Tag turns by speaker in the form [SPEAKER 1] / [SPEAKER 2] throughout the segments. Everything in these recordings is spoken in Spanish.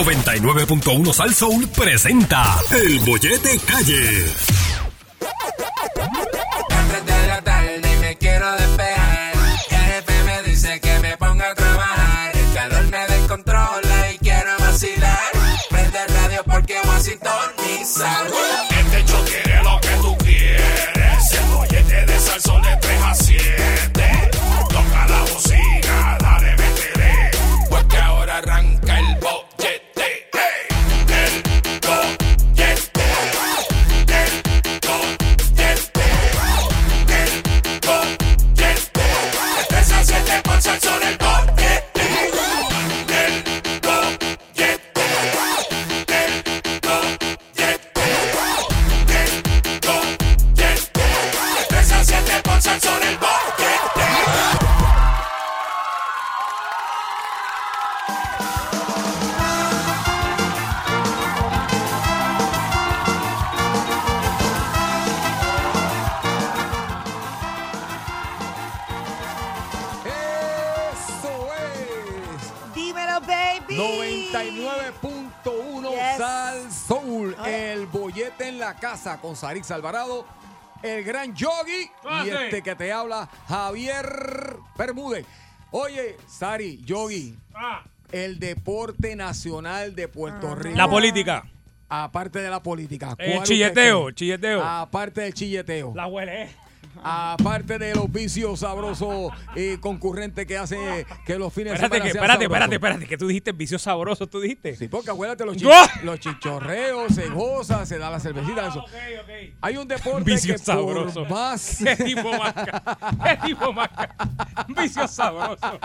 [SPEAKER 1] 99.1 Sal Soul presenta El Bollete Calle.
[SPEAKER 2] Antes de la tarde me quiero despejar. El jefe me dice que me ponga a trabajar. El calor me descontrola y quiero vacilar. Prende el radio porque voy a sintonizar.
[SPEAKER 3] Este show tiene lo que tú quieres. El bollete de salsón de 3 a 7. Toca la bocina, dale, métele. Porque ahora arranca el bollete. ¡Ey! El bollete. El bollete. El bollete. De 3 a 7 por salsón el bollete. El bollete. El bollete.
[SPEAKER 4] Eso es.
[SPEAKER 5] Dímelo, baby.
[SPEAKER 4] 99.1
[SPEAKER 5] Yes.
[SPEAKER 4] Sal Soul.
[SPEAKER 5] Oye.
[SPEAKER 4] El bollete en la casa con Sarix Alvarado. El gran Yogi
[SPEAKER 6] Ah,
[SPEAKER 4] y este que te habla, Javier Bermúdez. Oye, Sari, Yogi,
[SPEAKER 6] Ah.
[SPEAKER 4] el deporte nacional de Puerto Rico.
[SPEAKER 6] La política.
[SPEAKER 4] aparte de la política.
[SPEAKER 6] El
[SPEAKER 4] ¿cuál
[SPEAKER 6] chilleteo,
[SPEAKER 4] usted cree?
[SPEAKER 6] el chilleteo.
[SPEAKER 4] Aparte del chilleteo.
[SPEAKER 6] La huele.
[SPEAKER 4] Aparte de los vicios sabrosos y concurrentes que hace que los fines
[SPEAKER 6] Espérate,
[SPEAKER 4] de
[SPEAKER 6] que, espérate,
[SPEAKER 4] semana. sean sabrosos.
[SPEAKER 6] espérate, espérate, que tú dijiste vicio sabroso, tú dijiste.
[SPEAKER 4] Sí, porque acuérdate, los, chi-
[SPEAKER 6] ¡Gua!
[SPEAKER 4] los chichorreos, se goza, se da la cervecita.
[SPEAKER 6] Ah,
[SPEAKER 4] eso. Hay un deporte
[SPEAKER 6] Vicio
[SPEAKER 4] que
[SPEAKER 6] sabroso.
[SPEAKER 4] por más...
[SPEAKER 6] ¿Qué tipo más ca- ¿Qué tipo más ca- Vicio sabroso.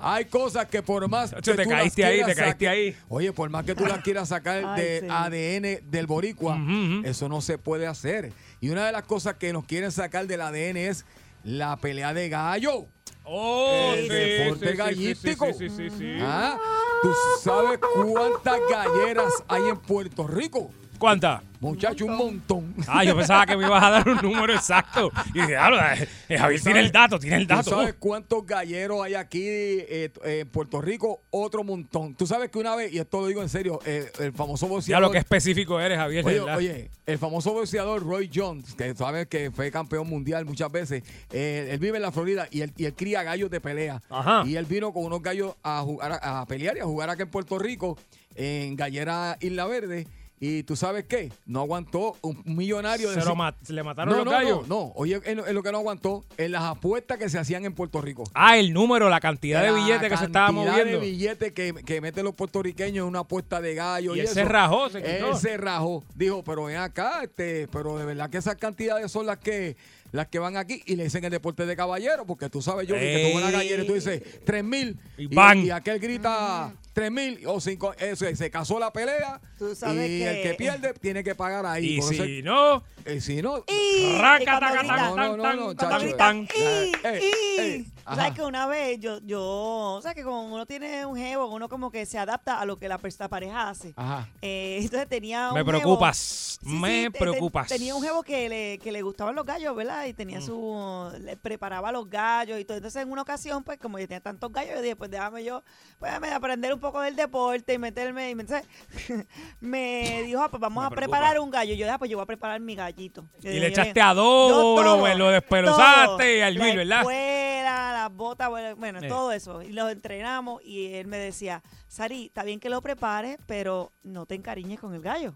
[SPEAKER 4] Hay cosas que por más
[SPEAKER 6] Chacho,
[SPEAKER 4] que
[SPEAKER 6] te
[SPEAKER 4] tú las
[SPEAKER 6] caíste ahí,
[SPEAKER 4] quieras
[SPEAKER 6] te caíste
[SPEAKER 4] sacar-
[SPEAKER 6] ahí.
[SPEAKER 4] Oye, por más que tú las quieras sacar
[SPEAKER 5] Ay,
[SPEAKER 4] de
[SPEAKER 5] sí.
[SPEAKER 4] ADN del boricua, eso no se puede hacer. Y una de las cosas que nos quieren sacar del ADN es la pelea de gallo.
[SPEAKER 6] Oh,
[SPEAKER 4] El
[SPEAKER 6] sí,
[SPEAKER 4] deporte
[SPEAKER 6] sí, sí,
[SPEAKER 4] Eh, gallístico.
[SPEAKER 6] Sí, sí, sí, sí, sí.
[SPEAKER 4] ¿Ah? ¿Tú sabes cuántas galleras hay en Puerto Rico?
[SPEAKER 6] ¿Cuánta?
[SPEAKER 4] Muchacho, un montón.
[SPEAKER 6] Ah, yo pensaba que me ibas a dar un número exacto. Y dije, ah, eh, Javier tiene el dato, tiene el
[SPEAKER 4] ¿Tú
[SPEAKER 6] dato. Uh,
[SPEAKER 4] sabes cuántos galleros hay aquí eh, t- eh, en Puerto Rico? Otro montón. Tú sabes que una vez, y esto lo digo en serio, eh, el famoso
[SPEAKER 6] Ya
[SPEAKER 4] boxeador.
[SPEAKER 6] lo que específico eres, Javier.
[SPEAKER 4] Oye,
[SPEAKER 6] ¿verdad?
[SPEAKER 4] oye, el famoso boxeador Roy Jones, que sabes que fue campeón mundial muchas veces, eh, él vive en la Florida y él, y él cría gallos de pelea.
[SPEAKER 6] Ajá.
[SPEAKER 4] Y él vino con unos gallos a jugar a, a pelear y a jugar acá en Puerto Rico, en Gallera Isla Verde. Y tú sabes qué, no aguantó un millonario
[SPEAKER 6] Se
[SPEAKER 4] de
[SPEAKER 6] lo mat- le mataron
[SPEAKER 4] no,
[SPEAKER 6] los
[SPEAKER 4] no,
[SPEAKER 6] gallos.
[SPEAKER 4] No, no, oye, es lo- es lo que no aguantó en las apuestas que se hacían en Puerto Rico.
[SPEAKER 6] Ah, el número, la cantidad de
[SPEAKER 4] La
[SPEAKER 6] billetes que se estaba
[SPEAKER 4] cantidad
[SPEAKER 6] moviendo.
[SPEAKER 4] de billetes que, que meten los puertorriqueños en una apuesta de gallo.
[SPEAKER 6] Y
[SPEAKER 4] Y,
[SPEAKER 6] él
[SPEAKER 4] eso.
[SPEAKER 6] se rajó, se quitó.
[SPEAKER 4] Él se rajó. Dijo, pero ven acá, este, pero de verdad que esas cantidades son las que las que van aquí y le dicen el deporte de caballero, porque tú sabes, yo que tú vas a la gallera y tú dices tres mil
[SPEAKER 6] Y van.
[SPEAKER 4] y aquel grita tres mil o cinco, eso es, se casó la pelea
[SPEAKER 5] Mm. Tú sabes
[SPEAKER 4] y
[SPEAKER 5] que-
[SPEAKER 4] el que pierde tiene que pagar ahí.
[SPEAKER 6] Y
[SPEAKER 4] Por eso
[SPEAKER 6] si
[SPEAKER 4] es-
[SPEAKER 6] no,
[SPEAKER 4] eh, si no,
[SPEAKER 5] Y,
[SPEAKER 6] Raca,
[SPEAKER 5] y cuando
[SPEAKER 6] taca,
[SPEAKER 5] grita-
[SPEAKER 6] taca,
[SPEAKER 4] no, no, no, no,
[SPEAKER 5] cuando
[SPEAKER 4] chacho.
[SPEAKER 5] grita,
[SPEAKER 6] Tan,
[SPEAKER 5] y,
[SPEAKER 4] eh,
[SPEAKER 5] y.
[SPEAKER 4] eh,
[SPEAKER 5] O
[SPEAKER 4] ajá.
[SPEAKER 5] sea, que una vez yo, yo, o sea, que como uno tiene un jevo, uno como que se adapta a lo que la, pers- la pareja hace.
[SPEAKER 4] Ajá.
[SPEAKER 5] Eh, entonces tenía un
[SPEAKER 6] me
[SPEAKER 5] jevo-
[SPEAKER 6] preocupas.
[SPEAKER 5] Sí, sí,
[SPEAKER 6] Me
[SPEAKER 5] te- te-
[SPEAKER 6] preocupas. Mm.
[SPEAKER 5] Tenía un jevo que le, que le gustaban los gallos, ¿verdad? Y tenía su. Le preparaba los gallos y todo. Entonces, en una ocasión, pues, como yo tenía tantos gallos, yo dije, pues déjame yo, pues, déjame aprender un poco del deporte y meterme. Y me- entonces, me dijo, ah, pues vamos
[SPEAKER 6] Me
[SPEAKER 5] a
[SPEAKER 6] preocupa.
[SPEAKER 5] preparar un gallo. Y yo, ah, pues yo voy a preparar mi gallito. Yo
[SPEAKER 6] Y
[SPEAKER 5] dije,
[SPEAKER 6] le
[SPEAKER 5] yo
[SPEAKER 6] echaste
[SPEAKER 5] dije,
[SPEAKER 6] adobo,
[SPEAKER 5] yo
[SPEAKER 6] lo,
[SPEAKER 5] Eh, todo,
[SPEAKER 6] lo despeluzaste
[SPEAKER 5] todo.
[SPEAKER 6] al vil,
[SPEAKER 5] La
[SPEAKER 6] ¿verdad?
[SPEAKER 5] escuela, las botas, bueno, bueno,
[SPEAKER 6] Eh.
[SPEAKER 5] todo eso. Y los entrenamos y él me decía, Sari, está bien que lo prepares, pero no te encariñes con el gallo.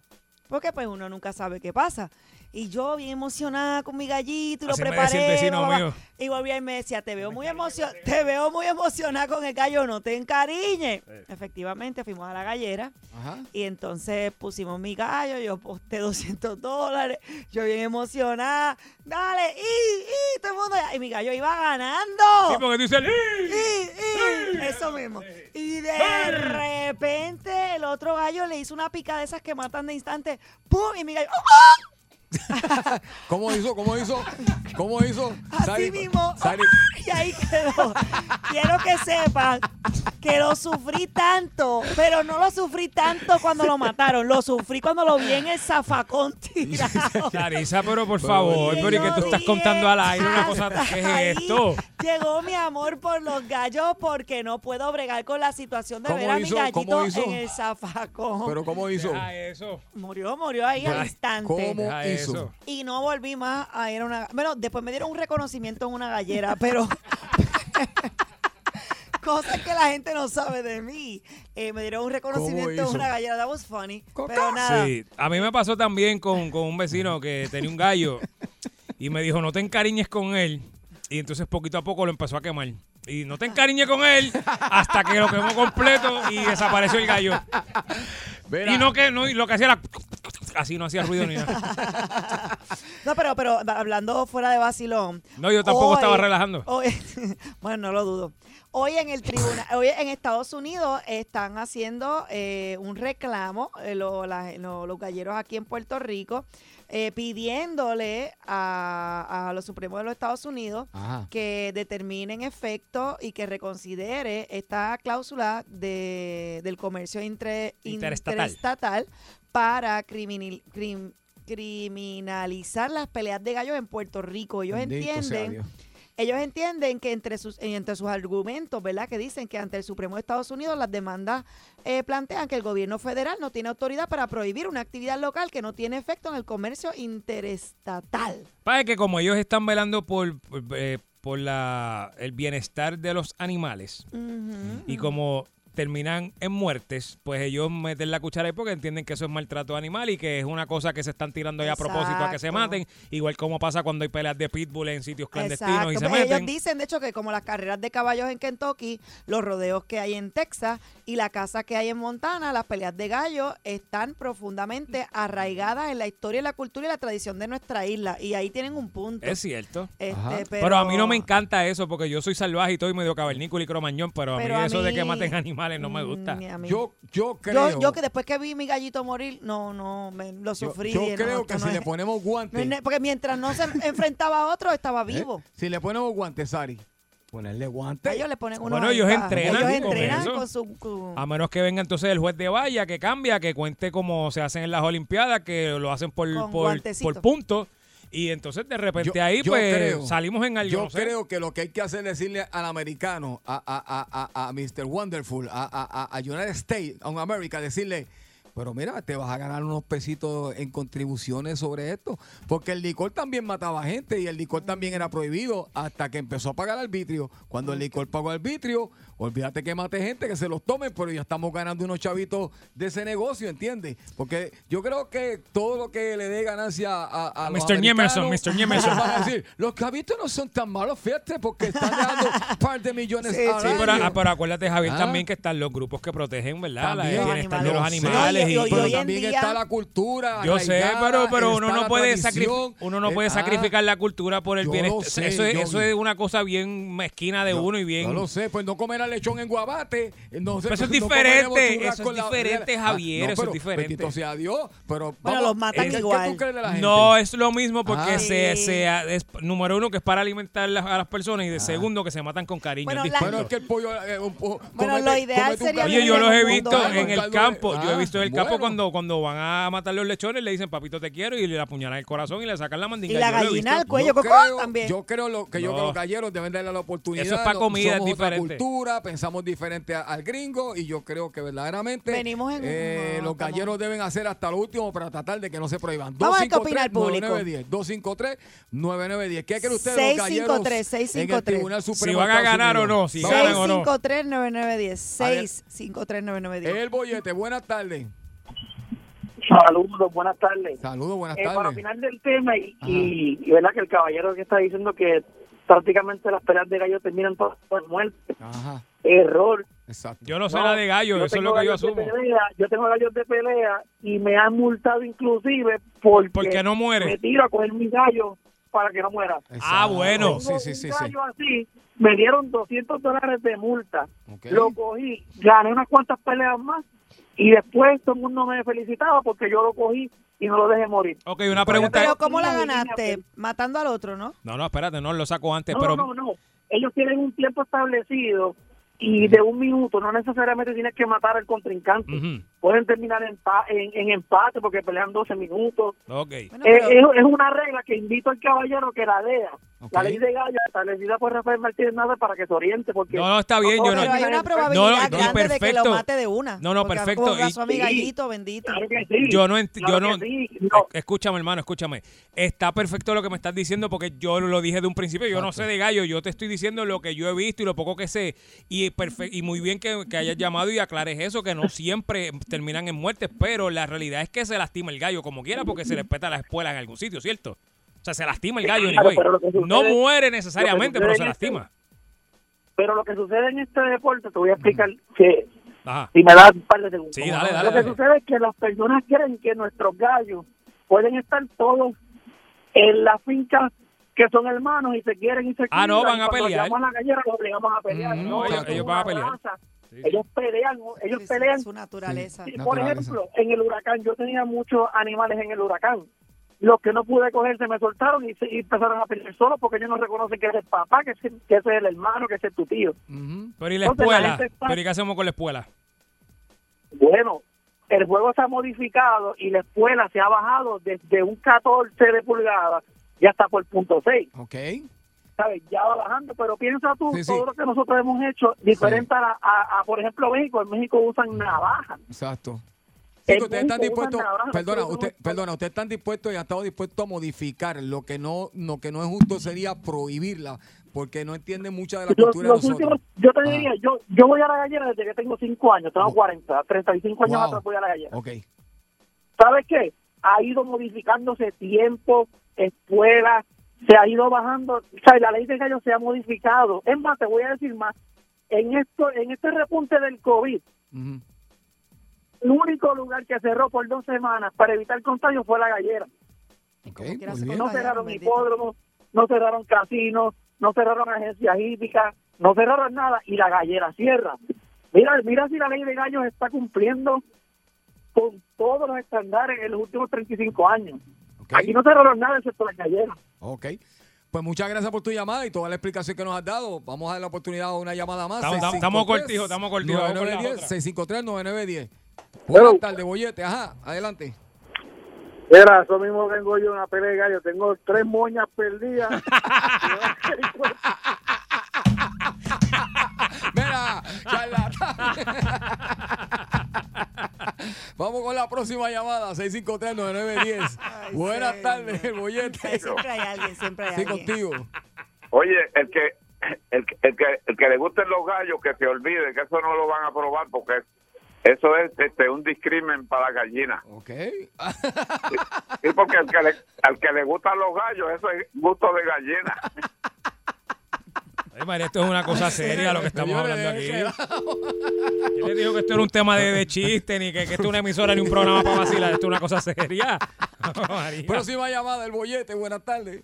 [SPEAKER 5] Porque pues uno nunca sabe qué pasa. Y yo bien emocionada con mi gallito y lo
[SPEAKER 6] Así me
[SPEAKER 5] preparé.
[SPEAKER 6] decía el vecino
[SPEAKER 5] bla, bla,
[SPEAKER 6] mío.
[SPEAKER 5] bla. Y volvía y me decía, te veo muy emocionada, te veo muy emocionada con el gallo, no te encariñes. Efectivamente, fuimos a la gallera.
[SPEAKER 4] Ajá.
[SPEAKER 5] Y entonces pusimos mi gallo, yo posté 200 dólares, yo bien emocionada, dale, y, y, todo el mundo, y mi gallo iba
[SPEAKER 6] Sí,
[SPEAKER 5] ganando.
[SPEAKER 6] porque tú dices,
[SPEAKER 5] Y,
[SPEAKER 6] "Ih".
[SPEAKER 5] y, eso mismo. Y de repente el otro gallo le hizo una pica de esas que matan de instante, ¡pum! Y mi gallo, ¡ah!
[SPEAKER 4] ¿Cómo hizo? ¿Cómo hizo? ¿Cómo hizo?
[SPEAKER 5] Así
[SPEAKER 4] Sari-
[SPEAKER 5] mismo.
[SPEAKER 4] Sari-
[SPEAKER 5] Y ahí quedó. Quiero que sepan que lo sufrí tanto, pero no lo sufrí tanto cuando lo mataron. Lo sufrí cuando lo vi en el zafacón tirado.
[SPEAKER 6] Clarisa, pero por favor, pero ¿y qué tú
[SPEAKER 5] Yo
[SPEAKER 6] estás
[SPEAKER 5] dije,
[SPEAKER 6] contando al aire una cosa?
[SPEAKER 5] "Hasta
[SPEAKER 6] ¿Qué
[SPEAKER 5] ahí
[SPEAKER 6] es esto?
[SPEAKER 5] Llegó mi amor por los gallos porque no puedo bregar con la situación de
[SPEAKER 4] ¿Cómo
[SPEAKER 5] ver a
[SPEAKER 4] hizo?
[SPEAKER 5] mi gallito
[SPEAKER 4] ¿Cómo hizo?
[SPEAKER 5] en el zafacón.
[SPEAKER 4] ¿Pero cómo hizo?
[SPEAKER 6] Ah, eso.
[SPEAKER 5] murió, murió ahí al
[SPEAKER 4] Ay,
[SPEAKER 5] instante.
[SPEAKER 4] ¿Cómo
[SPEAKER 6] Ah,
[SPEAKER 4] hizo?
[SPEAKER 6] eso.
[SPEAKER 5] Y no volví más a ir a una... Bueno, después me dieron un reconocimiento en una gallera, pero... Cosas que la gente no sabe de mí. Eh, me dieron un reconocimiento en
[SPEAKER 4] hizo?
[SPEAKER 5] una gallera. That was funny. Pero nada.
[SPEAKER 6] Sí, a mí me pasó también con, con un vecino que tenía un gallo y me dijo, no te encariñes con él. Y entonces poquito a poco lo empezó a quemar. Y no te encariñes con él hasta que lo quemó completo y desapareció el gallo.
[SPEAKER 4] Verá,
[SPEAKER 6] Y no que no, y lo que hacía era... Así no hacía ruido ni nada.
[SPEAKER 5] No, pero, pero hablando fuera de vacilón.
[SPEAKER 6] No, yo tampoco
[SPEAKER 5] hoy-
[SPEAKER 6] estaba relajando.
[SPEAKER 5] hoy- Oh, bueno, no lo dudo. Hoy en el tribunal, hoy en Estados Unidos están haciendo eh, un reclamo eh, lo- la- lo- los galleros aquí en Puerto Rico eh, pidiéndole a, a los supremos de los Estados Unidos
[SPEAKER 4] Ajá.
[SPEAKER 5] que determinen efecto y que reconsidere esta cláusula de, del comercio entre,
[SPEAKER 6] Interestatal.
[SPEAKER 5] interestatal para criminal- crim- criminalizar las peleas de gallos en Puerto Rico. Ellos
[SPEAKER 4] Bendito sea
[SPEAKER 5] entienden
[SPEAKER 4] Dios.
[SPEAKER 5] ellos entienden que entre sus entre sus argumentos, ¿verdad? Que dicen que ante el Supremo de Estados Unidos las demandas eh, plantean que el gobierno federal no tiene autoridad para prohibir una actividad local que no tiene efecto en el comercio interestatal.
[SPEAKER 6] Pasa que como ellos están velando por, por, eh, por la, el bienestar de los animales y como terminan en muertes, pues ellos meten la cuchara ahí porque entienden que eso es maltrato animal y que es una cosa que se están tirando ahí a propósito a que se
[SPEAKER 5] Exacto.
[SPEAKER 6] maten, igual como pasa cuando hay peleas de pitbull en sitios clandestinos
[SPEAKER 5] Exacto.
[SPEAKER 6] y se
[SPEAKER 5] Pues ellos
[SPEAKER 6] meten.
[SPEAKER 5] dicen, de hecho, que como las carreras de caballos en Kentucky, los rodeos que hay en Texas y la caza que hay en Montana, las peleas de gallos están profundamente arraigadas en la historia, la cultura y la tradición de nuestra isla. Y ahí tienen un punto.
[SPEAKER 6] Es cierto.
[SPEAKER 5] Este,
[SPEAKER 4] Ajá.
[SPEAKER 6] Pero, a mí no me encanta eso porque yo soy salvaje y todo y medio cavernícola y cromañón, pero a mí
[SPEAKER 5] Pero a
[SPEAKER 6] eso de que
[SPEAKER 5] mí-
[SPEAKER 6] maten animales no me gusta.
[SPEAKER 5] Mm, a mí.
[SPEAKER 4] Yo, yo creo.
[SPEAKER 5] Yo, yo que después que vi mi gallito morir, no, no, me, lo
[SPEAKER 4] yo-
[SPEAKER 5] sufrí.
[SPEAKER 4] yo
[SPEAKER 5] dije, no,
[SPEAKER 4] creo
[SPEAKER 5] esto
[SPEAKER 4] que
[SPEAKER 5] no
[SPEAKER 4] si
[SPEAKER 5] es-
[SPEAKER 4] le ponemos
[SPEAKER 5] no es
[SPEAKER 4] guantes.
[SPEAKER 5] ne- Porque mientras no se enfrentaba a otro, estaba
[SPEAKER 4] ¿eh?
[SPEAKER 5] vivo.
[SPEAKER 4] Si le ponemos guantes, Sari. Ponerle guantes.
[SPEAKER 5] Ellos le ponen unos
[SPEAKER 6] Bueno, ellos
[SPEAKER 5] ahí pa-
[SPEAKER 6] entrenan
[SPEAKER 5] Ellos
[SPEAKER 6] con
[SPEAKER 5] entrenan
[SPEAKER 6] eso.
[SPEAKER 5] con su... con-
[SPEAKER 6] A menos que venga entonces el juez de valla que cambia, que cuente como se hacen en las Olimpiadas, que lo hacen por,
[SPEAKER 5] Con
[SPEAKER 6] por,
[SPEAKER 5] guantecito.
[SPEAKER 6] por puntos. Y entonces de repente
[SPEAKER 4] Yo-
[SPEAKER 6] ahí
[SPEAKER 4] yo
[SPEAKER 6] pues
[SPEAKER 4] creo-
[SPEAKER 6] salimos en algo.
[SPEAKER 4] Yo
[SPEAKER 6] no sé.
[SPEAKER 4] creo que lo que hay que hacer es decirle al americano, a, a, a, a, a Mr. Wonderful, a, a, a, a United States, a un America, decirle. Pero mira, te vas a ganar unos pesitos en contribuciones sobre esto. Porque el licor también mataba gente y el licor también era prohibido hasta que empezó a pagar arbitrio. Cuando el licor pagó arbitrio, olvídate que mate gente, que se los tomen, pero ya estamos ganando unos chavitos de ese negocio, ¿entiendes? Porque yo creo que todo lo que le dé ganancia a, a,
[SPEAKER 6] A
[SPEAKER 4] los
[SPEAKER 6] Mr. Niemerson,
[SPEAKER 4] americanos,
[SPEAKER 6] Mr. Niemerson.
[SPEAKER 4] van a decir, los cabitos no son tan malos, fíjate, porque están dando un par de millones
[SPEAKER 5] Sí,
[SPEAKER 4] al
[SPEAKER 5] sí,
[SPEAKER 6] Sí, pero,
[SPEAKER 4] año.
[SPEAKER 6] ah, pero acuérdate, Javier,
[SPEAKER 4] Ah.
[SPEAKER 6] también que están los grupos que protegen, ¿verdad? La-
[SPEAKER 4] También.
[SPEAKER 6] el
[SPEAKER 5] Los
[SPEAKER 6] bienestar de los
[SPEAKER 5] animales.
[SPEAKER 6] animales.
[SPEAKER 5] Sí,
[SPEAKER 6] y-
[SPEAKER 5] hoy-
[SPEAKER 4] pero
[SPEAKER 5] hoy en
[SPEAKER 4] también
[SPEAKER 5] día-
[SPEAKER 4] está la cultura.
[SPEAKER 6] yo sé,
[SPEAKER 4] arraigada,
[SPEAKER 6] pero, pero uno
[SPEAKER 4] está
[SPEAKER 6] no
[SPEAKER 4] la
[SPEAKER 6] puede
[SPEAKER 4] tradición.
[SPEAKER 6] sacrificar, uno no
[SPEAKER 4] Eh,
[SPEAKER 6] puede
[SPEAKER 4] ah,
[SPEAKER 6] sacrificar la cultura por el
[SPEAKER 4] yo lo
[SPEAKER 6] bienestar.
[SPEAKER 4] sé,
[SPEAKER 6] eso, es,
[SPEAKER 4] yo-
[SPEAKER 6] eso es una cosa bien mezquina de uno y bien.
[SPEAKER 4] No lo sé, pues no comer al lechón en guabate. eh, No sé,
[SPEAKER 6] Pero eso es
[SPEAKER 4] no
[SPEAKER 6] diferente,
[SPEAKER 4] comeremos churras
[SPEAKER 6] eso
[SPEAKER 4] con Ah,
[SPEAKER 6] es diferente, Javier, eso es
[SPEAKER 4] pero
[SPEAKER 6] diferente.
[SPEAKER 4] Bendito sea Dios, pero. eh,
[SPEAKER 5] los matan
[SPEAKER 4] ¿qué- qué
[SPEAKER 5] igual.
[SPEAKER 4] tú crees de la gente?
[SPEAKER 6] No, es lo mismo porque
[SPEAKER 4] Ah.
[SPEAKER 6] se,
[SPEAKER 5] Sí. Ah.
[SPEAKER 6] se- es, número uno que es para alimentar las- a las personas y de segundo que se matan con cariño.
[SPEAKER 5] Bueno,
[SPEAKER 6] es
[SPEAKER 5] la-
[SPEAKER 6] distinto.
[SPEAKER 4] Bueno, es que el pollo. eh, un- un-
[SPEAKER 5] Bueno,
[SPEAKER 4] cómete-
[SPEAKER 5] lo ideal
[SPEAKER 4] cómete un
[SPEAKER 5] sería
[SPEAKER 4] caldo-
[SPEAKER 6] Oye, yo los he visto
[SPEAKER 5] Claro,
[SPEAKER 6] en el
[SPEAKER 4] ¿eh? caldo de-
[SPEAKER 6] campo. Yo he
[SPEAKER 4] Ah,
[SPEAKER 6] visto en el
[SPEAKER 4] bueno.
[SPEAKER 6] campo cuando, cuando van a matar los lechones, le dicen, papito, te quiero, y le apuñalan el corazón y le sacan la mandinga.
[SPEAKER 5] Y la
[SPEAKER 6] Yo lo he
[SPEAKER 5] gallina
[SPEAKER 6] visto.
[SPEAKER 5] al cuello,
[SPEAKER 4] yo
[SPEAKER 5] cocó,
[SPEAKER 4] creo,
[SPEAKER 5] también.
[SPEAKER 4] Yo creo lo, que yo
[SPEAKER 6] No.
[SPEAKER 4] creo que los galleros deben darle la oportunidad.
[SPEAKER 6] Eso es pa'
[SPEAKER 4] no-
[SPEAKER 6] comida,
[SPEAKER 4] somos
[SPEAKER 6] es
[SPEAKER 4] otra
[SPEAKER 6] diferente.
[SPEAKER 4] cultura, pensamos diferente a- al gringo y yo creo que verdaderamente
[SPEAKER 5] Venimos en-
[SPEAKER 4] eh,
[SPEAKER 5] no,
[SPEAKER 4] los
[SPEAKER 5] estamos-
[SPEAKER 4] galleros deben hacer hasta lo último para tratar de que no se prohíban.
[SPEAKER 5] Vamos a ver qué opina el público.
[SPEAKER 4] 253-9910. 253-9910. ¿Qué creen ustedes los galleros
[SPEAKER 5] 653, 653.
[SPEAKER 4] en el Tribunal Supremo
[SPEAKER 6] Si van a
[SPEAKER 4] de Estados
[SPEAKER 6] ganar o
[SPEAKER 4] Unidos?
[SPEAKER 6] no, si
[SPEAKER 4] Vamos a
[SPEAKER 6] ganan o
[SPEAKER 4] ver.
[SPEAKER 6] no.
[SPEAKER 5] 653-9910. 653-9910.
[SPEAKER 4] El bollete, buenas tardes.
[SPEAKER 7] Saludos, buenas tardes.
[SPEAKER 4] Saludos, buenas
[SPEAKER 7] Eh, para
[SPEAKER 4] tardes.
[SPEAKER 7] opinar del tema, y, y, y verdad que el caballero que está diciendo que prácticamente las peleas de gallo terminan todas por muerte.
[SPEAKER 4] Ajá,
[SPEAKER 7] Error.
[SPEAKER 4] exacto.
[SPEAKER 6] Yo no sé
[SPEAKER 7] No,
[SPEAKER 6] la de gallo, eso es
[SPEAKER 7] tengo
[SPEAKER 6] lo que Ah, yo
[SPEAKER 7] gallos de
[SPEAKER 6] asumo.
[SPEAKER 7] pelea, yo tengo gallos de pelea y me han multado inclusive porque,
[SPEAKER 6] Porque no muere.
[SPEAKER 7] me tiro a coger mi gallo para que no muera.
[SPEAKER 6] Ah, bueno.
[SPEAKER 4] Sí, sí, sí,
[SPEAKER 7] Tengo un
[SPEAKER 4] sí.
[SPEAKER 7] gallo así, me dieron 200 dólares de multa.
[SPEAKER 4] Ok.
[SPEAKER 7] Lo cogí, gané unas cuantas peleas más Y después todo el mundo me felicitaba porque yo lo cogí y no lo dejé morir.
[SPEAKER 6] Ok, una pregunta.
[SPEAKER 5] Pero ¿cómo la ganaste? Matando al otro, ¿no?
[SPEAKER 6] No, no, espérate, no lo saco antes,
[SPEAKER 7] No,
[SPEAKER 6] este, pero.
[SPEAKER 7] no, no. Ellos tienen un tiempo establecido y de un minuto. No necesariamente tienes que matar al contrincante.
[SPEAKER 6] Ujú,
[SPEAKER 7] Pueden terminar en, pa- en, en empate porque pelean 12 minutos.
[SPEAKER 6] Ok.
[SPEAKER 5] Bueno,
[SPEAKER 7] Eh,
[SPEAKER 5] pero-
[SPEAKER 7] es, es una regla que invito al caballero que la lea. La
[SPEAKER 6] Ok.
[SPEAKER 7] ley de Gallo establecida por Rafael Martínez Nada para que se oriente. Porque
[SPEAKER 6] No, no, está bien, yo no-
[SPEAKER 5] pero hay una
[SPEAKER 7] probabilidad
[SPEAKER 5] probabilidad
[SPEAKER 6] no,
[SPEAKER 5] grande de que
[SPEAKER 6] perfecto.
[SPEAKER 5] lo mate de una.
[SPEAKER 6] No, no,
[SPEAKER 5] Porque
[SPEAKER 6] perfecto,
[SPEAKER 5] como abrazó
[SPEAKER 6] y-
[SPEAKER 5] a mi
[SPEAKER 7] Sí.
[SPEAKER 5] gallito, bendito.
[SPEAKER 7] Claro que sí,
[SPEAKER 6] Yo no, ent-
[SPEAKER 7] claro
[SPEAKER 6] yo
[SPEAKER 7] que
[SPEAKER 6] no,
[SPEAKER 7] sí. No,
[SPEAKER 6] eh, escúchame hermano, escúchame. Está perfecto lo que me estás diciendo porque yo lo dije de un principio, yo no sé de gallo, yo te estoy diciendo lo que yo he visto y lo poco que sé y perfe- y muy bien que, que hayas llamado y aclares eso que no siempre terminan en muertes, pero la realidad es que se lastima el gallo como quiera porque se le peta la espuela en algún sitio, ¿cierto? O sea, se lastima el gallo,
[SPEAKER 7] Claro,
[SPEAKER 6] anyway.
[SPEAKER 7] pero lo que sucede-
[SPEAKER 6] no
[SPEAKER 7] lo
[SPEAKER 6] muere
[SPEAKER 7] que
[SPEAKER 6] necesariamente,
[SPEAKER 7] sucede
[SPEAKER 6] pero
[SPEAKER 7] en
[SPEAKER 6] se
[SPEAKER 7] este-
[SPEAKER 6] lastima.
[SPEAKER 7] Pero lo que sucede en este deporte, te voy a explicar que
[SPEAKER 6] Ajá.
[SPEAKER 7] si me das un par de segundos.
[SPEAKER 6] Sí, dale, dale,
[SPEAKER 7] lo que
[SPEAKER 6] dale.
[SPEAKER 7] sucede es que las personas creen que nuestros gallos pueden estar todos en las fincas que son hermanos y se quieren y se
[SPEAKER 6] Ah, no,
[SPEAKER 7] cuidan,
[SPEAKER 6] van a
[SPEAKER 7] y cuando
[SPEAKER 6] pelear.
[SPEAKER 7] llegamos a la gallera los obligamos a pelear.
[SPEAKER 6] Mm,
[SPEAKER 7] no,
[SPEAKER 6] ellos-
[SPEAKER 7] son
[SPEAKER 6] ellos van a
[SPEAKER 7] una
[SPEAKER 6] pelear.
[SPEAKER 7] raza.
[SPEAKER 6] Sí, sí.
[SPEAKER 7] Ellos pelean, ¿no? ellos
[SPEAKER 5] Sí, sí,
[SPEAKER 7] pelean.
[SPEAKER 5] Su naturaleza.
[SPEAKER 7] Y,
[SPEAKER 4] Naturaleza.
[SPEAKER 7] por ejemplo, en el huracán, yo tenía muchos animales en el huracán. Los que no pude coger se me soltaron y, se- y empezaron a pelear solos porque ellos no reconocen que ese es papá, que ese, que ese es el hermano, que ese es tu tío.
[SPEAKER 6] Ujú. Pero y la
[SPEAKER 7] Entonces, la
[SPEAKER 6] espuela,
[SPEAKER 7] gente está-
[SPEAKER 6] pero ¿y qué hacemos con la espuela?
[SPEAKER 7] Bueno, el juego se ha modificado y la escuela se ha bajado desde un 14 de pulgadas y hasta por punto 6,
[SPEAKER 4] Ok.
[SPEAKER 7] ¿sabes? Ya va bajando, pero piensa tú
[SPEAKER 4] Sí, sí.
[SPEAKER 7] todo lo que nosotros hemos hecho diferente a, la- a- a, por ejemplo, México. En México
[SPEAKER 4] Mm.
[SPEAKER 7] usan navajas.
[SPEAKER 4] Exacto.
[SPEAKER 7] Sí,
[SPEAKER 4] Sí, que ustedes están
[SPEAKER 7] punto, una
[SPEAKER 4] dispuestos,
[SPEAKER 7] navaja,
[SPEAKER 4] perdona,
[SPEAKER 7] nosotros
[SPEAKER 4] usted,
[SPEAKER 7] somos-
[SPEAKER 4] perdona, ustedes están dispuestos y han estado dispuestos a modificar. Lo que no, lo que no es justo sería prohibirla, porque no entienden mucha de la
[SPEAKER 7] Los-
[SPEAKER 4] cultura
[SPEAKER 7] los
[SPEAKER 4] de nosotros. Ah.
[SPEAKER 7] últimos- yo te
[SPEAKER 4] Ajá.
[SPEAKER 7] diría, yo, yo voy a la gallera desde que tengo 5 años, tengo
[SPEAKER 4] Wow.
[SPEAKER 7] 40, 35 años
[SPEAKER 4] Wow.
[SPEAKER 7] atrás voy a la gallera.
[SPEAKER 4] Ok.
[SPEAKER 7] ¿Sabes qué? Ha ido modificándose tiempo, escuelas, se ha ido bajando, o sea, la ley de gallo se ha modificado. Es más, te voy a decir más, en esto en este repunte del COVID,
[SPEAKER 4] Ujú.
[SPEAKER 7] el único lugar que cerró por dos semanas para evitar contagio fue la gallera.
[SPEAKER 4] Ok,
[SPEAKER 5] como quiera
[SPEAKER 4] muy
[SPEAKER 5] se
[SPEAKER 4] bien.
[SPEAKER 5] conoce.
[SPEAKER 7] No
[SPEAKER 5] Vaya,
[SPEAKER 7] cerraron
[SPEAKER 5] bendito.
[SPEAKER 7] hipódromos, no cerraron casinos, no cerraron agencias hípicas, no cerraron nada y la gallera cierra. Mira, mira si la ley de gallos está cumpliendo con todos los estándares en los últimos 35 años.
[SPEAKER 4] Ok.
[SPEAKER 7] Aquí no cerraron nada excepto la gallera.
[SPEAKER 4] Ok. Pues muchas gracias por tu llamada y toda la explicación que nos has dado. Vamos a dar la oportunidad a una llamada más.
[SPEAKER 6] Estamos- estamos- estamos cortijo, estamos cortijo. Vamos con la
[SPEAKER 4] 9910,
[SPEAKER 6] otra.
[SPEAKER 4] 653-9910.
[SPEAKER 7] Hello.
[SPEAKER 4] Buenas tardes, Bollete. Ajá, adelante.
[SPEAKER 7] Mira, eso mismo tengo yo una pelea de gallo. Tengo tres moñas perdidas.
[SPEAKER 4] Mira, charlatán. Vamos con la próxima llamada, 653-9910.
[SPEAKER 5] Ay,
[SPEAKER 4] Buenas
[SPEAKER 5] señor.
[SPEAKER 4] tardes, el
[SPEAKER 5] Ay,
[SPEAKER 4] Bollete.
[SPEAKER 5] Siempre hay alguien, siempre hay
[SPEAKER 4] Sí,
[SPEAKER 5] alguien.
[SPEAKER 4] contigo.
[SPEAKER 8] Oye, el que, el, que- el que, el que le gusten los gallos, que se olvide que eso no lo van a probar porque eso es este, un discrimen para la gallina.
[SPEAKER 4] Ok.
[SPEAKER 8] Y porque al que, le, al que le gustan los gallos, eso es gusto de gallina.
[SPEAKER 6] Ay, María, esto es una cosa seria lo que estamos
[SPEAKER 4] Señores,
[SPEAKER 6] hablando aquí.
[SPEAKER 4] será-
[SPEAKER 6] Yo le digo que esto era un tema de, de chiste, ni que, que esto es una emisora ni un programa para vacilar. Esto es una cosa seria. María.
[SPEAKER 4] Próxima llamada, el Bollete. Buenas tardes.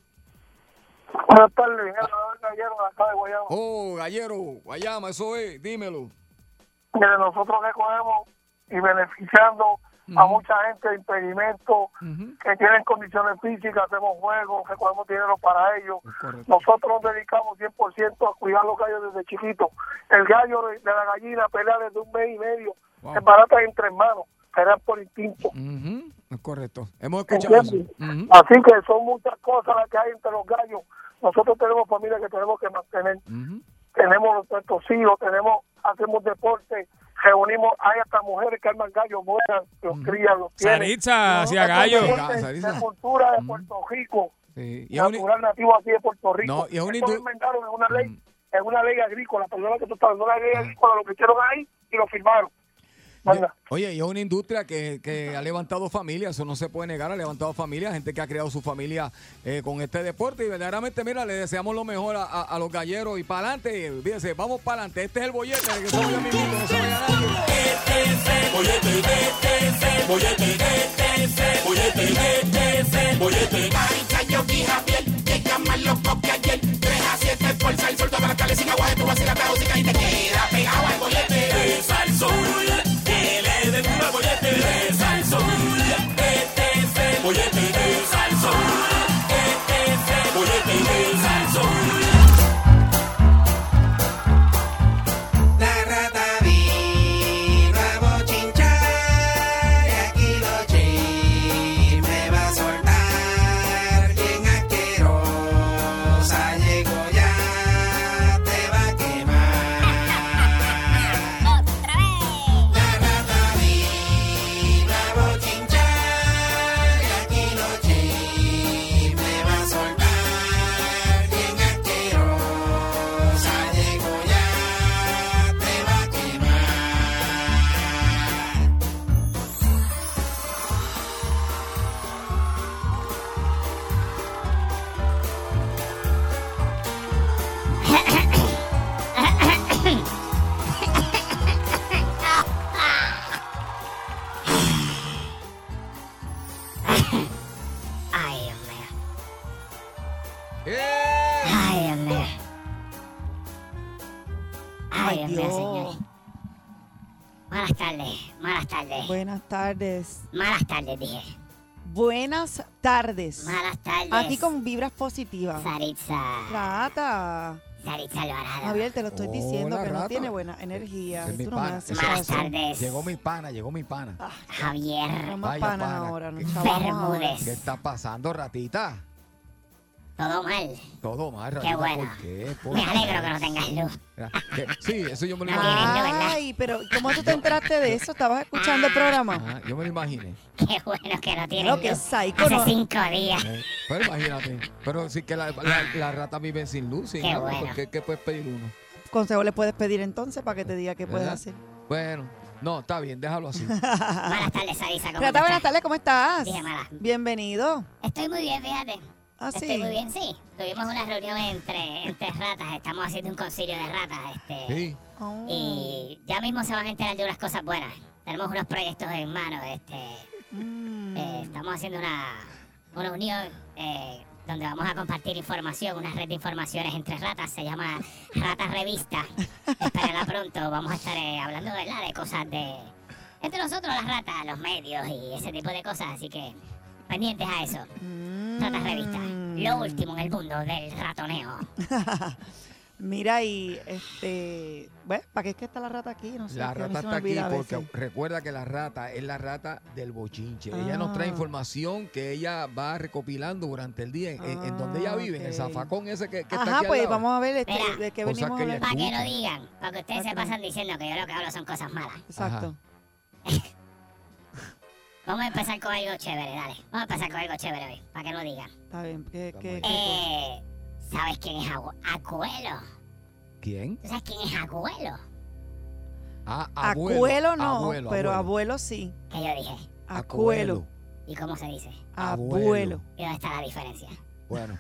[SPEAKER 7] Buenas tardes, gallero de acá de Guayama.
[SPEAKER 4] Oh, Gallero, Guayama, eso es, dímelo.
[SPEAKER 7] que nosotros le cogemos y beneficiando a mucha gente de impedimentos que tienen condiciones físicas, hacemos juegos, recogemos dinero para ellos.
[SPEAKER 4] correcto.
[SPEAKER 7] Nosotros nos dedicamos 100% a cuidar los gallos desde chiquitos. El gallo de de la gallina pelea desde un mes y medio,
[SPEAKER 4] Wow.
[SPEAKER 7] se barata entre hermanos, pelea por instinto.
[SPEAKER 4] Ujú, Es correcto. Hemos escuchado eso.
[SPEAKER 7] ¿entiendes?
[SPEAKER 4] Ujú.
[SPEAKER 7] Así que son muchas cosas las que hay entre los gallos. Nosotros tenemos familias que tenemos que mantener
[SPEAKER 4] Ujú.
[SPEAKER 7] tenemos nuestros hijos, tenemos, hacemos deporte, reunimos, hay hasta mujeres que arman gallos, buenas, los crían, los tienen.
[SPEAKER 6] Saritza, hacia gallo.
[SPEAKER 4] Saritza.
[SPEAKER 7] Deporte de
[SPEAKER 4] Sarisa.
[SPEAKER 7] cultura de Puerto Rico,
[SPEAKER 4] Sí, y es una-
[SPEAKER 7] natural nativo así de Puerto Rico.
[SPEAKER 4] No, y es una
[SPEAKER 7] Esto lo
[SPEAKER 4] indu- Mm.
[SPEAKER 7] inventaron en una ley, en una ley agrícola, perdona que tú estás, en una
[SPEAKER 4] Ah.
[SPEAKER 7] ley agrícola, lo que hicieron ahí y lo firmaron. Anda.
[SPEAKER 4] Oye, y es una industria que, que ha levantado familias, eso no se puede negar, ha levantado familias, gente que ha creado su familia eh, con este deporte y verdaderamente, mira, le deseamos lo mejor a, a- a los galleros y para adelante, fíjense, vamos para adelante, este es el bollete, regresamos ya mismito, no se vaya nadie.
[SPEAKER 3] Salsón, que le den una
[SPEAKER 5] ¡Eh!
[SPEAKER 9] mío,
[SPEAKER 5] Dios.
[SPEAKER 9] señores. Malas tardes, malas tardes.
[SPEAKER 5] Buenas tardes.
[SPEAKER 9] Malas tardes, dije.
[SPEAKER 5] Buenas tardes.
[SPEAKER 9] Malas tardes.
[SPEAKER 5] Aquí con vibras positivas.
[SPEAKER 9] Saritza.
[SPEAKER 5] Rata.
[SPEAKER 9] Saritza Alvarado.
[SPEAKER 5] Javier, te lo estoy diciendo
[SPEAKER 4] Hola,
[SPEAKER 5] que no
[SPEAKER 4] rata.
[SPEAKER 5] tiene buena energía.
[SPEAKER 4] Ese es mi
[SPEAKER 5] Tú no me
[SPEAKER 4] pana.
[SPEAKER 5] haces
[SPEAKER 9] Malas
[SPEAKER 5] caso.
[SPEAKER 9] tardes.
[SPEAKER 4] Llegó mi pana, llegó mi pana.
[SPEAKER 9] Javier
[SPEAKER 5] Ah, No más
[SPEAKER 4] Vaya
[SPEAKER 5] panas
[SPEAKER 4] pana.
[SPEAKER 5] ahora, no
[SPEAKER 4] Qué
[SPEAKER 5] chavamos ahora.
[SPEAKER 9] Bermúdez.
[SPEAKER 4] ¿Qué está pasando, ratita?
[SPEAKER 9] Todo mal.
[SPEAKER 4] Todo mal, ratita.
[SPEAKER 9] Qué bueno.
[SPEAKER 4] ¿Por qué? ¿Por
[SPEAKER 9] Me
[SPEAKER 4] qué?
[SPEAKER 9] alegro que no tengas luz.
[SPEAKER 4] Mira, que- Sí, eso yo me lo
[SPEAKER 9] No tiene
[SPEAKER 4] imaginé.
[SPEAKER 9] luz. ¿verdad?
[SPEAKER 5] Ay, pero ¿cómo tú te enteraste de eso? ¿Estabas escuchando el programa?
[SPEAKER 4] Ajá, yo me lo imaginé.
[SPEAKER 9] Qué bueno que no tienes
[SPEAKER 5] Claro que
[SPEAKER 9] luz.
[SPEAKER 5] psycho,
[SPEAKER 9] Hace
[SPEAKER 5] ¿no?
[SPEAKER 9] cinco días.
[SPEAKER 4] Eh, Pero imagínate. Pero sí que la, la, la rata vive sin luz. Sin
[SPEAKER 9] Qué
[SPEAKER 4] agua,
[SPEAKER 9] bueno.
[SPEAKER 4] ¿qué, qué puedes pedir uno?
[SPEAKER 5] Consejo le puedes pedir entonces para que te diga qué puedes
[SPEAKER 4] ¿Verdad?
[SPEAKER 5] hacer.
[SPEAKER 4] Bueno, no, está bien, déjalo así.
[SPEAKER 9] Malas tardes, Saritza. ¿Cómo tú
[SPEAKER 5] Rata, buenas
[SPEAKER 9] estás?
[SPEAKER 5] tardes, ¿cómo estás?
[SPEAKER 9] Dije malas.
[SPEAKER 5] Bienvenido.
[SPEAKER 9] Estoy muy bien, fíjate.
[SPEAKER 5] Ah,
[SPEAKER 9] Estoy
[SPEAKER 5] sí.
[SPEAKER 9] muy bien, sí. Tuvimos una reunión entre, entre ratas. Estamos haciendo un concilio de ratas. Este,
[SPEAKER 4] Sí.
[SPEAKER 5] Oh.
[SPEAKER 9] Y ya mismo se van a enterar de unas cosas buenas. Tenemos unos proyectos en mano. Este,
[SPEAKER 5] Mm.
[SPEAKER 9] Eh, estamos haciendo una, una unión eh, donde vamos a compartir información, una red de informaciones entre ratas, se llama Rata Revista. Espérala pronto, vamos a estar eh, hablando ¿verdad? de cosas de... Entre nosotros las ratas, los medios y ese tipo de cosas, así que pendientes a eso. Rata Revista, lo último en el mundo del ratoneo.
[SPEAKER 5] Mira, y este. Bueno, ¿para qué es que está la rata aquí? No sé.
[SPEAKER 4] La
[SPEAKER 5] es que a mí
[SPEAKER 4] rata
[SPEAKER 5] se me
[SPEAKER 4] está aquí
[SPEAKER 5] olvida a
[SPEAKER 4] porque
[SPEAKER 5] veces.
[SPEAKER 4] recuerda que la rata es la rata del bochinche. Ella nos trae
[SPEAKER 5] Ah.
[SPEAKER 4] información que ella va recopilando durante el día en, en- en donde ella
[SPEAKER 5] Ah,
[SPEAKER 4] vive, en el
[SPEAKER 5] ok.
[SPEAKER 4] zafacón ese que, que está
[SPEAKER 5] Ajá,
[SPEAKER 4] aquí al
[SPEAKER 5] pues
[SPEAKER 4] lado.
[SPEAKER 5] vamos a ver este,
[SPEAKER 9] Mira,
[SPEAKER 5] de qué
[SPEAKER 4] cosas
[SPEAKER 5] venimos
[SPEAKER 4] que
[SPEAKER 5] a
[SPEAKER 4] ella
[SPEAKER 5] hablar.
[SPEAKER 9] Para que
[SPEAKER 4] Escucha.
[SPEAKER 9] lo digan, para que ustedes se pasan diciendo que yo lo que hablo son cosas malas.
[SPEAKER 5] Exacto.
[SPEAKER 9] Vamos a empezar con algo chévere, dale. Vamos a empezar con algo chévere hoy, para que lo digan.
[SPEAKER 5] Está bien. ¿Qué, qué, qué cosa?
[SPEAKER 9] Eh, ¿Sabes quién es abu- abuelo?
[SPEAKER 4] ¿Quién?
[SPEAKER 9] ¿Tú sabes quién es abuelo?
[SPEAKER 4] Ah,
[SPEAKER 5] Acuelo,
[SPEAKER 4] abuelo.
[SPEAKER 5] no, pero abuelo, sí.
[SPEAKER 9] Que yo dije.
[SPEAKER 5] Acuelo.
[SPEAKER 9] ¿Y cómo se dice?
[SPEAKER 5] Abuelo.
[SPEAKER 4] Abuelo.
[SPEAKER 9] ¿Y dónde está la diferencia?
[SPEAKER 4] Bueno.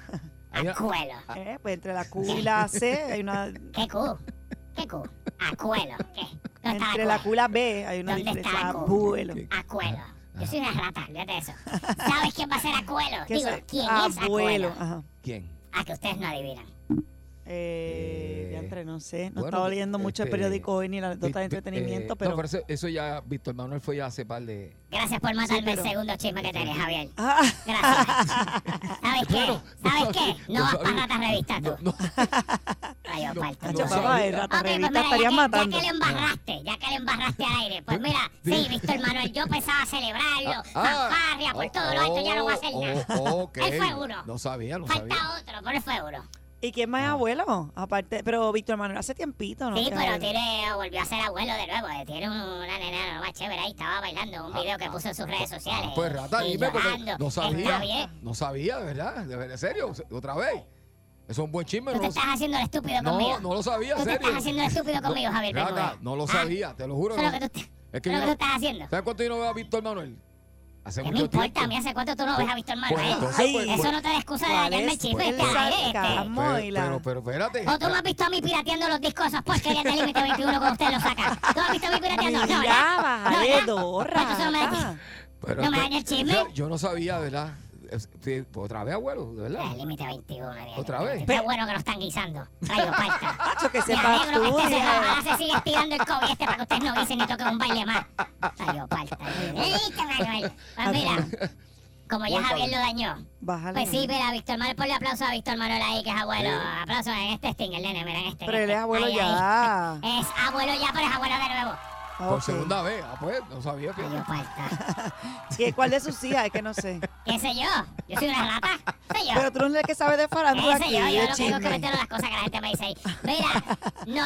[SPEAKER 4] Hay una-
[SPEAKER 9] Acuelo.
[SPEAKER 5] Eh, pues entre la Q y la C hay una.
[SPEAKER 9] ¿Qué cu? ¿Qué cu? Acuelo. ¿Qué? ¿Dónde
[SPEAKER 5] Entre
[SPEAKER 9] está
[SPEAKER 5] la
[SPEAKER 9] acuelo?
[SPEAKER 5] Q y la B hay una
[SPEAKER 9] ¿Dónde está
[SPEAKER 5] diferencia.
[SPEAKER 9] acu?
[SPEAKER 5] Abuelo.
[SPEAKER 9] Acuelo. Yo soy una rata, fíjate eso. ¿Sabes quién va a ser acuelo?
[SPEAKER 5] ¿Qué
[SPEAKER 9] Digo,
[SPEAKER 5] es?
[SPEAKER 9] ¿quién es acuelo?
[SPEAKER 5] abuelo. Ajá.
[SPEAKER 4] ¿Quién?
[SPEAKER 9] A que ustedes no adivinan.
[SPEAKER 5] Eh,
[SPEAKER 4] Eh,
[SPEAKER 5] ya entre, no sé. No
[SPEAKER 4] bueno,
[SPEAKER 5] estaba leyendo mucho el
[SPEAKER 4] este,
[SPEAKER 5] periódico hoy ni las notas de
[SPEAKER 4] Vic-
[SPEAKER 5] entretenimiento,
[SPEAKER 4] eh,
[SPEAKER 5] pero.
[SPEAKER 4] No, pero eso, eso ya Víctor Manuel fue ya hace par de...
[SPEAKER 9] Gracias por matarme
[SPEAKER 5] pero-
[SPEAKER 9] el segundo chisme que tenés, Javier.
[SPEAKER 5] Ah,
[SPEAKER 9] Gracias. ¿Sabes qué? ¿Sabes qué? No
[SPEAKER 4] no
[SPEAKER 9] vas
[SPEAKER 4] sabía.
[SPEAKER 9] para ratas revistas tú.
[SPEAKER 4] No, no,
[SPEAKER 9] Rayo parto.
[SPEAKER 5] Cacho,
[SPEAKER 4] No
[SPEAKER 5] papá,
[SPEAKER 4] sabía.
[SPEAKER 5] el rata
[SPEAKER 9] Ok, pues
[SPEAKER 5] revista
[SPEAKER 9] mira, ya,
[SPEAKER 5] estaría
[SPEAKER 9] que,
[SPEAKER 5] matando.
[SPEAKER 9] ya que le embarraste, ya que le embarraste al aire, pues mira, sí, Víctor Manuel, yo pensaba celebrarlo, fanfarria por pues todo lo alto, ya no voy a hacer nada.
[SPEAKER 4] Ah, oh, ok.
[SPEAKER 9] Él fue uno.
[SPEAKER 4] No sabía, no
[SPEAKER 9] Falta
[SPEAKER 4] sabía.
[SPEAKER 9] otro, pero él fue uno.
[SPEAKER 5] ¿Y quién más es abuelo? Aparte, pero Víctor Manuel hace tiempito, ¿no?
[SPEAKER 9] Ah. sí,
[SPEAKER 5] Que es
[SPEAKER 9] pero
[SPEAKER 5] abuelo.
[SPEAKER 9] tiene, volvió a ser abuelo de nuevo, eh, tiene una nena más chévere ahí, estaba bailando un video que puso en sus redes sociales.
[SPEAKER 4] Ah, pues rata,
[SPEAKER 9] y
[SPEAKER 4] dime, porque
[SPEAKER 9] llorando.
[SPEAKER 4] no
[SPEAKER 9] Está
[SPEAKER 4] sabía.
[SPEAKER 9] bien.
[SPEAKER 4] No sabía, de verdad. De verdad, en serio, otra vez. Eso es un buen chisme.
[SPEAKER 9] Tú te
[SPEAKER 4] No,
[SPEAKER 9] estás haciendo el estúpido
[SPEAKER 4] lo-
[SPEAKER 9] conmigo.
[SPEAKER 4] no, no lo sabía,
[SPEAKER 9] Tú
[SPEAKER 4] en
[SPEAKER 9] te
[SPEAKER 4] serio.
[SPEAKER 9] estás haciendo el estúpido conmigo, Javier
[SPEAKER 4] Rata,
[SPEAKER 9] Bermúdez.
[SPEAKER 4] no
[SPEAKER 9] Ah,
[SPEAKER 4] lo sabía, te lo juro.
[SPEAKER 9] Eso es lo
[SPEAKER 4] no.
[SPEAKER 9] que tú,
[SPEAKER 4] Es que
[SPEAKER 9] eso es lo que
[SPEAKER 4] yo-
[SPEAKER 9] tú estás haciendo.
[SPEAKER 4] ¿Sabes cuánto yo no veo a Víctor Manuel? Hace
[SPEAKER 9] ¿Qué me
[SPEAKER 4] mucho
[SPEAKER 9] importa?
[SPEAKER 4] tiempo.
[SPEAKER 9] A mí hace cuánto tú no ves a Víctor Manuel.
[SPEAKER 4] Pues, entonces, pues,
[SPEAKER 9] eso
[SPEAKER 4] pues-
[SPEAKER 9] no te da excusa de
[SPEAKER 5] ¿Cuál
[SPEAKER 9] dañarme
[SPEAKER 5] es?
[SPEAKER 9] el chisme
[SPEAKER 5] Pues,
[SPEAKER 9] este al aire.
[SPEAKER 5] saca.
[SPEAKER 9] este.
[SPEAKER 5] Amo y la-
[SPEAKER 4] Pero, pero, pero espérate.
[SPEAKER 9] O tú me has visto a mí pirateando los discos Pues, esos porquerías de Límite 21 como ustedes lo sacan. Tú me has visto a mí pirateando. No,
[SPEAKER 5] Mira,
[SPEAKER 9] ¿verdad? No,
[SPEAKER 5] bájale
[SPEAKER 9] ¿verdad?
[SPEAKER 5] dos,
[SPEAKER 9] Pues, tú solo me-
[SPEAKER 5] rata.
[SPEAKER 4] Pero-
[SPEAKER 9] no me
[SPEAKER 4] pero-
[SPEAKER 9] dañe el chisme.
[SPEAKER 4] Yo, yo no sabía, ¿verdad? Es- sí, otra vez, abuelo, de verdad.
[SPEAKER 9] Ah, Límite 21. mira,
[SPEAKER 4] ¿Otra
[SPEAKER 9] qué
[SPEAKER 4] vez?
[SPEAKER 9] Qué bueno que lo están guisando. Rayo, parta.
[SPEAKER 5] Cacho, que
[SPEAKER 9] Me
[SPEAKER 5] sepas
[SPEAKER 9] alegro que
[SPEAKER 5] tú,
[SPEAKER 9] este se
[SPEAKER 5] hija.
[SPEAKER 9] ahora se sigue estirando el COVID este para que ustedes no guisen ni toquen un baile más. Rayo, parta. Ey, qué bueno. Pues mira, como ya Javier lo dañó,
[SPEAKER 5] Bájale.
[SPEAKER 9] Pues sí, mira, Víctor Manuel, ponle aplauso a Víctor Manuel ahí, que es abuelo. Aplauso en este sting, el nene, mira en este. en
[SPEAKER 5] Pero él
[SPEAKER 9] este.
[SPEAKER 5] es abuelo
[SPEAKER 9] Ahí,
[SPEAKER 5] ya.
[SPEAKER 9] ahí. Es abuelo ya, pero es abuelo de nuevo.
[SPEAKER 5] Ah,
[SPEAKER 4] Por
[SPEAKER 5] ok.
[SPEAKER 4] segunda vez, ah, pues, no sabía que.
[SPEAKER 9] Ay, yo falta.
[SPEAKER 5] ¿Qué- ¿Cuál de sus hijas? Es que no sé.
[SPEAKER 9] ¿Qué sé yo? Yo soy una rata. Soy yo.
[SPEAKER 5] Pero tú no eres el que sabe de farándula
[SPEAKER 9] ¿Qué
[SPEAKER 5] aquí.
[SPEAKER 9] sé yo? Yo lo
[SPEAKER 5] de
[SPEAKER 9] que digo es que
[SPEAKER 5] chisme.
[SPEAKER 9] meter las cosas que la gente me dice ahí. Mira,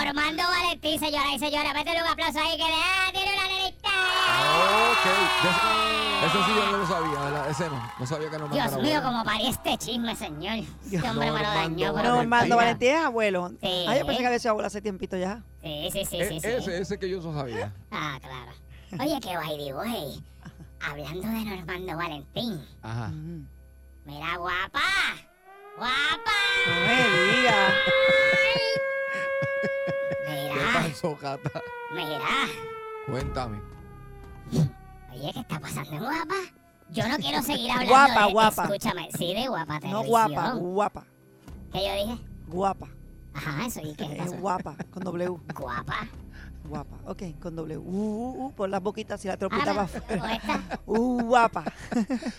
[SPEAKER 9] Normando Valentín, señora y señora, métele un aplauso ahí que le ah, tiene una nenita.
[SPEAKER 4] Ok, de eso, eso sí yo no lo sabía, ¿verdad? Ese no, no sabía que no me
[SPEAKER 9] Dios mío, como parí este chisme, señor. Este hombre me lo dañó,
[SPEAKER 4] Normando
[SPEAKER 9] pero.
[SPEAKER 5] No, Mando
[SPEAKER 4] Valentín.
[SPEAKER 5] Valentín es abuelo.
[SPEAKER 9] Sí.
[SPEAKER 5] Ah, yo pensé que había sido abuelo hace tiempito ya.
[SPEAKER 9] Sí, sí, sí, sí. sí.
[SPEAKER 4] Ese, ese que yo no sabía.
[SPEAKER 9] Ah, claro. Oye, que Baidi Boy. Hablando de Normando Valentín. Mm.
[SPEAKER 4] Ajá.
[SPEAKER 9] Mira, guapa.
[SPEAKER 5] No
[SPEAKER 9] Guapa.
[SPEAKER 5] me digas.
[SPEAKER 4] ¿Qué
[SPEAKER 9] Mira,
[SPEAKER 4] pasó, Cata?
[SPEAKER 9] mira.
[SPEAKER 4] Cuéntame.
[SPEAKER 9] Oye, ¿qué está pasando, guapa? Yo no quiero seguir hablando.
[SPEAKER 5] Guapa,
[SPEAKER 9] de-
[SPEAKER 5] guapa.
[SPEAKER 9] Escúchame, sí, de guapa
[SPEAKER 5] No
[SPEAKER 9] televisión.
[SPEAKER 5] guapa, guapa,
[SPEAKER 9] ¿Qué yo dije?
[SPEAKER 5] guapa.
[SPEAKER 9] Ajá, eso. ¿Y qué
[SPEAKER 5] Es
[SPEAKER 9] pasó?
[SPEAKER 5] guapa, con W.
[SPEAKER 9] Guapa.
[SPEAKER 5] Guapa. Ok, con W. Uh, uh, uh, por las boquitas y la tropita
[SPEAKER 9] Ahora, Ah,
[SPEAKER 5] para
[SPEAKER 9] o
[SPEAKER 5] afuera.
[SPEAKER 9] esta,
[SPEAKER 5] Uh, guapa.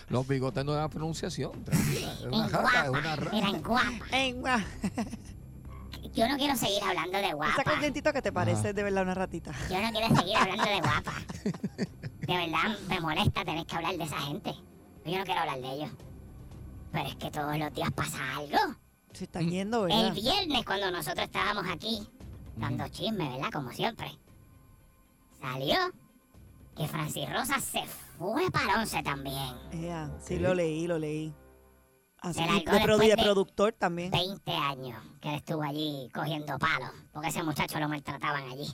[SPEAKER 4] Los bigotes no es una pronunciación, tranquila. Es una
[SPEAKER 9] en
[SPEAKER 4] rata, es una
[SPEAKER 9] guapa.
[SPEAKER 4] rata.
[SPEAKER 9] Eran guapa.
[SPEAKER 5] Ey, guau.
[SPEAKER 9] Yo no quiero seguir hablando de
[SPEAKER 5] Saca
[SPEAKER 9] guapa.
[SPEAKER 5] el dientito que te parece de verdad una ratita.
[SPEAKER 9] Yo no quiero seguir hablando de guapa. De verdad, me molesta tener que hablar de esa gente. Yo no quiero hablar de ellos. Pero es que todos los días pasa algo.
[SPEAKER 5] Se están yendo,
[SPEAKER 9] El
[SPEAKER 5] ¿verdad?
[SPEAKER 9] viernes, cuando nosotros estábamos aquí, dando chisme, ¿verdad? Como siempre, salió que Francis Rosa se fue para once también.
[SPEAKER 5] Ea, Sí, lo leí, lo leí. Así,
[SPEAKER 9] Se largó
[SPEAKER 5] de, produ- de
[SPEAKER 9] después de-
[SPEAKER 5] productor también.
[SPEAKER 9] 20 años que él estuvo allí cogiendo palos, porque ese muchacho lo maltrataban allí.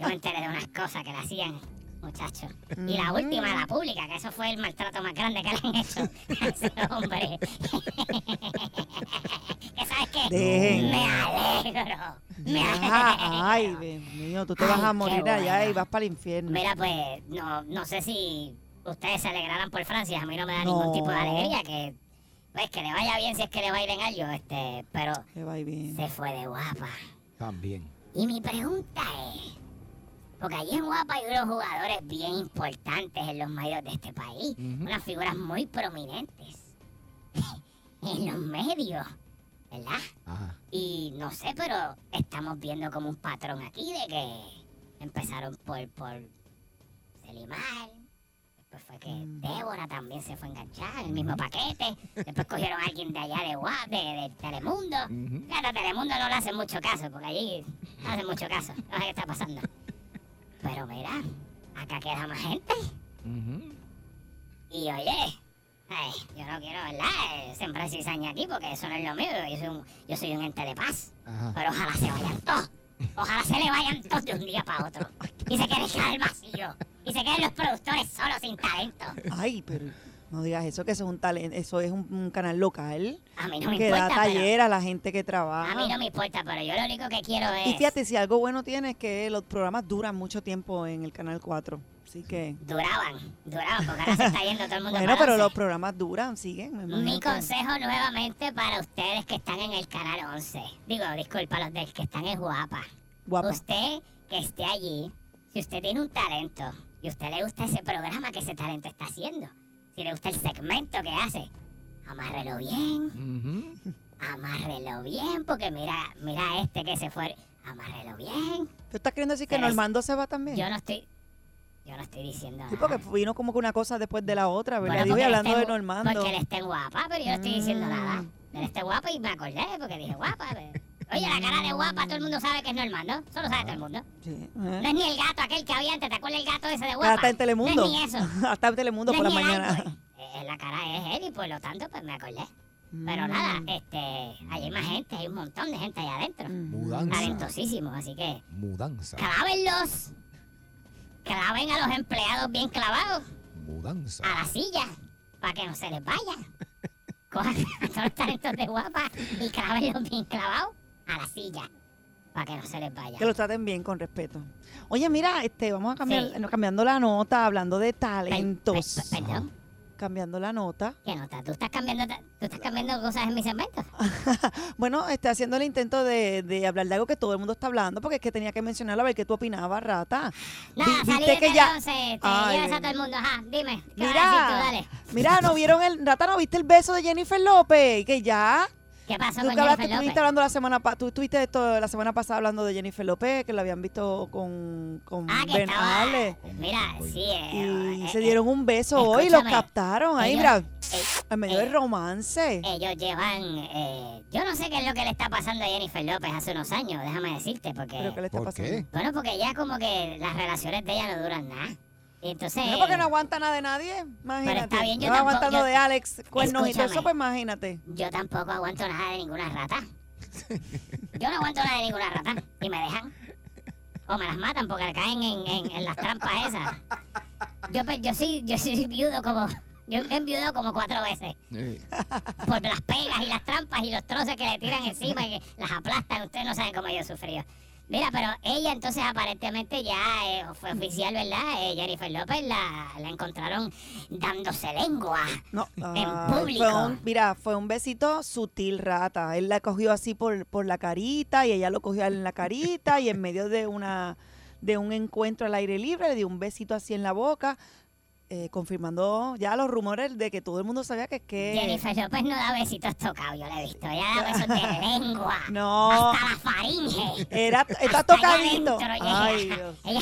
[SPEAKER 9] Yo me enteré de unas cosas que le hacían, muchachos. Y la última, la pública, que eso fue el maltrato más grande que le han hecho a ese hombre. que sabes qué?
[SPEAKER 5] Dejen.
[SPEAKER 9] Me alegro. Me
[SPEAKER 5] Ya,
[SPEAKER 9] alegro.
[SPEAKER 5] ay, Dios mío, tú te vas
[SPEAKER 9] Ay,
[SPEAKER 5] a
[SPEAKER 9] qué
[SPEAKER 5] morir allá
[SPEAKER 9] buena.
[SPEAKER 5] y vas para el infierno.
[SPEAKER 9] Mira, pues, no, no sé si ustedes se alegrarán por Francia. A mí no me da
[SPEAKER 5] No.
[SPEAKER 9] ningún tipo de alegría que, pues, que le vaya bien si es que le va a ir en algo, este, pero
[SPEAKER 5] Que va y viene.
[SPEAKER 9] se fue de guapa.
[SPEAKER 4] También.
[SPEAKER 9] Y mi pregunta es, porque allí en Guapa hay unos jugadores bien importantes en los medios de este país, unas figuras muy prominentes en los medios, ¿verdad?
[SPEAKER 4] Ajá.
[SPEAKER 9] Y no sé, pero estamos viendo como un patrón aquí de que empezaron por, por Selimar, después fue que Débora también se fue enganchada en el mismo paquete, después cogieron a alguien de allá de Guap, de, de Telemundo. Claro, a Telemundo no le hacen mucho caso, porque allí no hacen mucho caso, no sé qué está pasando. Pero mira, acá queda más gente. Y oye, ay, yo no quiero, ¿verdad? Eh, Sembrar cizaña aquí porque eso no es lo mío. Yo soy un, yo soy un ente de paz.
[SPEAKER 4] Ajá.
[SPEAKER 9] Pero ojalá se vayan todos. Ojalá se le vayan todos de un día para otro. Y se quede quedar el vacío. Y se queden los productores solos sin talento.
[SPEAKER 5] Ay, pero no digas eso, que eso es un talento, eso es un, un canal local
[SPEAKER 9] A mí no me
[SPEAKER 5] que da
[SPEAKER 9] importa. Pero,
[SPEAKER 5] taller a la gente que
[SPEAKER 9] a
[SPEAKER 5] trabaja.
[SPEAKER 9] mí no me importa, pero yo lo único que quiero es.
[SPEAKER 5] Y fíjate, si algo bueno tiene es que los programas duran mucho tiempo en el Canal 4. Así que...
[SPEAKER 9] Duraban, duraban, porque ahora se está yendo todo el mundo.
[SPEAKER 5] Bueno,
[SPEAKER 9] para
[SPEAKER 5] pero
[SPEAKER 9] once.
[SPEAKER 5] los programas duran, siguen. me imagino
[SPEAKER 9] Mi
[SPEAKER 5] que-
[SPEAKER 9] consejo nuevamente para ustedes que están en el canal 11. Digo, disculpa, los del que están en Guapa.
[SPEAKER 5] Guapa.
[SPEAKER 9] Usted que esté allí, si usted tiene un talento y a usted le gusta ese programa que ese talento está haciendo, si le gusta el segmento que hace, amárrelo bien, amárrelo bien, porque mira, mira este que se fue, amárrelo bien.
[SPEAKER 5] ¿Tú estás queriendo decir que
[SPEAKER 9] Pero es-
[SPEAKER 5] Normando se va también?
[SPEAKER 9] Yo no estoy, yo no estoy diciendo
[SPEAKER 5] Sí,
[SPEAKER 9] nada.
[SPEAKER 5] porque vino como que una cosa después de la otra,
[SPEAKER 9] Bueno,
[SPEAKER 5] ¿verdad? Digo, y
[SPEAKER 9] porque él
[SPEAKER 5] hablando
[SPEAKER 9] está
[SPEAKER 5] de
[SPEAKER 9] gu-
[SPEAKER 5] Normando.
[SPEAKER 9] Porque él está en guapa, pero yo no estoy diciendo
[SPEAKER 5] Mm.
[SPEAKER 9] nada. Él está guapa y me acordé porque dije guapa. pero- Oye, la cara de guapa, todo el mundo sabe que es Normando. Eso lo sabe todo el mundo.
[SPEAKER 5] Sí,
[SPEAKER 9] No
[SPEAKER 5] ¿eh?
[SPEAKER 9] es ni el gato aquel que había antes. ¿Te acuerdas el gato ese de guapa?
[SPEAKER 5] Ahora Ah, está en Telemundo.
[SPEAKER 9] No es ni eso.
[SPEAKER 5] Hasta en Telemundo
[SPEAKER 9] no
[SPEAKER 5] por la
[SPEAKER 9] es ni el
[SPEAKER 5] mañana.
[SPEAKER 9] árbol. Eh, la cara es él y por lo tanto pues me acordé.
[SPEAKER 5] Mm.
[SPEAKER 9] Pero nada, este, allí hay más gente, hay un montón de gente allá adentro.
[SPEAKER 5] Mm.
[SPEAKER 4] Mudanza.
[SPEAKER 9] Talentosísimo, así que
[SPEAKER 4] Mudanza.
[SPEAKER 9] clávenlos. Claven a los empleados bien clavados
[SPEAKER 4] Mudanza.
[SPEAKER 9] a la silla para que no se les vaya. Cojan a todos los talentos de guapa y clávenlos bien clavados a la silla para que no se les vaya.
[SPEAKER 5] Que los traten bien, con respeto. Oye, mira, este, vamos a cambiar,
[SPEAKER 9] Sí.
[SPEAKER 5] no, cambiando la nota, hablando de
[SPEAKER 9] Per- per-
[SPEAKER 5] talentos.
[SPEAKER 9] per- perdón,
[SPEAKER 5] Cambiando la nota.
[SPEAKER 9] ¿qué nota? ¿Tú estás cambiando, ta- tú estás cambiando cosas en mis segmentos?
[SPEAKER 5] Bueno, este, haciendo el intento de, de hablar de algo que todo el mundo está hablando, porque es que tenía que mencionarlo a ver qué tú opinabas, rata.
[SPEAKER 9] Nada,
[SPEAKER 5] Vi-
[SPEAKER 9] salí
[SPEAKER 5] viste
[SPEAKER 9] de
[SPEAKER 5] que
[SPEAKER 9] Tele
[SPEAKER 5] ya-
[SPEAKER 9] 11, te
[SPEAKER 5] Ay,
[SPEAKER 9] llevas a
[SPEAKER 5] ven.
[SPEAKER 9] todo el mundo. Ajá, dime, ¿qué vas a
[SPEAKER 5] Mira,
[SPEAKER 9] decir tú? Dale.
[SPEAKER 5] mira, no vieron el, rata, no viste el beso de Jennifer López, que ya.
[SPEAKER 9] ¿Qué pasó
[SPEAKER 5] Tú,
[SPEAKER 9] con
[SPEAKER 5] que hablaste,
[SPEAKER 9] Jennifer
[SPEAKER 5] estuviste
[SPEAKER 9] López?
[SPEAKER 5] hablando la semana pa- tú estuviste esto la semana pasada hablando de Jennifer López, que la habían visto con, con
[SPEAKER 9] Ah, que
[SPEAKER 5] Ben
[SPEAKER 9] estaba...
[SPEAKER 5] Affleck.
[SPEAKER 9] Mira, sí. eh,
[SPEAKER 5] Y
[SPEAKER 9] eh,
[SPEAKER 5] se
[SPEAKER 9] eh,
[SPEAKER 5] dieron un beso hoy, los
[SPEAKER 9] escúchame,
[SPEAKER 5] captaron ahí,
[SPEAKER 9] ellos-
[SPEAKER 5] mira,
[SPEAKER 9] eh,
[SPEAKER 5] en medio
[SPEAKER 9] eh,
[SPEAKER 5] del romance.
[SPEAKER 9] Ellos llevan... eh, yo no sé qué es lo que le está pasando a Jennifer López hace unos años, déjame decirte, porque...
[SPEAKER 5] Pero ¿qué le está
[SPEAKER 4] ¿Por
[SPEAKER 5] pasando?
[SPEAKER 4] qué?
[SPEAKER 9] Bueno, porque ya como que las relaciones de ella no duran nada. Y entonces...
[SPEAKER 5] No, porque no aguanta nada de nadie, imagínate.
[SPEAKER 9] está bien, yo
[SPEAKER 5] Estaba
[SPEAKER 9] tampoco-
[SPEAKER 5] aguantando
[SPEAKER 9] yo-
[SPEAKER 5] de Alex, cuernos y todo eso,
[SPEAKER 9] Escúchame.
[SPEAKER 5] pues imagínate.
[SPEAKER 9] Yo tampoco aguanto nada de ninguna rata. Yo no aguanto nada de ninguna rata. Y me dejan. O me las matan porque caen en, en- en las trampas esas. Yo, pe- yo, sí, yo soy viudo como... Yo he enviudado como cuatro veces.
[SPEAKER 4] Eh,
[SPEAKER 9] Por las pegas y las trampas y los troces que le tiran encima y que las aplastan. Ustedes no saben cómo yo he sufrido. Mira, pero ella entonces aparentemente ya eh, fue oficial, ¿verdad? Eh, Jennifer López la, la encontraron dándose lengua.
[SPEAKER 5] No,
[SPEAKER 9] en
[SPEAKER 5] ah,
[SPEAKER 9] público.
[SPEAKER 5] Fue un- mira, fue un besito sutil, rata. Él la cogió así por, por la carita y ella lo cogió a él en la carita y en medio de una de un encuentro al aire libre le dio un besito así en la boca, eh, confirmando ya los rumores de que todo el mundo sabía que es que
[SPEAKER 9] Jennifer López no da besitos tocados, yo la he visto. Ella da besos de lengua.
[SPEAKER 5] no
[SPEAKER 9] Hasta la faringe.
[SPEAKER 5] era está
[SPEAKER 9] Hasta allá
[SPEAKER 5] tocadito.
[SPEAKER 9] adentro llega.
[SPEAKER 5] Ay, Dios.
[SPEAKER 9] Ella,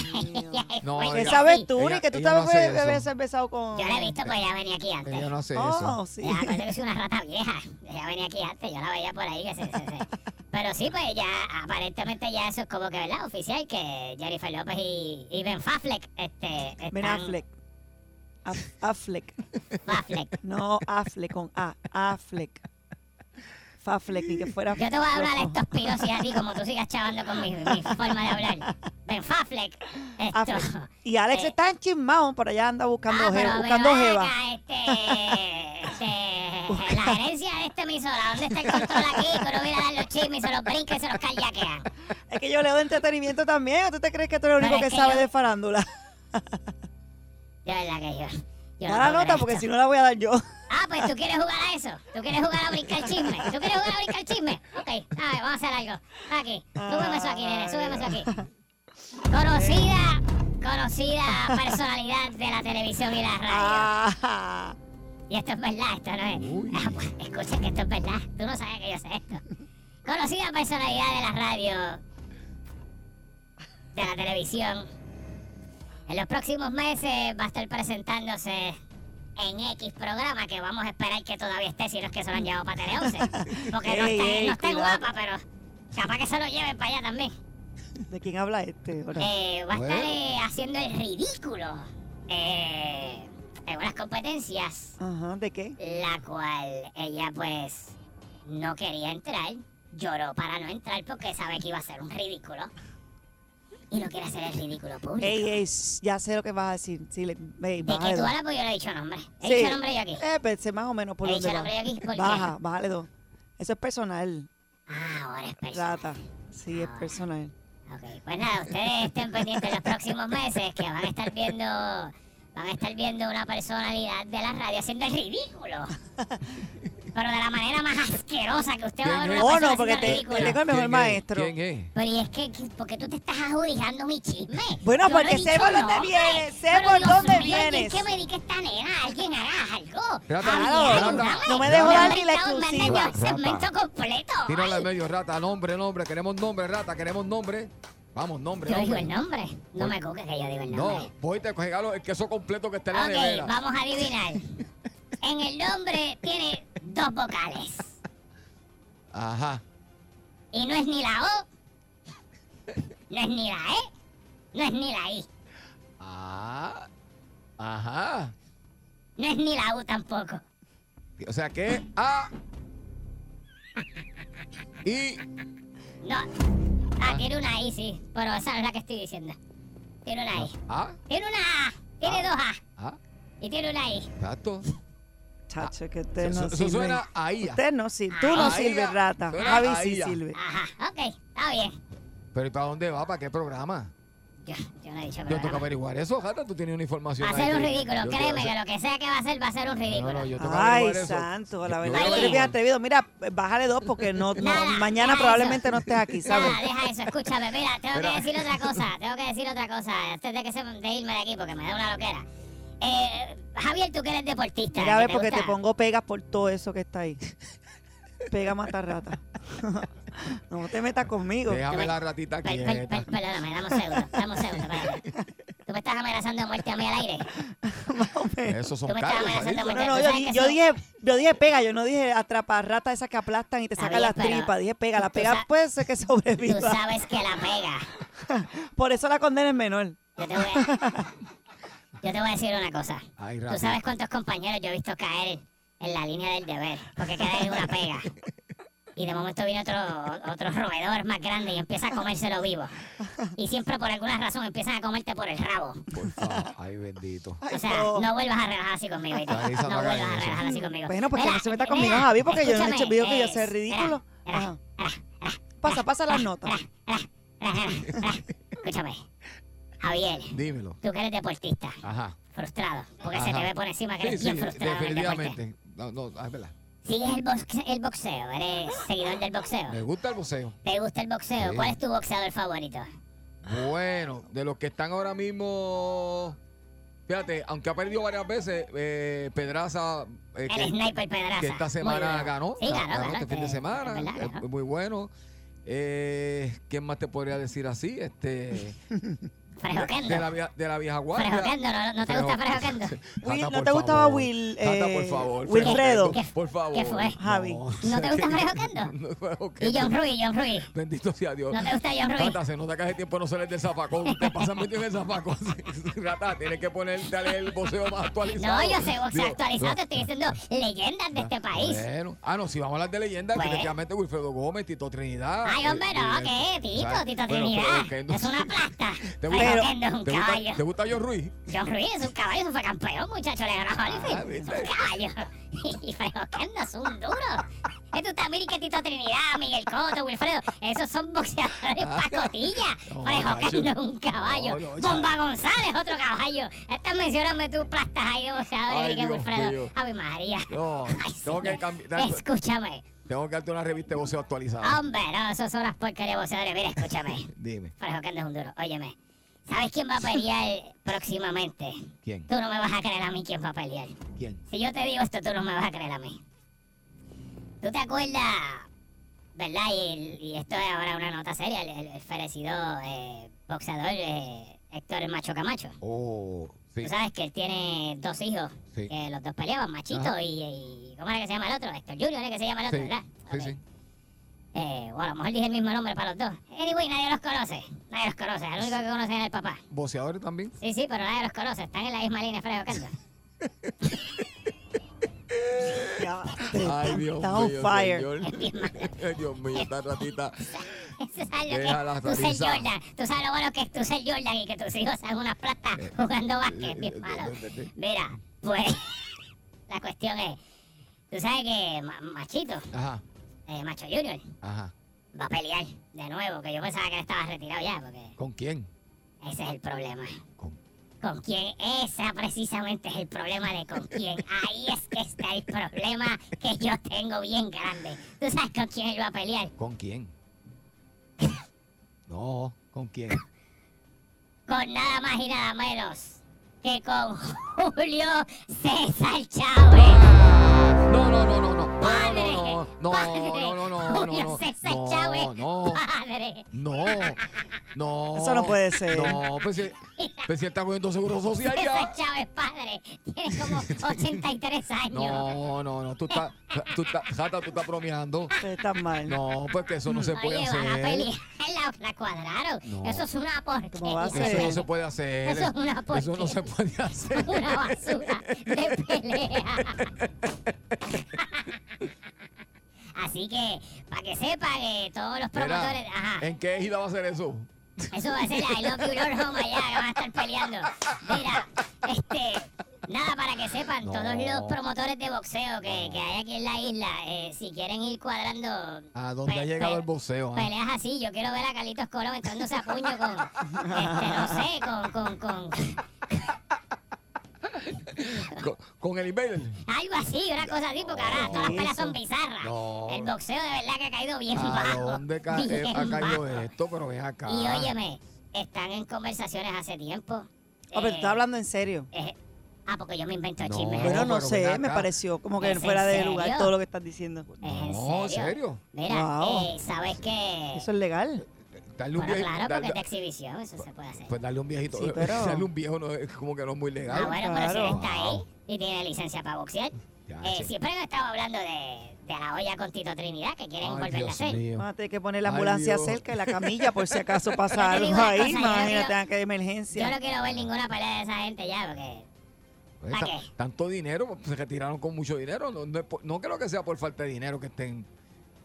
[SPEAKER 9] ella es
[SPEAKER 4] No,
[SPEAKER 9] fuerte.
[SPEAKER 5] ¿Qué
[SPEAKER 4] ella-
[SPEAKER 5] sabes tú,
[SPEAKER 4] ella-
[SPEAKER 5] ni que tú
[SPEAKER 4] ella no
[SPEAKER 5] sabes
[SPEAKER 4] hace
[SPEAKER 5] que
[SPEAKER 4] eso.
[SPEAKER 5] debes ser besado con
[SPEAKER 9] Yo la he visto porque ella venía aquí antes.
[SPEAKER 4] Ella no hace
[SPEAKER 5] Oh,
[SPEAKER 4] eso.
[SPEAKER 5] sí.
[SPEAKER 9] Ella parece que es una rata vieja. Ella venía aquí antes, yo la veía por ahí. Que se, se- se- Pero sí, pues ya, aparentemente ya eso es como que, ¿verdad? Oficial que Jennifer López y, y Ben Affleck, este, están-
[SPEAKER 5] Ben Affleck. Af- Affleck.
[SPEAKER 9] Affleck.
[SPEAKER 5] No, Affleck con A. Affleck. Fafleck, ni que fuera.
[SPEAKER 9] Yo te voy a hablar de
[SPEAKER 5] flojo.
[SPEAKER 9] estos piros y a ti, como tú sigas chavando con mi, mi forma de hablar. Ben Affleck, esto...
[SPEAKER 5] Affleck. Y Alex
[SPEAKER 9] eh,
[SPEAKER 5] está enchismado, por allá anda buscando,
[SPEAKER 9] Ah,
[SPEAKER 5] jeva-
[SPEAKER 9] pero
[SPEAKER 5] buscando
[SPEAKER 9] ven
[SPEAKER 5] jeva.
[SPEAKER 9] acá, este, este, la gerencia de esta emisora, ¿dónde está el control aquí? Que no viene a dar los chismes, se los brinca y se los callaquea.
[SPEAKER 5] Es que yo leo de entretenimiento también. ¿o ¿Tú te crees que tú eres el
[SPEAKER 9] Pero
[SPEAKER 5] único que,
[SPEAKER 9] es que
[SPEAKER 5] sabe
[SPEAKER 9] yo-
[SPEAKER 5] de farándula?
[SPEAKER 9] De verdad que yo. yo
[SPEAKER 5] Da la
[SPEAKER 9] puedo
[SPEAKER 5] nota
[SPEAKER 9] creer
[SPEAKER 5] porque
[SPEAKER 9] esto.
[SPEAKER 5] si no la voy a dar yo.
[SPEAKER 9] Ah, pues tú quieres jugar a eso. Tú quieres jugar a brincar chisme. Tú quieres jugar a brincar chisme. Ok, a ver, vamos a hacer algo. Aquí, súbeme eso aquí, nene, súbeme eso aquí. Conocida, conocida personalidad de la televisión y la radio.
[SPEAKER 5] Ah,
[SPEAKER 9] Y esto es verdad, esto no es. Ah, pues, escucha que esto es verdad. Tú no sabes que yo sé esto. Conocida personalidad de la radio, de la televisión. En los próximos meses va a estar presentándose en X programa que vamos a esperar que todavía esté si no es que se lo han llevado para Tele 11. Porque no
[SPEAKER 5] Ey,
[SPEAKER 9] está,
[SPEAKER 5] ey,
[SPEAKER 9] no está en
[SPEAKER 5] cuidado.
[SPEAKER 9] guapa, pero capaz que se lo lleven para allá también.
[SPEAKER 5] ¿De quién habla este? Ahora,
[SPEAKER 9] Eh, va a estar eh, haciendo el ridículo eh, en unas competencias
[SPEAKER 5] Ajá, ¿de qué?
[SPEAKER 9] la cual ella pues no quería entrar, lloró para no entrar porque sabe que iba a ser un ridículo. Y no quiere hacer el ridículo público.
[SPEAKER 5] Ey, ey, shh, ya sé lo que vas a decir. Sí, le, ey,
[SPEAKER 9] de que
[SPEAKER 5] bájale
[SPEAKER 9] tú
[SPEAKER 5] dos.
[SPEAKER 9] hablas, pues yo no he dicho nombre. He
[SPEAKER 5] Sí.
[SPEAKER 9] dicho nombre yo aquí.
[SPEAKER 5] Eh, pensé más o menos por
[SPEAKER 9] He
[SPEAKER 5] dónde
[SPEAKER 9] dicho
[SPEAKER 5] va.
[SPEAKER 9] nombre yo aquí. ¿Por qué?
[SPEAKER 5] Baja, bájale dos. Eso es personal,
[SPEAKER 9] Ah, ahora es personal. Ah.
[SPEAKER 5] rata. Sí, es personal.
[SPEAKER 9] Ok, pues nada, ustedes estén pendientes en los próximos meses que van a estar viendo... Van a estar viendo una personalidad de la radio haciendo el ridículo. Pero de la manera más asquerosa que usted va a ver una
[SPEAKER 5] Oh,
[SPEAKER 9] persona
[SPEAKER 5] no,
[SPEAKER 9] haciendo
[SPEAKER 5] porque
[SPEAKER 9] el
[SPEAKER 5] te,
[SPEAKER 9] ridículo.
[SPEAKER 5] te tengo el mejor
[SPEAKER 4] ¿Quién es?
[SPEAKER 5] maestro.
[SPEAKER 4] ¿Quién es?
[SPEAKER 9] Pero y es que, ¿por qué tú te estás adjudicando mi chisme? Yo
[SPEAKER 5] Bueno,
[SPEAKER 9] no he
[SPEAKER 5] porque sé
[SPEAKER 9] dicho
[SPEAKER 5] por dónde
[SPEAKER 9] nombre.
[SPEAKER 5] vienes, sé
[SPEAKER 9] Pero
[SPEAKER 5] por
[SPEAKER 9] Dios
[SPEAKER 5] dónde
[SPEAKER 9] mío, ¿y
[SPEAKER 5] vienes.
[SPEAKER 9] ¿Quién que me di que esta nena? Alguien haga algo.
[SPEAKER 4] Rata,
[SPEAKER 9] A mí,
[SPEAKER 4] Claro,
[SPEAKER 9] ayúdame.
[SPEAKER 4] rata.
[SPEAKER 5] No me dejo
[SPEAKER 9] han
[SPEAKER 5] dar ni la
[SPEAKER 9] brindado- me han
[SPEAKER 5] exclusiva.
[SPEAKER 9] dado el segmento completo.
[SPEAKER 4] Tírala al
[SPEAKER 9] Ay,
[SPEAKER 4] medio, rata. Nombre, nombre. Queremos nombre, rata. Queremos nombre. Vamos, nombre.
[SPEAKER 9] Yo digo
[SPEAKER 4] nombre.
[SPEAKER 9] el nombre. No me cuques que yo digo el
[SPEAKER 4] No,
[SPEAKER 9] nombre.
[SPEAKER 4] voy y te regalo el queso completo que está en la
[SPEAKER 9] Ok,
[SPEAKER 4] nevera.
[SPEAKER 9] vamos a adivinar. En el nombre tiene dos vocales.
[SPEAKER 4] Ajá.
[SPEAKER 9] Y no es ni la O, no es ni la E, no es ni la I,
[SPEAKER 4] Ah. Ajá.
[SPEAKER 9] no es ni la U tampoco.
[SPEAKER 4] O sea que A. Y.
[SPEAKER 9] No. Ah, tiene una I, sí. Pero esa no es la que estoy diciendo. Tiene una I.
[SPEAKER 4] A.
[SPEAKER 9] Tiene una A. Tiene dos A.
[SPEAKER 4] A.
[SPEAKER 9] Y tiene una I.
[SPEAKER 4] Exacto.
[SPEAKER 5] Chacho, que usted
[SPEAKER 4] Eso,
[SPEAKER 5] no
[SPEAKER 4] eso
[SPEAKER 5] sirve.
[SPEAKER 4] suena a IA.
[SPEAKER 5] Usted no sirve. Tú no
[SPEAKER 4] Ah,
[SPEAKER 5] sirves,
[SPEAKER 4] ella.
[SPEAKER 5] rata.
[SPEAKER 4] Suena
[SPEAKER 5] Javi
[SPEAKER 4] a
[SPEAKER 5] sí
[SPEAKER 4] ella.
[SPEAKER 5] sirve.
[SPEAKER 9] Ajá, Ah, ok. Está bien.
[SPEAKER 4] Pero ¿y para dónde va? ¿Para qué programa?
[SPEAKER 9] Yo, yo no he dicho
[SPEAKER 4] Yo tengo que
[SPEAKER 9] programa.
[SPEAKER 4] averiguar eso, Jata. Tú tienes una información.
[SPEAKER 9] Va a
[SPEAKER 4] ahí
[SPEAKER 9] ser un
[SPEAKER 4] que-
[SPEAKER 9] ridículo.
[SPEAKER 4] yo te-
[SPEAKER 9] Créeme que lo que sea que va a ser, va a ser un
[SPEAKER 4] No, no,
[SPEAKER 9] ridículo.
[SPEAKER 4] yo tengo que
[SPEAKER 5] Ay,
[SPEAKER 4] averiguar eso.
[SPEAKER 5] santo, la
[SPEAKER 4] Yo- yo
[SPEAKER 5] verdad
[SPEAKER 4] voy a
[SPEAKER 5] que
[SPEAKER 4] averiguar.
[SPEAKER 5] eres bien atrevido. Mira, bájale dos porque no, no-
[SPEAKER 9] Nada,
[SPEAKER 5] mañana
[SPEAKER 9] deja
[SPEAKER 5] probablemente
[SPEAKER 9] eso.
[SPEAKER 5] no estés aquí, ¿sabes?
[SPEAKER 9] Nada, deja eso, escúchame, mira, tengo
[SPEAKER 4] Espera.
[SPEAKER 9] que decir otra cosa, tengo que decir otra cosa, antes de que se de irme de aquí porque me da una loquera. Eh, Javier, tú que eres deportista.
[SPEAKER 5] Mira, a ver,
[SPEAKER 9] que
[SPEAKER 5] porque te
[SPEAKER 9] gusta-
[SPEAKER 5] pongo pegas por todo eso que está ahí. Pega mata rata. no te metas conmigo.
[SPEAKER 4] Déjame la ratita
[SPEAKER 9] Per- per-
[SPEAKER 4] quieta.
[SPEAKER 9] per- perdóname, dame un segundo, dame un segundo, espérate. Tú me estás amenazando de muerte a mí al aire.
[SPEAKER 5] Más o menos.
[SPEAKER 4] Esos son
[SPEAKER 9] pues, Tú me estás
[SPEAKER 4] caros,
[SPEAKER 9] amenazando
[SPEAKER 4] Jalisco.
[SPEAKER 9] con- pues,
[SPEAKER 5] No,
[SPEAKER 9] Tú
[SPEAKER 5] no, yo,
[SPEAKER 9] sabes
[SPEAKER 5] di-
[SPEAKER 9] que
[SPEAKER 5] yo
[SPEAKER 9] eso-
[SPEAKER 5] dije, yo dije pega, yo no dije atraparrata esas que aplastan y te
[SPEAKER 9] Está
[SPEAKER 5] sacan las
[SPEAKER 9] bien, pero-
[SPEAKER 5] tripas. Dije pega, la
[SPEAKER 9] tú
[SPEAKER 5] pega
[SPEAKER 9] sa-
[SPEAKER 5] puede ser que
[SPEAKER 9] Tú
[SPEAKER 5] sobreviva.
[SPEAKER 9] sabes que la pega.
[SPEAKER 5] Por eso la condena es menor.
[SPEAKER 9] Yo te voy a, yo te voy a decir una cosa.
[SPEAKER 4] Ay,
[SPEAKER 9] Tú
[SPEAKER 4] rápido.
[SPEAKER 9] sabes cuántos compañeros yo he visto caer en la línea del deber, porque queda en una pega. Y de momento viene otro, otro roedor más grande y empieza a comérselo vivo. Y siempre por alguna razón empiezan a comerte por el rabo.
[SPEAKER 4] Por favor. Ay, bendito.
[SPEAKER 5] Ay,
[SPEAKER 9] O sea,
[SPEAKER 5] no.
[SPEAKER 9] no, vuelvas a relajar así conmigo, Iti.
[SPEAKER 4] Clarisa,
[SPEAKER 9] No,
[SPEAKER 4] no hagas
[SPEAKER 9] vuelvas a
[SPEAKER 4] eso.
[SPEAKER 9] relajar así conmigo.
[SPEAKER 5] Bueno, pues que
[SPEAKER 9] Mira,
[SPEAKER 5] no se meta
[SPEAKER 9] mira,
[SPEAKER 5] conmigo, Javi, porque yo no he
[SPEAKER 9] escúchame,
[SPEAKER 5] hecho video que yo
[SPEAKER 9] es-
[SPEAKER 5] sea ridículo.
[SPEAKER 9] era,
[SPEAKER 5] Ajá. Pasa, pasa las notas.
[SPEAKER 9] Escúchame. Javier,
[SPEAKER 4] Dímelo.
[SPEAKER 9] tú que eres deportista,
[SPEAKER 4] Ajá.
[SPEAKER 9] frustrado, porque se te
[SPEAKER 4] Ajá.
[SPEAKER 9] ve por encima que
[SPEAKER 4] Sí,
[SPEAKER 9] eres
[SPEAKER 4] sí,
[SPEAKER 9] bien frustrado en el deporte.
[SPEAKER 4] definitivamente. No, no, ah, es verdad.
[SPEAKER 9] ¿Sigues el, boxe- el boxeo? ¿Eres seguidor del boxeo?
[SPEAKER 4] Me gusta el boxeo.
[SPEAKER 9] ¿Te gusta el boxeo?
[SPEAKER 4] Sí.
[SPEAKER 9] ¿Cuál es tu boxeador favorito?
[SPEAKER 4] Bueno, de los que están ahora mismo. Fíjate, aunque ha perdido varias veces, eh, Pedraza. eh,
[SPEAKER 9] el
[SPEAKER 4] que,
[SPEAKER 9] Sniper Pedraza.
[SPEAKER 4] que esta
[SPEAKER 9] Muy
[SPEAKER 4] semana
[SPEAKER 9] bueno.
[SPEAKER 4] ganó.
[SPEAKER 9] Sí, ganó, ganó.
[SPEAKER 4] este fin de
[SPEAKER 9] eh,
[SPEAKER 4] semana.
[SPEAKER 9] es verdad,
[SPEAKER 4] eh,
[SPEAKER 9] ganó.
[SPEAKER 4] Muy bueno. Eh, ¿Quién más te podría decir así? Este.
[SPEAKER 9] Frejoquendo.
[SPEAKER 4] De la, vieja- de la vieja guardia.
[SPEAKER 9] Frejoquendo, ¿no, no te gusta
[SPEAKER 4] Frejo-
[SPEAKER 9] Frejoquendo?
[SPEAKER 4] Jata,
[SPEAKER 5] Will,
[SPEAKER 4] por
[SPEAKER 5] ¿No te gustaba
[SPEAKER 4] favor.
[SPEAKER 5] Will?
[SPEAKER 4] Jata,
[SPEAKER 5] eh,
[SPEAKER 4] por favor.
[SPEAKER 5] Wilfredo.
[SPEAKER 9] ¿Qué-
[SPEAKER 4] Por favor.
[SPEAKER 9] qué fue?
[SPEAKER 5] Javi.
[SPEAKER 9] ¿No te gusta Frejoquendo?
[SPEAKER 4] No, Frejoquendo.
[SPEAKER 9] Y John Rui, John Rui.
[SPEAKER 4] Bendito sea Dios.
[SPEAKER 9] ¿No te gusta John Ruiz?
[SPEAKER 4] Rata, se nota que hace tiempo no sales del zapacón. Te pasas metido en el zapacón. Rata, tienes que poner, dale el voceo más actualizado.
[SPEAKER 9] No, yo sé boxeo
[SPEAKER 4] Digo,
[SPEAKER 9] actualizado,
[SPEAKER 4] no.
[SPEAKER 9] te estoy diciendo leyendas de este país.
[SPEAKER 4] Bueno. Ah, no, si vamos a hablar de leyendas,
[SPEAKER 9] Pues.
[SPEAKER 4] definitivamente Wilfredo Gómez, Tito Trinidad.
[SPEAKER 9] Ay, hombre, no,
[SPEAKER 4] eh,
[SPEAKER 9] ¿qué? Tito,
[SPEAKER 4] ¿sabes?
[SPEAKER 9] Tito
[SPEAKER 4] Bueno,
[SPEAKER 9] Trinidad.
[SPEAKER 4] pero, ok, no
[SPEAKER 9] Es una
[SPEAKER 4] sé.
[SPEAKER 9] plasta.
[SPEAKER 4] ¿Te gusta,
[SPEAKER 9] Frejoquendo es un
[SPEAKER 4] te gusta-
[SPEAKER 9] caballo.
[SPEAKER 4] ¿Te gusta John Ruiz?
[SPEAKER 9] John Ruiz es un caballo, eso fue campeón, muchacho, le ganó a Holyfield. Es
[SPEAKER 4] Ah, ¿viste?
[SPEAKER 9] un caballo. Y Frejoquendo es un duro. Esto también que Tito Trinidad, Miguel Cotto, Wilfredo, esos son boxeadores pacotilla.
[SPEAKER 4] no,
[SPEAKER 9] Frejoquendo es
[SPEAKER 4] chacho.
[SPEAKER 9] un caballo.
[SPEAKER 4] Ah. No, no, chacho.
[SPEAKER 9] Bomba González, otro caballo. Estás mencionando tú plastas ahí de boxeadores,
[SPEAKER 4] Ay,
[SPEAKER 9] Miguel
[SPEAKER 4] Dios
[SPEAKER 9] Wilfredo.
[SPEAKER 4] mío.
[SPEAKER 9] Ave María.
[SPEAKER 4] No,
[SPEAKER 9] Ay,
[SPEAKER 4] tengo que
[SPEAKER 9] señor.
[SPEAKER 4] cambiar.
[SPEAKER 9] Escúchame.
[SPEAKER 4] Tengo que darte una revista de voceo actualizada.
[SPEAKER 9] Hombre, no, eso son las porquerías de boxeadores. Mira, escúchame.
[SPEAKER 4] Dime,
[SPEAKER 9] Farjocando es un duro. Óyeme. ¿Sabes quién va a pelear próximamente?
[SPEAKER 4] ¿quién?
[SPEAKER 9] Tú no me vas a creer a mí quién va a pelear.
[SPEAKER 4] ¿Quién?
[SPEAKER 9] Si yo te digo esto, tú no me vas a creer a mí. ¿Tú te acuerdas? ¿Verdad? Y, y esto es ahora una nota seria. El, el- el fallecido eh, boxeador eh, Héctor El Macho Camacho.
[SPEAKER 4] Oh, sí.
[SPEAKER 9] Tú sabes que él tiene dos hijos,
[SPEAKER 4] Sí.
[SPEAKER 9] que los dos peleaban, Machito
[SPEAKER 4] Ajá.
[SPEAKER 9] y, y- ¿Cómo era que se llama el otro? Héctor Junior era que se llama el otro,
[SPEAKER 4] Sí,
[SPEAKER 9] ¿verdad?
[SPEAKER 4] sí,
[SPEAKER 9] Ok.
[SPEAKER 4] sí.
[SPEAKER 9] Eh, bueno, a lo mejor dije el mismo nombre para los dos. Anyway, nadie los conoce. Nadie los conoce. El único que conocen es el papá.
[SPEAKER 4] ¿Voceadores también?
[SPEAKER 9] Sí, sí, pero nadie los conoce. Están en la misma línea, Fredo Cando.
[SPEAKER 5] Ya,
[SPEAKER 4] Ay, Dios
[SPEAKER 5] está on
[SPEAKER 4] mío,
[SPEAKER 5] fire.
[SPEAKER 4] señor. Dios mío, esta ratita.
[SPEAKER 9] Tú sabes
[SPEAKER 4] Déjala
[SPEAKER 9] lo que es tu ser
[SPEAKER 4] realizar.
[SPEAKER 9] Jordan. Tú sabes lo bueno que es tu ser Jordan y que tus hijos sean unas platas jugando
[SPEAKER 4] Eh,
[SPEAKER 9] básquet, bien malo. Mira, pues, la cuestión es, tú sabes que Ma- Machito,
[SPEAKER 4] Ajá,
[SPEAKER 9] eh, Macho Junior,
[SPEAKER 4] ajá.
[SPEAKER 9] va a pelear de nuevo, que yo pensaba que él estaba retirado ya, porque
[SPEAKER 4] ¿Con quién?
[SPEAKER 9] ese es el problema.
[SPEAKER 4] Con-
[SPEAKER 9] ¿Con quién? Esa precisamente es el problema de con quién. Ahí es que está el problema que yo tengo bien grande. ¿Tú sabes con quién él va a pelear?
[SPEAKER 4] ¿Con quién? No, ¿con quién?
[SPEAKER 9] Con nada más y nada menos que con Julio César Chávez.
[SPEAKER 4] No, no, no, no, no.
[SPEAKER 9] Padre,
[SPEAKER 4] No, no, no, no, no, no, no,
[SPEAKER 9] Julio
[SPEAKER 4] no,
[SPEAKER 9] César
[SPEAKER 4] no,
[SPEAKER 9] Chávez,
[SPEAKER 4] no,
[SPEAKER 9] padre.
[SPEAKER 4] no, no.
[SPEAKER 5] Eso no puede ser.
[SPEAKER 4] No, pues si, pues si él está cogiendo seguro social
[SPEAKER 9] César
[SPEAKER 4] ya.
[SPEAKER 9] Chávez, padre, tiene como 83 años.
[SPEAKER 4] No, no, no, tú estás, tú estás, Jata, tú estás bromeando.
[SPEAKER 5] Ustedes están mal.
[SPEAKER 4] No, pues que eso no se puede
[SPEAKER 9] Oye, van a
[SPEAKER 4] hacer.
[SPEAKER 9] pelear, la, la cuadraron.
[SPEAKER 4] No.
[SPEAKER 9] Eso es una
[SPEAKER 5] ¿Cómo va a
[SPEAKER 9] porquería.
[SPEAKER 5] ser?
[SPEAKER 4] Eso no se puede hacer.
[SPEAKER 9] Eso es una
[SPEAKER 4] Eso no
[SPEAKER 9] porquería.
[SPEAKER 4] se puede hacer.
[SPEAKER 9] Una basura de pelea. Así que, para que sepan, eh, todos los
[SPEAKER 4] Mira,
[SPEAKER 9] promotores. Ajá.
[SPEAKER 4] ¿En qué gira va a ser eso?
[SPEAKER 9] Eso va a ser la I Love You Lord Home allá, que van a estar peleando. Mira, este, nada, para que sepan, todos los promotores de boxeo que, que hay aquí en la isla, eh, si quieren ir cuadrando...
[SPEAKER 4] ¿A dónde ha llegado el boxeo, ah?
[SPEAKER 9] Peleas así, yo quiero ver a Carlitos Colón entrándose a puño con, este, no sé, con, con, con
[SPEAKER 4] ¿Con, con el invader?
[SPEAKER 9] algo así, una cosa así, porque ahora todas las peleas son bizarras.
[SPEAKER 4] No.
[SPEAKER 9] El boxeo de verdad que ha caído bien
[SPEAKER 4] ¿A
[SPEAKER 9] bajo.
[SPEAKER 4] dónde ca- eh,
[SPEAKER 9] bien
[SPEAKER 4] ha caído
[SPEAKER 9] bajo.
[SPEAKER 4] esto? Pero ven acá.
[SPEAKER 9] Y óyeme, están en conversaciones hace tiempo.
[SPEAKER 5] Ah, pero
[SPEAKER 9] eh,
[SPEAKER 5] estás hablando en serio.
[SPEAKER 9] Eh, ah, porque yo me invento
[SPEAKER 4] No.
[SPEAKER 9] chismes.
[SPEAKER 5] Bueno, no
[SPEAKER 4] pero ven
[SPEAKER 5] sé, me
[SPEAKER 4] acá.
[SPEAKER 5] pareció como que
[SPEAKER 9] ¿Es
[SPEAKER 5] fuera
[SPEAKER 9] en
[SPEAKER 5] de
[SPEAKER 9] serio?
[SPEAKER 5] lugar todo lo que estás diciendo.
[SPEAKER 4] No, ¿en serio?
[SPEAKER 9] Mira,
[SPEAKER 5] Wow.
[SPEAKER 9] eh, ¿sabes qué?
[SPEAKER 5] Eso es legal.
[SPEAKER 4] Dale un
[SPEAKER 9] Bueno,
[SPEAKER 4] viejo-
[SPEAKER 9] claro,
[SPEAKER 4] dale-
[SPEAKER 9] porque es de exhibición, eso se puede hacer.
[SPEAKER 4] Pues darle un viejito.
[SPEAKER 5] Sí, pero-
[SPEAKER 4] Darle un viejo no es como que no es muy legal.
[SPEAKER 9] ah, bueno, pero si
[SPEAKER 5] claro.
[SPEAKER 9] él está ahí y tiene licencia para boxear.
[SPEAKER 4] Ya,
[SPEAKER 9] Eh,
[SPEAKER 4] che.
[SPEAKER 9] siempre hemos estado hablando de, de la olla con Tito Trinidad, que quieren
[SPEAKER 4] Ay,
[SPEAKER 9] volver a
[SPEAKER 4] Dios
[SPEAKER 9] hacer.
[SPEAKER 4] mío.
[SPEAKER 5] Vamos a tener que poner la
[SPEAKER 4] Ay,
[SPEAKER 5] ambulancia
[SPEAKER 4] Dios.
[SPEAKER 5] cerca y la camilla por si acaso pasa
[SPEAKER 9] Yo te
[SPEAKER 5] algo
[SPEAKER 9] digo una
[SPEAKER 5] ahí.
[SPEAKER 9] cosa, yo no
[SPEAKER 5] Imagínate,
[SPEAKER 9] quiero-
[SPEAKER 5] tengan que de
[SPEAKER 9] Yo no
[SPEAKER 5] emergencia.
[SPEAKER 9] quiero ver ninguna pelea de esa gente ya, porque...
[SPEAKER 4] Pues,
[SPEAKER 9] ¿pa'
[SPEAKER 4] ta-
[SPEAKER 9] qué?
[SPEAKER 4] Tanto dinero, pues, se retiraron con mucho dinero. No, no es por- no creo que sea por falta de dinero que estén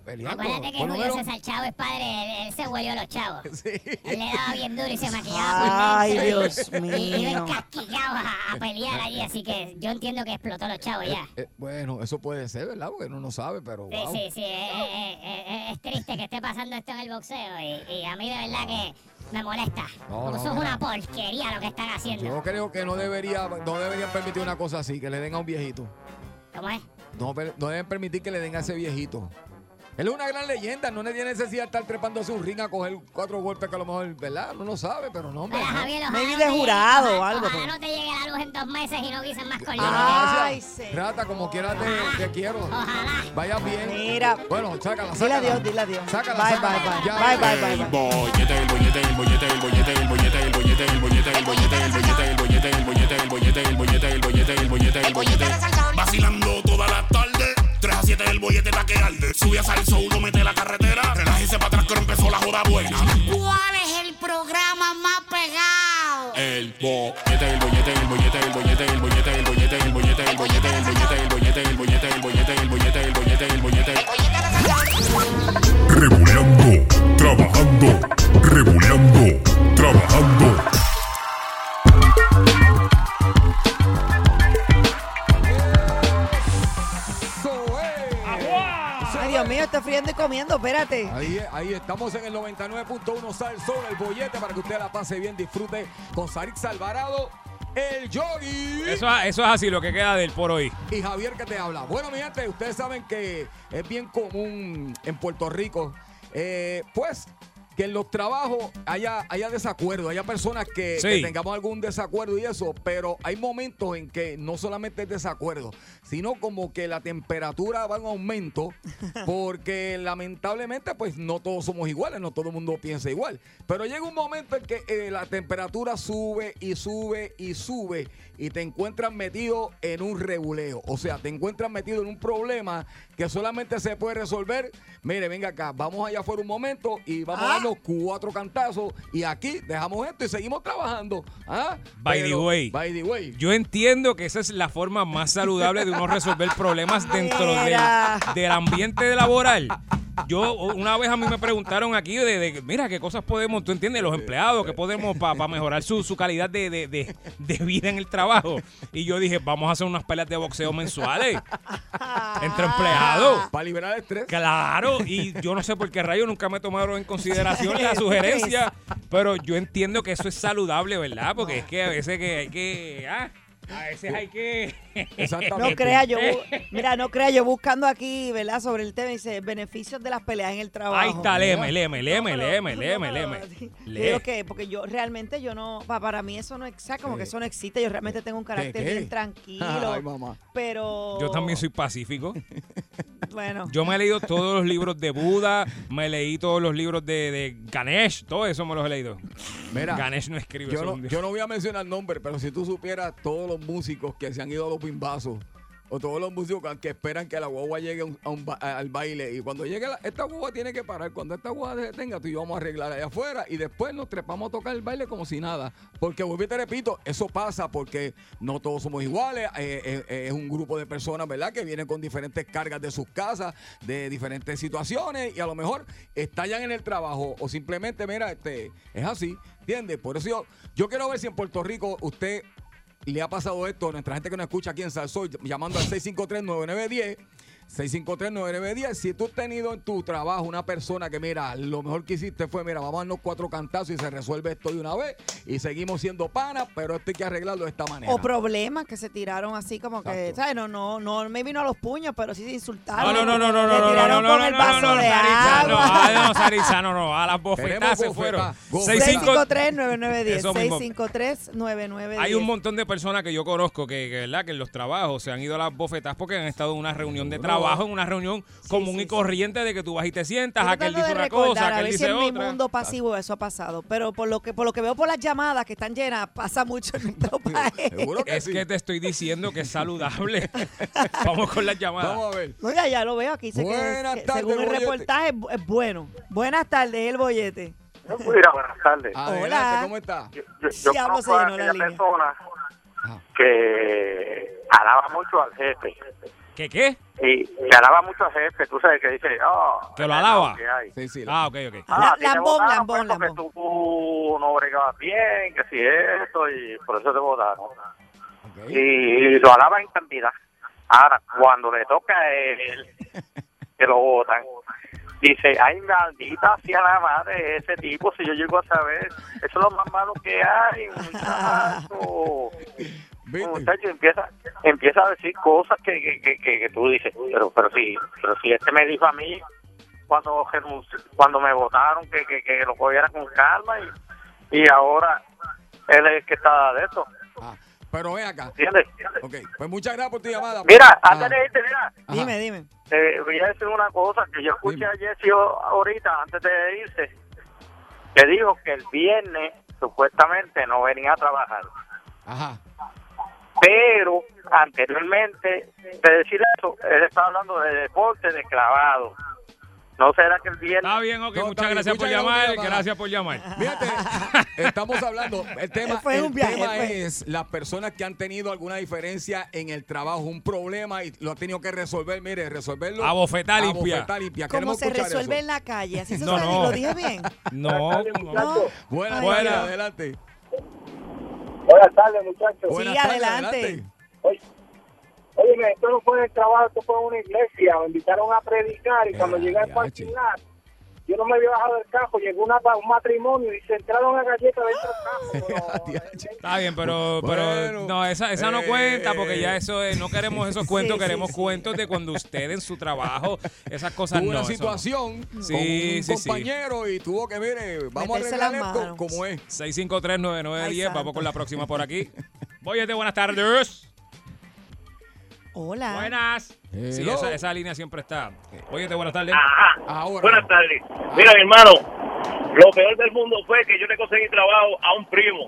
[SPEAKER 4] peleando.
[SPEAKER 10] Acuérdate que
[SPEAKER 4] Por lo
[SPEAKER 10] Julio
[SPEAKER 4] menos-
[SPEAKER 10] César Chavo es padre, él, él se huelló a los chavos.
[SPEAKER 4] Sí.
[SPEAKER 10] Él le daba bien duro y se maquillaba.
[SPEAKER 5] Ay,
[SPEAKER 10] por
[SPEAKER 5] Dios
[SPEAKER 10] dentro. Y iba
[SPEAKER 5] mío.
[SPEAKER 10] encasquillado a, a pelear allí, así que yo entiendo que explotó a los chavos ya.
[SPEAKER 4] Eh, bueno, eso puede ser, ¿verdad? Porque uno no sabe, pero
[SPEAKER 10] Sí,
[SPEAKER 4] Oh, wow.
[SPEAKER 10] sí, sí, eh, eh, eh, eh, es triste que esté pasando esto en el boxeo y, y a mí de verdad que me molesta.
[SPEAKER 4] No, no,
[SPEAKER 10] Porque eso es
[SPEAKER 4] no.
[SPEAKER 10] una porquería lo que están
[SPEAKER 4] Yo
[SPEAKER 10] haciendo.
[SPEAKER 4] creo que no debería, no deberían permitir una cosa así, que le den a un viejito.
[SPEAKER 10] ¿Cómo es?
[SPEAKER 4] No, per- no deben permitir que le den a ese viejito. Él es una gran leyenda, no le tiene necesidad de estar trepándose un ring a coger cuatro golpes que a lo mejor, ¿verdad? Uno no sabe, pero no, hombre.
[SPEAKER 10] Mira,
[SPEAKER 4] no.
[SPEAKER 10] Javier,
[SPEAKER 5] Maybe
[SPEAKER 10] ojalá no
[SPEAKER 5] de
[SPEAKER 10] te-
[SPEAKER 5] jurado o
[SPEAKER 10] ojalá-
[SPEAKER 5] algo,
[SPEAKER 10] Ojalá
[SPEAKER 5] pero-
[SPEAKER 10] no te llegue la luz en dos meses y no guisen más con
[SPEAKER 5] Ay,
[SPEAKER 4] Gracias.
[SPEAKER 5] señor.
[SPEAKER 4] Rata, como quiera te, te quiero.
[SPEAKER 10] Ojalá.
[SPEAKER 4] Vaya bien.
[SPEAKER 5] Mira.
[SPEAKER 4] Bueno, sácala,
[SPEAKER 5] Dile
[SPEAKER 4] sácala.
[SPEAKER 5] adiós, dile adiós.
[SPEAKER 4] Sácala,
[SPEAKER 5] bye,
[SPEAKER 4] sácala. Ya.
[SPEAKER 5] bye, bye, bye, bye, bye.
[SPEAKER 3] bollete, el bollete, el bollete, el bollete, el bollete, el bollete, el bollete, el bollete, el bollete, el bollete, el bollete, el bollete, el bollete, el bollete, el bollete, el bollete. Vacilando toda la tarde, 3 a 7 el bollete está que arde. Sube a salso, uno mete la carretera, relájese para atrás que ahora empezó la joda buena.
[SPEAKER 9] ¿Cuál es el programa más pegado?
[SPEAKER 3] El bollete, el bollete, el bollete, el bollete, el bollete, el bollete, el bollete, el bollete, el bollete, el bollete, el bollete, el bollete, el bollete, el bollete, el bollete.
[SPEAKER 1] Rebuleando, trabajando, rebuleando, trabajando.
[SPEAKER 4] Eso es.
[SPEAKER 5] Ay, Dios mío, estoy friendo y comiendo, espérate.
[SPEAKER 4] Ahí, ahí estamos en el 99.1 Sal Sol, el bollete para que usted la pase bien, disfrute con Sarix Alvarado, el Yogi
[SPEAKER 6] Eso, eso es así lo que queda del por hoy.
[SPEAKER 4] y Javier que te habla. Bueno, mi gente, ustedes saben que es bien común en Puerto Rico, eh, pues que en los trabajos haya, haya desacuerdo, haya personas que,
[SPEAKER 6] Sí.
[SPEAKER 4] que tengamos algún desacuerdo y eso, pero hay momentos en que no solamente es desacuerdo, sino como que la temperatura va en aumento, porque lamentablemente pues no todos somos iguales, no todo el mundo piensa igual, pero llega un momento en que eh, la temperatura sube y sube y sube y te encuentras metido en un reguleo, o sea, te encuentras metido en un problema que solamente se puede resolver, mire, venga acá, vamos allá afuera un momento y vamos
[SPEAKER 6] Ah.
[SPEAKER 4] a darnos cuatro cantazos y aquí dejamos esto y seguimos trabajando. ¿ah?
[SPEAKER 6] By the way.
[SPEAKER 4] By the way.
[SPEAKER 6] Yo entiendo que esa es la forma más saludable de uno resolver problemas dentro del,
[SPEAKER 5] Mira.
[SPEAKER 6] del ambiente laboral. Yo, una vez a mí me preguntaron aquí de, de, mira, qué cosas podemos, tú entiendes, los empleados, qué podemos para mejorar su, su calidad de, de- de- de vida en el trabajo. Y yo dije, vamos a hacer unas peleas de boxeo mensuales entre empleados.
[SPEAKER 4] Para liberar el estrés.
[SPEAKER 6] Claro, y yo no sé por qué rayo nunca me tomaron en consideración la sugerencia, pero yo entiendo que eso es saludable, ¿verdad? Porque es que a veces que hay que... ah, a veces hay que...
[SPEAKER 4] Exactamente.
[SPEAKER 5] No crea yo, mira, no crea yo buscando aquí, ¿verdad? Sobre el tema, dice beneficios de las peleas en el trabajo.
[SPEAKER 6] Ahí está, léeme, léeme, léeme,
[SPEAKER 5] Pero-
[SPEAKER 6] léeme, léeme,
[SPEAKER 5] no,
[SPEAKER 6] léeme.
[SPEAKER 5] pero- Yo
[SPEAKER 6] Lee.
[SPEAKER 5] digo que, porque yo realmente yo no, pa- para mí eso no exacto, como que eso no existe. Yo realmente tengo un carácter
[SPEAKER 4] qué?
[SPEAKER 5] bien tranquilo.
[SPEAKER 4] Ay, mamá.
[SPEAKER 5] Pero.
[SPEAKER 6] Yo también soy pacífico.
[SPEAKER 5] Bueno.
[SPEAKER 6] Yo me he leído todos los libros de Buda, me leí todos los libros de, de Ganesh, todo eso me los he leído.
[SPEAKER 4] Mira,
[SPEAKER 6] Ganesh no escribe. eso
[SPEAKER 4] Yo
[SPEAKER 6] es
[SPEAKER 4] no,
[SPEAKER 6] un dios.
[SPEAKER 4] yo no voy a mencionar nombres, pero si tú supieras todos los músicos que se han ido a los bimbazos, o todos los músicos que- que esperan que la guagua llegue a un- a un ba- a- al baile, y cuando llegue la- esta guagua tiene que parar, cuando esta guagua se detenga, tú y yo vamos a arreglar allá afuera, y después nos trepamos a tocar el baile como si nada. Porque vuelvo y te repito, eso pasa porque no todos somos iguales, eh, eh, eh, es un grupo de personas, ¿verdad?, que vienen con diferentes cargas de sus casas, de diferentes situaciones, y a lo mejor estallan en el trabajo, o simplemente, mira, este, es así, ¿entiendes? Por eso yo, yo quiero ver si en Puerto Rico usted le ha pasado esto a nuestra gente que nos escucha aquí en Salsoy, llamando al 653-9910. 653-9910. Si tú has tenido en tu trabajo una persona que, mira, lo mejor que hiciste fue, mira, vamos a darnos cuatro cantazos y se resuelve esto de una vez y seguimos siendo panas, pero esto hay que arreglarlo de esta manera.
[SPEAKER 5] O problemas que se tiraron así como que,
[SPEAKER 4] Exacto.
[SPEAKER 5] ¿sabes? No, no, no, me vino a los puños, pero sí se
[SPEAKER 6] No,
[SPEAKER 5] insultaron.
[SPEAKER 6] no, no, no, no, no, no, no,
[SPEAKER 5] Le
[SPEAKER 6] no,
[SPEAKER 5] tiraron con
[SPEAKER 6] no,
[SPEAKER 5] el
[SPEAKER 6] no,
[SPEAKER 5] vaso
[SPEAKER 6] no, no,
[SPEAKER 5] de
[SPEAKER 6] Saritza, no,
[SPEAKER 5] agua.
[SPEAKER 6] ah, no, Saritza, no, no, a las bofetadas
[SPEAKER 4] Queremos
[SPEAKER 6] se fueron.
[SPEAKER 4] bofetadas, bofetadas.
[SPEAKER 6] 653.
[SPEAKER 5] 653-9910.
[SPEAKER 6] Eso mismo.
[SPEAKER 5] 653-9910.
[SPEAKER 6] Hay un montón de personas que yo conozco que, que, ¿verdad? que en los trabajos se han ido a las bofetadas porque han estado en una reunión de trabajo, en una reunión común
[SPEAKER 5] sí,
[SPEAKER 6] y
[SPEAKER 5] sí.
[SPEAKER 6] corriente de que tú vas y te sientas,
[SPEAKER 5] Estoy
[SPEAKER 6] aquel
[SPEAKER 5] tratando
[SPEAKER 6] dice
[SPEAKER 5] de
[SPEAKER 6] una
[SPEAKER 5] recordar,
[SPEAKER 6] cosa,
[SPEAKER 5] a
[SPEAKER 6] aquel
[SPEAKER 5] ver si
[SPEAKER 6] dice
[SPEAKER 5] en mi
[SPEAKER 6] otra.
[SPEAKER 5] mundo pasivo eso ha pasado, pero por lo que por lo que veo por las llamadas que están llenas pasa mucho en nuestro país.
[SPEAKER 4] Seguro que
[SPEAKER 6] Es
[SPEAKER 4] sí.
[SPEAKER 6] que te estoy diciendo que es saludable. Vamos con las llamadas.
[SPEAKER 4] Vamos a ver.
[SPEAKER 5] Oiga, ya lo veo aquí, dice que-
[SPEAKER 4] Buenas
[SPEAKER 5] que
[SPEAKER 4] tardes,
[SPEAKER 5] según el
[SPEAKER 4] bollete.
[SPEAKER 5] reportaje es bu- es bueno. Buenas tardes, el bollete.
[SPEAKER 8] Mira, buenas tardes.
[SPEAKER 4] Adelante, ¿cómo está?
[SPEAKER 8] Yo, yo-
[SPEAKER 5] Sí,
[SPEAKER 8] yo
[SPEAKER 5] hablo,
[SPEAKER 8] conozco
[SPEAKER 5] se
[SPEAKER 8] a
[SPEAKER 5] llenó la
[SPEAKER 8] aquella
[SPEAKER 5] línea.
[SPEAKER 8] persona
[SPEAKER 4] Ah.
[SPEAKER 8] que alaba mucho al jefe.
[SPEAKER 6] ¿Qué qué?
[SPEAKER 11] y se alaba mucho al jefe, tú sabes que dice, oh,
[SPEAKER 6] ¿Que lo alaba?
[SPEAKER 11] ¿qué hay?
[SPEAKER 4] Sí, sí.
[SPEAKER 6] Ah, ok, ok.
[SPEAKER 11] Ah, a ti te
[SPEAKER 5] Lambón,
[SPEAKER 11] votaron,
[SPEAKER 5] Lambón,
[SPEAKER 11] pues, porque
[SPEAKER 5] Lambón.
[SPEAKER 11] tú no bregabas bien, que si esto, y por eso te votaron.
[SPEAKER 4] Ok.
[SPEAKER 11] Y lo alaban en cantidad. Ahora, cuando le toca a él, que lo votan, dice, ay, maldita sea la madre de ese tipo, si yo llego a saber, eso es lo más malo que hay, muchacho.
[SPEAKER 4] ¿Viste?
[SPEAKER 11] Muchacho, empieza, empieza a decir cosas que, que, que, que- que tú dices, pero pero sí, pero sí, este me dijo a mí cuando renunci- cuando me votaron que, que, que lo cogiera con calma y, y ahora él es el que está de eso,
[SPEAKER 4] Ah, pero ven acá.
[SPEAKER 11] ¿entiendes?
[SPEAKER 4] Ok, pues muchas gracias por tu llamada.
[SPEAKER 11] Mira,
[SPEAKER 4] Ah,
[SPEAKER 11] antes de irte, mira,
[SPEAKER 4] ajá.
[SPEAKER 5] Dime, dime.
[SPEAKER 11] te Eh, voy a decir una cosa que yo escuché
[SPEAKER 4] Dime.
[SPEAKER 11] a Jessy ahorita antes de irse, que dijo que el viernes supuestamente no venía a trabajar.
[SPEAKER 4] Ajá.
[SPEAKER 11] pero anteriormente de decir eso, él estaba hablando de deporte de clavado. No será que el
[SPEAKER 6] Está
[SPEAKER 11] viernes
[SPEAKER 6] bien, ok.
[SPEAKER 4] No, está
[SPEAKER 6] muchas
[SPEAKER 4] bien.
[SPEAKER 6] gracias por
[SPEAKER 4] Muchas gracias por
[SPEAKER 6] llamar.
[SPEAKER 4] llamar.
[SPEAKER 6] Gracias por llamar.
[SPEAKER 4] Fíjate, estamos hablando. El tema,
[SPEAKER 5] Fue
[SPEAKER 4] el
[SPEAKER 5] un viaje,
[SPEAKER 4] tema
[SPEAKER 5] fue.
[SPEAKER 4] es las personas que han tenido alguna diferencia en el trabajo, un problema y lo han tenido que resolver. Mire, resolverlo.
[SPEAKER 6] A bofetada limpia.
[SPEAKER 4] A bofetada limpia.
[SPEAKER 5] Como
[SPEAKER 4] Queremos
[SPEAKER 5] se
[SPEAKER 4] escuchar
[SPEAKER 5] resuelve
[SPEAKER 4] eso.
[SPEAKER 5] en la calle. Así se
[SPEAKER 6] No,
[SPEAKER 5] sale,
[SPEAKER 6] no.
[SPEAKER 5] lo dije bien.
[SPEAKER 6] No, no.
[SPEAKER 5] No.
[SPEAKER 4] Buenas,
[SPEAKER 5] Ay,
[SPEAKER 4] buenas,
[SPEAKER 6] Dios.
[SPEAKER 4] adelante.
[SPEAKER 7] Buenas tardes, muchachos.
[SPEAKER 4] Buenas
[SPEAKER 5] adelante.
[SPEAKER 7] Oye, óyeme, esto no fue en el trabajo, esto fue en una iglesia. Me invitaron a predicar y cuando
[SPEAKER 4] Eh,
[SPEAKER 7] llegué al
[SPEAKER 4] ya,
[SPEAKER 7] cuarto
[SPEAKER 4] chico.
[SPEAKER 7] final, yo no me había bajado del cajo. Llegó una, un matrimonio y se entraron a galletas dentro del cajo.
[SPEAKER 4] Ya,
[SPEAKER 7] pero-
[SPEAKER 4] chico.
[SPEAKER 6] Está bien, pero, pero
[SPEAKER 4] Bueno.
[SPEAKER 6] no, esa, esa no
[SPEAKER 4] Eh.
[SPEAKER 6] cuenta porque ya eso es, no queremos esos cuentos,
[SPEAKER 5] sí,
[SPEAKER 6] queremos
[SPEAKER 5] sí.
[SPEAKER 6] cuentos de cuando usted en su trabajo, esas cosas
[SPEAKER 4] Tuvo
[SPEAKER 6] no.
[SPEAKER 4] una
[SPEAKER 6] eso no.
[SPEAKER 4] situación
[SPEAKER 6] Sí,
[SPEAKER 4] con un
[SPEAKER 6] sí, sí.
[SPEAKER 4] compañero y tuvo que, mire, vamos
[SPEAKER 5] Meterse
[SPEAKER 4] a arreglar
[SPEAKER 5] las
[SPEAKER 4] esto
[SPEAKER 5] manos.
[SPEAKER 4] como es.
[SPEAKER 6] 653-9910,
[SPEAKER 5] Ay,
[SPEAKER 6] vamos con
[SPEAKER 5] santo.
[SPEAKER 6] la próxima por aquí. Boyete, buenas tardes.
[SPEAKER 5] Hola.
[SPEAKER 6] Buenas. Sí,
[SPEAKER 4] Hello. Eh.
[SPEAKER 6] esa, esa línea siempre está. Boyete, buenas tardes.
[SPEAKER 11] Ajá.
[SPEAKER 4] Ahora. Ah.
[SPEAKER 11] Buenas tardes. Mira, mi hermano, lo
[SPEAKER 4] Eh,
[SPEAKER 11] peor del mundo fue que yo le conseguí trabajo a un primo.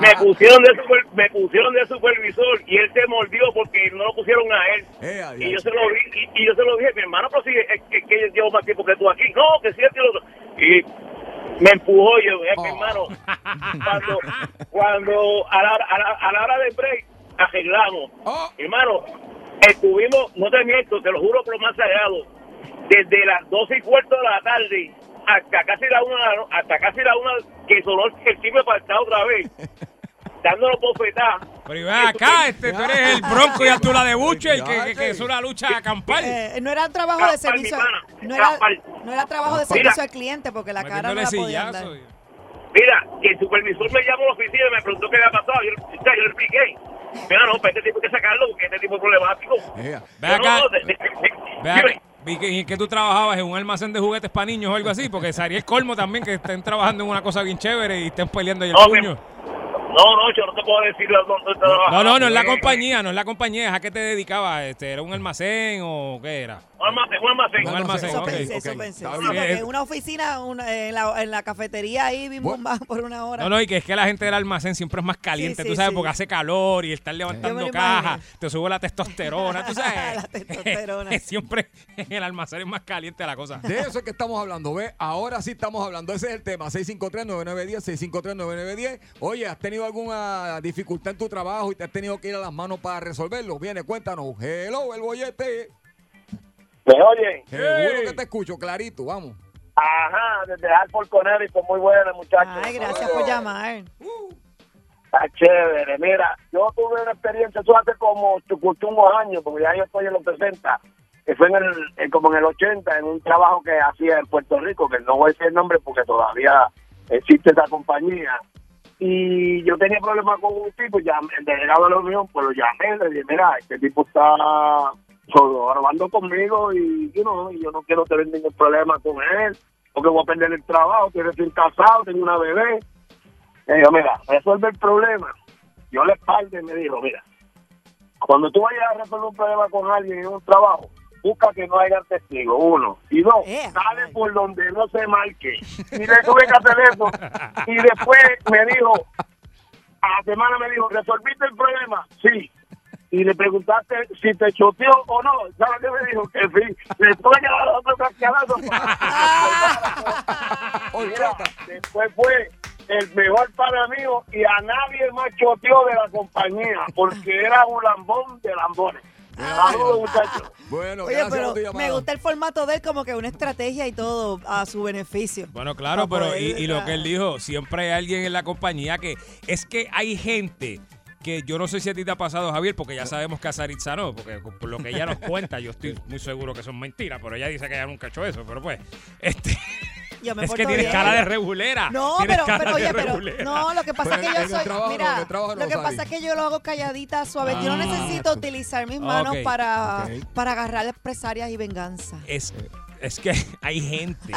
[SPEAKER 11] Me
[SPEAKER 4] Ah,
[SPEAKER 11] pusieron de super- me pusieron de supervisor y él se mordió porque no lo pusieron a él.
[SPEAKER 4] eh, adiós.
[SPEAKER 11] Y yo se
[SPEAKER 12] ah.
[SPEAKER 11] lo vi, y, y yo se lo dije, mi hermano, pero si es que, que yo llevo más tiempo que tú aquí. No, que sí, que lo otro. Y me empujó yo, eh, mi
[SPEAKER 4] Oh.
[SPEAKER 11] hermano. Cuando, cuando a, la, hora- a, la, a la hora del break arreglamos.
[SPEAKER 4] Oh.
[SPEAKER 11] Hermano, estuvimos, no te miento, te lo juro por lo más sagrado, desde las 12 y cuarto de la tarde hasta casi la una, de la no- hasta casi la una que sonó el timbre para estar otra vez, dándonos bofetadas.
[SPEAKER 6] Pero y ven acá, este, tú eres el bronco y Artula de Buche, el que, que- que
[SPEAKER 4] Muchacho.
[SPEAKER 6] es una lucha campal.
[SPEAKER 5] Eh, no era un trabajo de
[SPEAKER 11] Campal,
[SPEAKER 5] servicio.
[SPEAKER 11] mi pana.
[SPEAKER 5] No era,
[SPEAKER 11] Campal.
[SPEAKER 5] no era trabajo de
[SPEAKER 11] Mira.
[SPEAKER 5] servicio al cliente porque la cara no
[SPEAKER 6] Metiéndole
[SPEAKER 5] la podía
[SPEAKER 6] sillazo.
[SPEAKER 5] dar.
[SPEAKER 11] Mira, que el supervisor me llamó a la oficina y me preguntó qué había pasado. Yo, o sea, yo le expliqué. Mira, no, para este tipo hay que sacarlo porque este tipo es problemático.
[SPEAKER 4] Eh,
[SPEAKER 6] Ve acá,
[SPEAKER 11] No, no, de- de- de-
[SPEAKER 6] ve
[SPEAKER 11] dime.
[SPEAKER 6] acá. Vi que, y que tú trabajabas en un almacén de juguetes para niños o algo así, porque sería el colmo también que estén trabajando en una cosa bien chévere y estén peleando ahí el
[SPEAKER 11] Ok.
[SPEAKER 6] puño.
[SPEAKER 11] No, no, yo no te puedo decir dónde trabajas.
[SPEAKER 6] No, no, no es la compañía, no es la compañía. ¿A qué te dedicabas? Este, ¿Era un almacén o qué era?
[SPEAKER 11] Un almacén, un almacén.
[SPEAKER 6] Un almacén,
[SPEAKER 5] Eso
[SPEAKER 6] ok,
[SPEAKER 5] pensé, eso
[SPEAKER 4] ok,
[SPEAKER 5] pensé.
[SPEAKER 4] está
[SPEAKER 5] Sí,
[SPEAKER 4] bien.
[SPEAKER 5] porque
[SPEAKER 6] Eh,
[SPEAKER 5] en una oficina, una- en, la, en la cafetería ahí, bien
[SPEAKER 4] Bu-
[SPEAKER 5] bombada por una hora.
[SPEAKER 6] No, no, y que es que la gente del almacén siempre es más caliente,
[SPEAKER 5] Sí,
[SPEAKER 6] tú
[SPEAKER 5] sí,
[SPEAKER 6] sabes,
[SPEAKER 5] sí.
[SPEAKER 6] porque hace calor y estar
[SPEAKER 5] Yo me
[SPEAKER 6] levantando
[SPEAKER 5] lo
[SPEAKER 6] cajas,
[SPEAKER 5] imaginé.
[SPEAKER 6] te sube la testosterona, tú sabes.
[SPEAKER 5] La testosterona.
[SPEAKER 6] siempre en el almacén es más caliente la cosa.
[SPEAKER 4] De eso es que estamos hablando, ¿ves? Ahora sí estamos hablando. Ese es el tema. 653-9910, 653-9910. Oye, ¿has tenido alguna dificultad en tu trabajo y te has tenido que ir a las manos para resolverlo? Viene, cuéntanos. Hello, el bollete.
[SPEAKER 7] Me oyen.
[SPEAKER 4] Seguro que te escucho, clarito, vamos.
[SPEAKER 7] Ajá, desde Alford Connecticut, muy buena, muchachos.
[SPEAKER 5] Ay, gracias por llamar.
[SPEAKER 7] Está chévere. Mira, yo tuve una experiencia, eso hace como chucuchungos años, porque ya yo estoy en los 60, que fue en el, en- como en el 80, en un trabajo que hacía en Puerto Rico, que no voy a decir el nombre porque todavía existe esa compañía. Y yo tenía problemas con un tipo, ya el delegado de la reunión, pues lo llamé, le dije, mira, este tipo está robando conmigo y, you know, y yo no quiero tener ningún problema con él, porque voy a perder el trabajo, estoy recién casado, tengo una bebé. Le digo, mira, resuelve el problema. Yo le espalda y me dijo, mira, cuando tú vayas a resolver un problema con alguien en un trabajo, busca que no haya testigo, uno. Y dos,
[SPEAKER 5] Eh,
[SPEAKER 7] sale
[SPEAKER 5] ay.
[SPEAKER 7] por donde no se marque. Y le tuve que hacer eso. Y después me dijo, a la semana me dijo, ¿resolviste el problema? Sí. Y le preguntaste si te choteó o no. ¿Sabes qué me dijo? Que sí. Le tuve que dar otro cascarazo. Mira,
[SPEAKER 4] Horchata.
[SPEAKER 7] después fue el mejor para mí y a nadie más choteó de la compañía porque era un lambón de lambones.
[SPEAKER 5] Saludos,
[SPEAKER 7] muchachos.
[SPEAKER 4] Bueno,
[SPEAKER 5] Ah. Oye,
[SPEAKER 4] gracias
[SPEAKER 5] pero
[SPEAKER 4] por tu llamada.
[SPEAKER 5] me gusta el formato de él como que una estrategia y todo a su beneficio.
[SPEAKER 6] Bueno, claro,
[SPEAKER 5] Para
[SPEAKER 6] pero y,
[SPEAKER 5] poder,
[SPEAKER 6] y lo
[SPEAKER 5] ¿verdad?
[SPEAKER 6] que él dijo, siempre hay alguien en la compañía que es que hay gente que yo no sé si a ti te ha pasado, Javier, porque ya sabemos que a Saritza no, porque por lo que ella nos cuenta, yo estoy muy seguro que son mentiras, pero ella dice que ella nunca ha hecho eso, pero pues, este,
[SPEAKER 5] Yo me
[SPEAKER 6] es que
[SPEAKER 5] porto
[SPEAKER 6] tienes
[SPEAKER 5] bien.
[SPEAKER 6] cara de regulera.
[SPEAKER 5] No,
[SPEAKER 6] tienes
[SPEAKER 5] pero,
[SPEAKER 6] cara
[SPEAKER 5] pero
[SPEAKER 6] de
[SPEAKER 5] oye, pero
[SPEAKER 6] regulera.
[SPEAKER 5] no, lo que pasa
[SPEAKER 4] Pero Pues en
[SPEAKER 5] es que
[SPEAKER 4] el
[SPEAKER 5] yo soy,
[SPEAKER 4] trabajo no,
[SPEAKER 5] mira,
[SPEAKER 4] en el trabajo no,
[SPEAKER 5] lo que
[SPEAKER 4] Sari.
[SPEAKER 5] pasa es que yo lo hago calladita, suave. yo no
[SPEAKER 6] Ah,
[SPEAKER 5] necesito utilizar mis manos
[SPEAKER 6] Ok,
[SPEAKER 5] para,
[SPEAKER 6] ok.
[SPEAKER 5] para agarrar empresarias y venganza.
[SPEAKER 6] Es, es que hay gente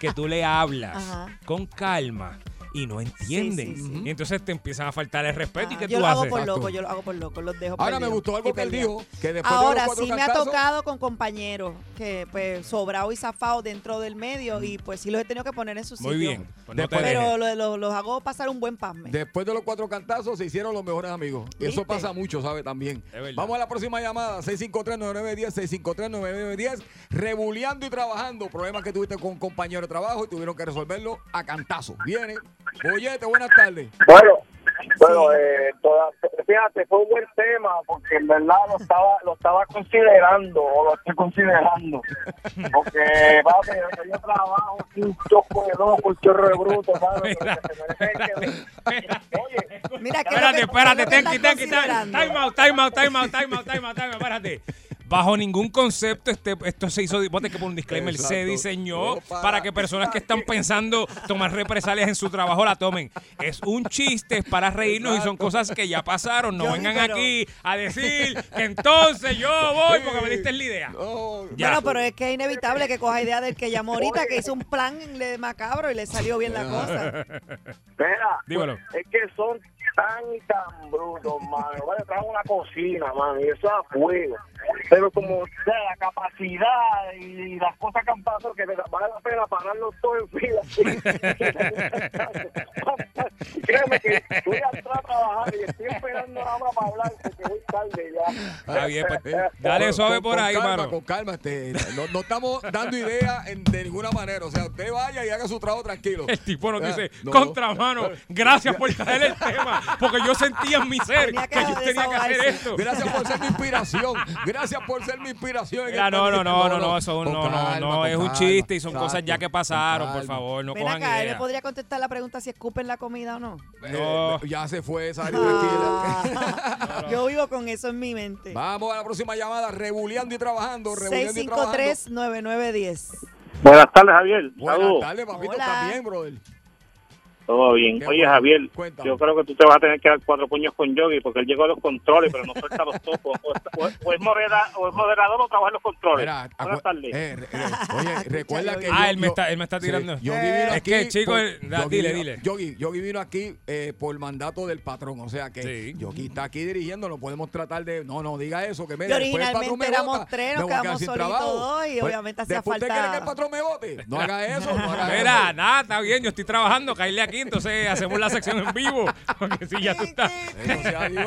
[SPEAKER 6] que tú le hablas
[SPEAKER 5] Ajá.
[SPEAKER 6] con calma y no entienden.
[SPEAKER 5] sí, sí.
[SPEAKER 6] Y entonces te empiezan a faltar el respeto. ¿Y
[SPEAKER 5] Ah,
[SPEAKER 6] qué
[SPEAKER 5] yo
[SPEAKER 6] tú
[SPEAKER 5] lo hago
[SPEAKER 6] haces?
[SPEAKER 5] por loco, yo lo hago por loco, los dejo
[SPEAKER 4] Ahora me
[SPEAKER 5] perdidos
[SPEAKER 4] gustó algo
[SPEAKER 5] y
[SPEAKER 4] que él dijo,
[SPEAKER 5] perdidos.
[SPEAKER 4] que después de
[SPEAKER 5] Ahora
[SPEAKER 4] los cuatro
[SPEAKER 5] sí me ha
[SPEAKER 4] cantazos-
[SPEAKER 5] tocado con compañeros que pues sobrado y zafado dentro del medio y pues sí los he tenido que poner en su sitio.
[SPEAKER 6] Muy bien. pues no te
[SPEAKER 4] Después-
[SPEAKER 6] dejes.
[SPEAKER 5] Pero lo- lo- los hago pasar un buen pasme.
[SPEAKER 4] Después de los cuatro cantazos se hicieron los mejores amigos. Y
[SPEAKER 5] ¿Viste?
[SPEAKER 4] eso pasa mucho, ¿sabe? También.
[SPEAKER 6] Es verdad.
[SPEAKER 4] Vamos a la próxima llamada. 653-9910, 653-9910. Rebuleando y trabajando. Problemas que tuviste con un compañero de trabajo y tuvieron que resolverlo a cantazos. Viene. Bollete, buenas tardes.
[SPEAKER 7] Bueno, bueno eh, toda- fíjate, fue un buen tema porque en verdad lo estaba, lo estaba considerando o lo estoy considerando. Porque, papi, yo trabajo aquí un choco de loco, un chorro de bruto, ¿sabes? Pero que se merece que- Oye,
[SPEAKER 5] Mira, ¿qué es lo
[SPEAKER 6] Espérate,
[SPEAKER 5] que-
[SPEAKER 6] espérate,
[SPEAKER 5] qué es lo
[SPEAKER 6] tenki,
[SPEAKER 5] que
[SPEAKER 6] tenki, time
[SPEAKER 5] estás considerando?
[SPEAKER 6] out, time out, time out, time out, time out, time out, espérate. Bajo ningún concepto este, esto se hizo, vos tenés que poner un disclaimer, se
[SPEAKER 4] Exacto.
[SPEAKER 6] diseñó
[SPEAKER 4] No, para-
[SPEAKER 6] para que personas que están pensando tomar represalias en su trabajo la tomen. Es un chiste, es para reírnos y son cosas que ya pasaron. No
[SPEAKER 5] Yo sí,
[SPEAKER 6] vengan
[SPEAKER 5] pero-
[SPEAKER 6] aquí a decir que entonces yo voy porque me diste la idea.
[SPEAKER 4] Oh,
[SPEAKER 6] Ya.
[SPEAKER 5] Bueno, pero es que es inevitable que coja idea del que llamó ahorita, que hizo un plan le- macabro y le salió bien la cosa.
[SPEAKER 7] espera,
[SPEAKER 6] Dímelo.
[SPEAKER 7] es que son tan y tan brutos, mano. Bueno, trajo una cocina, mano, y eso es a fuego. Pero como o sea, la capacidad y las cosas que han pasado, que vale la pena pararnos todos en fila. Créeme que voy a entrar a trabajar y estoy esperando ahora para hablar porque voy tarde ya.
[SPEAKER 6] Está bien, pues,
[SPEAKER 4] Eh,
[SPEAKER 6] dale
[SPEAKER 4] con-
[SPEAKER 6] suave
[SPEAKER 4] con-
[SPEAKER 6] por
[SPEAKER 4] con
[SPEAKER 6] ahí,
[SPEAKER 4] calma,
[SPEAKER 6] mano.
[SPEAKER 4] Con calma, este, no, no estamos dando idea en- de ninguna manera. O sea, usted vaya y haga su trabajo tranquilo.
[SPEAKER 6] El tipo nos
[SPEAKER 4] Ah,
[SPEAKER 6] dice,
[SPEAKER 4] no. Eh,
[SPEAKER 6] contramano, gracias por traer el tema, porque yo sentía en mi ser
[SPEAKER 5] Tenía
[SPEAKER 6] que,
[SPEAKER 5] que
[SPEAKER 6] yo tenía que hacer
[SPEAKER 5] desahogarse.
[SPEAKER 6] esto.
[SPEAKER 4] Gracias por ser mi inspiración. Gracias por ser mi inspiración. en
[SPEAKER 6] Mira,
[SPEAKER 4] esta
[SPEAKER 6] no, no,
[SPEAKER 4] vida.
[SPEAKER 6] no, no, no, eso
[SPEAKER 4] con
[SPEAKER 6] no, no,
[SPEAKER 4] calma,
[SPEAKER 6] no,
[SPEAKER 4] con
[SPEAKER 6] es un
[SPEAKER 4] calma.
[SPEAKER 6] chiste y son
[SPEAKER 4] Exacto,
[SPEAKER 6] cosas ya que
[SPEAKER 4] con
[SPEAKER 6] pasaron, por
[SPEAKER 4] calma.
[SPEAKER 6] favor, no
[SPEAKER 5] Ven
[SPEAKER 6] cojan
[SPEAKER 5] acá, ¿él me
[SPEAKER 6] idea.
[SPEAKER 5] podría contestar la pregunta si escupen la comida o no?
[SPEAKER 4] Eh,
[SPEAKER 6] No.
[SPEAKER 4] ya se fue, Sari, tranquila.
[SPEAKER 5] Ah, Yo vivo con eso en mi mente.
[SPEAKER 4] Vamos a la próxima llamada, rebuleando y trabajando, rebuleando y trabajando.
[SPEAKER 5] 653-9910.
[SPEAKER 11] Buenas tardes, Javier.
[SPEAKER 4] Buenas tardes, papito,
[SPEAKER 5] Hola.
[SPEAKER 4] también, brother.
[SPEAKER 11] Todo bien.
[SPEAKER 4] Qué
[SPEAKER 11] Oye,
[SPEAKER 4] bueno.
[SPEAKER 11] Javier,
[SPEAKER 4] Cuéntame.
[SPEAKER 11] yo creo que tú te vas a tener que dar cuatro puños con Yogi porque él llegó a los controles, pero no suelta los topos. O, o- o es, moderador, o es moderador o trabaja en los controles.
[SPEAKER 4] Mira,
[SPEAKER 11] Buenas
[SPEAKER 4] acu-
[SPEAKER 11] tardes.
[SPEAKER 4] eh, re- eh, oye, recuerda
[SPEAKER 5] Yogi.
[SPEAKER 4] que.
[SPEAKER 6] Ah, él me está- él me está tirando.
[SPEAKER 4] Yogi vino
[SPEAKER 6] Es que,
[SPEAKER 4] aquí
[SPEAKER 6] chico,
[SPEAKER 4] por-
[SPEAKER 6] el- da-
[SPEAKER 4] Yogi
[SPEAKER 6] dile,
[SPEAKER 4] vino-
[SPEAKER 6] dile.
[SPEAKER 4] Yogi, Yogi vino aquí eh, por mandato del patrón. O sea que
[SPEAKER 6] Sí.
[SPEAKER 4] Yogi está aquí dirigiendo, no podemos tratar de. No, no diga eso, que mira,
[SPEAKER 5] Y
[SPEAKER 4] después el patrón
[SPEAKER 5] originalmente
[SPEAKER 4] me
[SPEAKER 5] éramos
[SPEAKER 4] bota,
[SPEAKER 5] tres, nos
[SPEAKER 4] me voy a quedar
[SPEAKER 5] quedamos
[SPEAKER 4] sin
[SPEAKER 5] solitos
[SPEAKER 4] trabajo.
[SPEAKER 5] dos y obviamente hacía
[SPEAKER 4] después ¿Usted
[SPEAKER 5] falta-
[SPEAKER 4] quiere que el patrón me vote? No haga eso, no haga
[SPEAKER 6] Mira,
[SPEAKER 4] eso.
[SPEAKER 6] nada, está bien, yo estoy trabajando, caíle aquí, entonces hacemos la sección en vivo, porque si ya tú estás...
[SPEAKER 4] Eso Eh, sea Dios.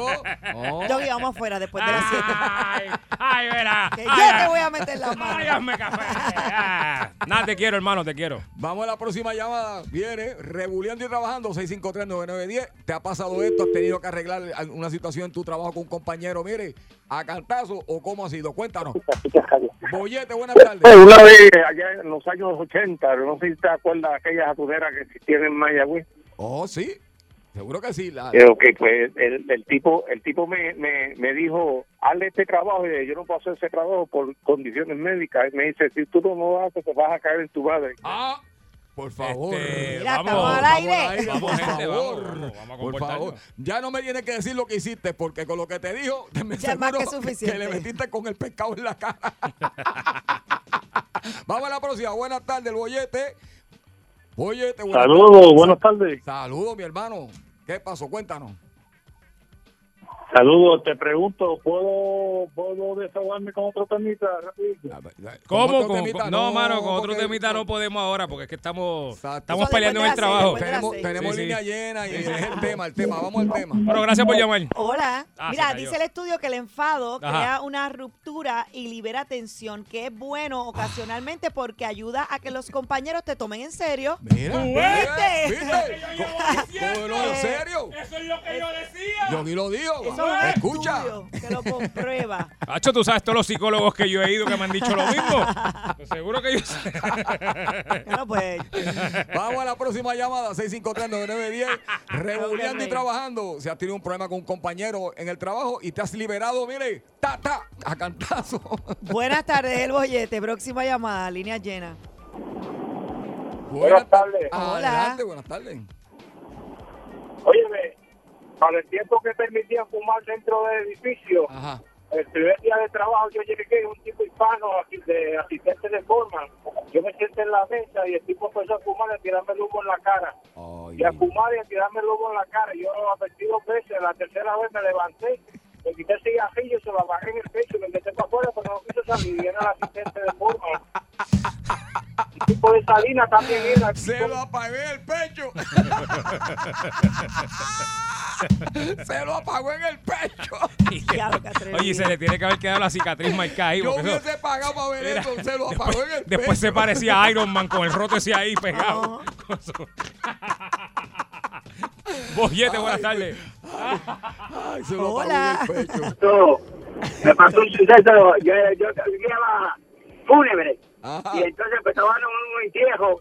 [SPEAKER 4] Oh. No.
[SPEAKER 5] Yo vamos afuera después de las siete.
[SPEAKER 6] Ay, ay, verá.
[SPEAKER 5] Que
[SPEAKER 6] ay,
[SPEAKER 5] yo te voy a meter la
[SPEAKER 6] ay,
[SPEAKER 5] mano.
[SPEAKER 6] hazme café. Ah, Nada, te quiero, hermano, te quiero.
[SPEAKER 4] Vamos a la próxima llamada. Viene, rebuleando y trabajando, 653-9910. ¿Te ha pasado esto? ¿Has tenido que arreglar una situación en tu trabajo con un compañero? Mire, a cantazo o cómo ha sido. Cuéntanos. Bollete, buenas
[SPEAKER 7] Eh,
[SPEAKER 4] tardes.
[SPEAKER 7] Una vez, allá en los años 80, no sé si te acuerdas de aquellas atuderas que tienen en Mayagüez.
[SPEAKER 4] Oh, sí. Seguro que sí. La,
[SPEAKER 7] Eh, ok, pues el, el tipo el tipo me, me, me dijo, hazle este trabajo. Y yo no puedo hacer ese trabajo por condiciones médicas. Y me dice, si tú no lo haces, te vas a caer en tu madre.
[SPEAKER 6] Ah,
[SPEAKER 4] por favor.
[SPEAKER 6] Este,
[SPEAKER 5] Mira,
[SPEAKER 6] vamos,
[SPEAKER 5] estamos al
[SPEAKER 4] Vamos
[SPEAKER 5] aire.
[SPEAKER 4] al aire,
[SPEAKER 6] Vamos,
[SPEAKER 4] por
[SPEAKER 6] gente, vamos,
[SPEAKER 4] favor.
[SPEAKER 6] vamos, vamos a
[SPEAKER 4] por
[SPEAKER 6] comportarnos.
[SPEAKER 4] favor. Ya no me tienes que decir lo que hiciste, porque con lo que te dijo, te me
[SPEAKER 5] Ya es más
[SPEAKER 4] aseguro
[SPEAKER 5] que suficiente.
[SPEAKER 4] le metiste con el pescado en la cara. vamos a la próxima. Buenas tardes, el bollete. Bollete, buenas
[SPEAKER 11] Saludos,
[SPEAKER 4] tardes.
[SPEAKER 11] buenas tardes.
[SPEAKER 4] Saludos, mi hermano. ¿Qué pasó? Cuéntanos.
[SPEAKER 11] Saludos, te pregunto, ¿puedo, ¿puedo desahogarme con otro temita? rapidito?
[SPEAKER 4] Ah,
[SPEAKER 6] ¿Cómo?
[SPEAKER 4] otro
[SPEAKER 6] Con-
[SPEAKER 4] temita?
[SPEAKER 6] con- no, mano, con otro
[SPEAKER 4] porque-
[SPEAKER 6] temita no podemos ahora porque es que estamos,
[SPEAKER 4] Exacto.
[SPEAKER 6] estamos
[SPEAKER 5] Eso
[SPEAKER 6] peleando en el
[SPEAKER 5] después de las
[SPEAKER 6] trabajo.
[SPEAKER 5] seis, después
[SPEAKER 4] Tenemos,
[SPEAKER 5] Sí,
[SPEAKER 4] tenemos
[SPEAKER 6] sí.
[SPEAKER 4] línea llena y es el tema, el tema. Vamos al tema.
[SPEAKER 6] Pero gracias por llamar.
[SPEAKER 5] Hola.
[SPEAKER 6] Ah, se
[SPEAKER 5] Oh. Mira,
[SPEAKER 6] cayó.
[SPEAKER 5] dice el estudio que el enfado
[SPEAKER 6] Ajá.
[SPEAKER 5] crea una ruptura y libera tensión, que es bueno ocasionalmente porque ayuda a que los compañeros te tomen en serio.
[SPEAKER 4] Mira,
[SPEAKER 5] ¡Fuerte!
[SPEAKER 4] ¿viste? ¿Viste? Co- co- cógelo en serio.
[SPEAKER 6] es lo que yo decía.
[SPEAKER 4] Yogi lo dijo.
[SPEAKER 5] Eso eso es un
[SPEAKER 4] Escucha.
[SPEAKER 5] estudio que lo comprueba.
[SPEAKER 6] Hacho, tú sabes todos los psicólogos que yo he ido que me han dicho lo mismo. Pues seguro que yo sé.
[SPEAKER 5] Bueno, pues.
[SPEAKER 4] Vamos a la próxima llamada, 653-9910. Rebuleando y
[SPEAKER 5] Ok.
[SPEAKER 4] trabajando. Si has tenido un problema con un compañero en el trabajo y te has liberado, mire, ta, ta, a cantazo.
[SPEAKER 5] Buenas tardes, el bollete. Próxima llamada, línea llena.
[SPEAKER 4] Buenas
[SPEAKER 7] tardes.
[SPEAKER 4] Ah, Adelante, buenas tardes.
[SPEAKER 7] Óyeme, para el tiempo que permitían fumar dentro del edificio,
[SPEAKER 4] Ajá.
[SPEAKER 7] el primer día de trabajo yo llegué, un tipo hispano asi- de asistente de forma. Yo me siento en la mesa y el tipo empezó a fumar y a tirarme el humo en la cara. y a fumar y a tirarme el humo en la cara. Yo lo advertí dos veces, la tercera vez me levanté. Le quité el cigarrillo, se lo agarré en el pecho, lo metí para afuera, pero no quiso salir. Y era el asistente de forma. El tipo de Salina también era.
[SPEAKER 4] Se lo apagué el pecho. se lo apagó en el pecho.
[SPEAKER 6] Oye, y se le tiene que haber quedado la cicatriz marcada ahí.
[SPEAKER 4] Yo
[SPEAKER 6] porque eso-
[SPEAKER 4] hubiese pagado para ver
[SPEAKER 6] Mira,
[SPEAKER 4] eso. Se lo apagó en el pecho.
[SPEAKER 6] después se parecía a Iron Man con el roto ese ahí pegado. Con su- Bollete, buenas tardes.
[SPEAKER 4] Ay, se lo
[SPEAKER 5] Hola.
[SPEAKER 4] apagó en el pecho.
[SPEAKER 7] Yo- me pasó un suceso, yo, yo caminaba fúnebre y entonces empezaban un, un viejo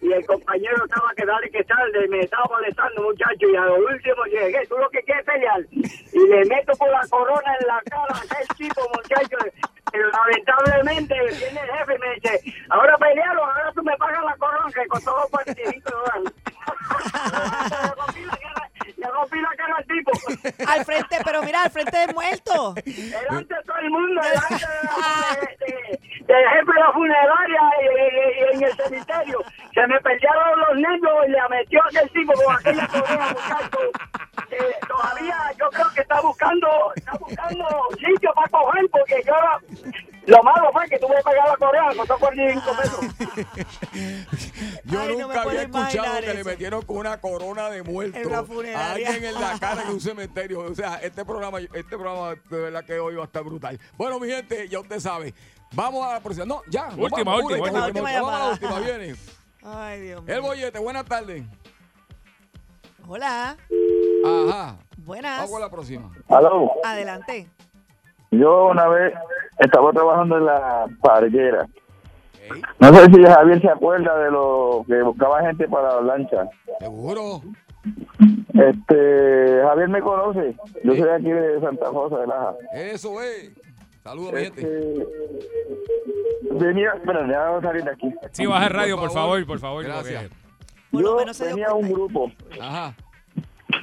[SPEAKER 7] y el compañero estaba que dale que tarde y me estaba molestando muchacho y a lo último llegué, tú lo que quieres pelear y le meto con la corona en la cara a aquel tipo muchacho y lamentablemente viene el jefe y me dice ahora pelearon, ahora tú me pagas la corona que costó los partiditos ¿verdad? le rompí la cara al tipo
[SPEAKER 5] Al frente, pero mira, al frente del muerto.
[SPEAKER 7] delante de todo el mundo, delante de la, de- de- del jefe de la funeraria y, y- y en el cementerio. Se me perdieron los niños y le metió aquel tipo con aquella corona, muchacho. Eh, todavía yo creo que está buscando, está buscando sitio para coger porque yo la- lo malo fue que tuve que pagar la corona, costó 45
[SPEAKER 4] Ah.
[SPEAKER 7] pesos.
[SPEAKER 4] Yo
[SPEAKER 5] Ay, no me
[SPEAKER 4] nunca
[SPEAKER 5] puedo
[SPEAKER 4] había escuchado
[SPEAKER 5] imaginar
[SPEAKER 4] que le
[SPEAKER 5] eso.
[SPEAKER 4] metieron con una corona de muerto
[SPEAKER 5] En una
[SPEAKER 4] a
[SPEAKER 5] funeraria.
[SPEAKER 4] alguien en la cara en un cementerio. O sea, este programa, este programa de verdad que hoy va a estar brutal. Bueno, mi gente, ya usted sabe. Vamos a la próxima. No, ya. nos
[SPEAKER 6] Última,
[SPEAKER 4] vamos.
[SPEAKER 6] última, última.
[SPEAKER 4] Vamos a la
[SPEAKER 5] Última
[SPEAKER 4] última,
[SPEAKER 5] llamada.
[SPEAKER 4] viene.
[SPEAKER 5] Ay, Dios mío.
[SPEAKER 4] El bollete, buenas tardes.
[SPEAKER 5] Hola.
[SPEAKER 4] Ajá.
[SPEAKER 5] Buenas.
[SPEAKER 4] Vamos a la próxima.
[SPEAKER 11] Aló,
[SPEAKER 5] Adelante.
[SPEAKER 11] yo una vez estaba trabajando en la parguera. No sé si Javier se acuerda de lo que buscaba gente para la lancha.
[SPEAKER 4] Seguro.
[SPEAKER 11] Este, Javier me conoce. Yo soy de aquí de Santa Rosa de Laja. Este,
[SPEAKER 4] Eso es. Saludos, mi gente.
[SPEAKER 11] Venía, espera, déjame salir de aquí.
[SPEAKER 6] Sí, baja el radio, por favor, por favor. Gracias.
[SPEAKER 11] Yo tenía un grupo.
[SPEAKER 4] Ajá.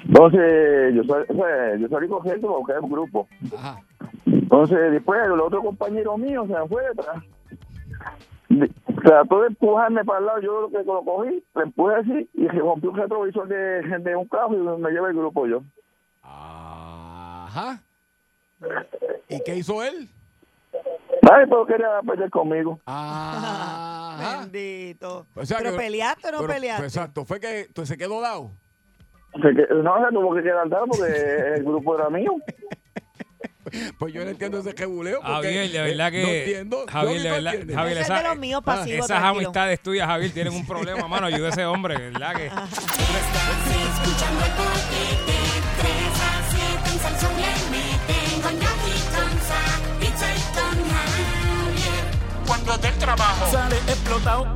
[SPEAKER 11] Entonces, yo, sal- o sea, yo salí con gente para buscar un grupo.
[SPEAKER 4] Ajá.
[SPEAKER 11] Entonces, después, el otro compañero mío se me fue detrás. De- Trató de empujarme para el lado. Yo lo que lo cogí, le empujé así y rompí un retrovisor de, de un carro y me llevé el grupo yo.
[SPEAKER 4] Ajá. ¿Y qué hizo él?
[SPEAKER 11] Nadie pero quería pelear conmigo.
[SPEAKER 5] Bendito.
[SPEAKER 4] O sea
[SPEAKER 5] pero
[SPEAKER 4] que-
[SPEAKER 5] peleaste o no
[SPEAKER 4] pero-
[SPEAKER 5] peleaste.
[SPEAKER 4] Exacto. Fue que entonces, se quedó dado.
[SPEAKER 11] Se que- Eh, no, se tuvo que quedar dado porque el grupo era mío.
[SPEAKER 4] Pues yo no entiendo ese jebuleo. porque,
[SPEAKER 6] Javier, de
[SPEAKER 4] eh,
[SPEAKER 6] verdad que.
[SPEAKER 4] No entiendo.
[SPEAKER 6] Javier,
[SPEAKER 4] Yo
[SPEAKER 6] de
[SPEAKER 4] no
[SPEAKER 6] verdad.
[SPEAKER 4] entiendo.
[SPEAKER 6] Javier,
[SPEAKER 5] Ese es
[SPEAKER 6] esa-
[SPEAKER 5] de los míos,
[SPEAKER 6] ah,
[SPEAKER 5] pasivo,
[SPEAKER 6] Esas
[SPEAKER 5] tranquilo.
[SPEAKER 6] amistades tuyas, Javier, tienen un problema, mano. Ayuda a ese hombre, de ¿verdad? Que...
[SPEAKER 3] Escuchando el bollete, 3 a 7 en Salsón le meten con Yogi, con Sa, pizza y con Javier.
[SPEAKER 13] Cuando del trabajo sale explotado.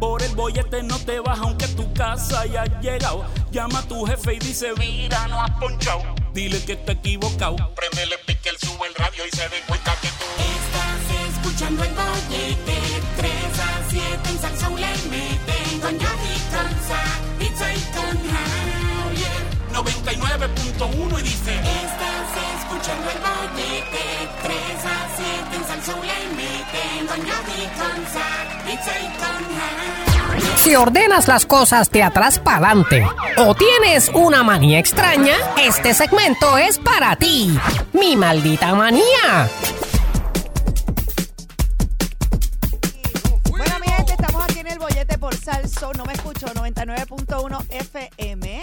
[SPEAKER 13] Por el bollete no te baja aunque tu casa haya llegado. Llama a tu jefe y dice, mira, no has ponchado. Dile que está equivocado. Prendele pique, él sube el radio y se dé cuenta que tú...
[SPEAKER 3] Estás escuchando el bollete, 3 a 7 en Salsón le meten con Yogi, con Sa, pizza y con Javier.
[SPEAKER 13] 99.1 y dice...
[SPEAKER 3] Estás escuchando el bollete 3 a 7 en Salsón le meten con Yogi, con Sa, pizza y con Javier.
[SPEAKER 14] Si ordenas las cosas de atrás para adelante o tienes una manía extraña, este segmento es para ti. Mi maldita manía.
[SPEAKER 5] Bueno, mi gente, estamos aquí en el bollete por Salso. No me escucho, 99.1 FM.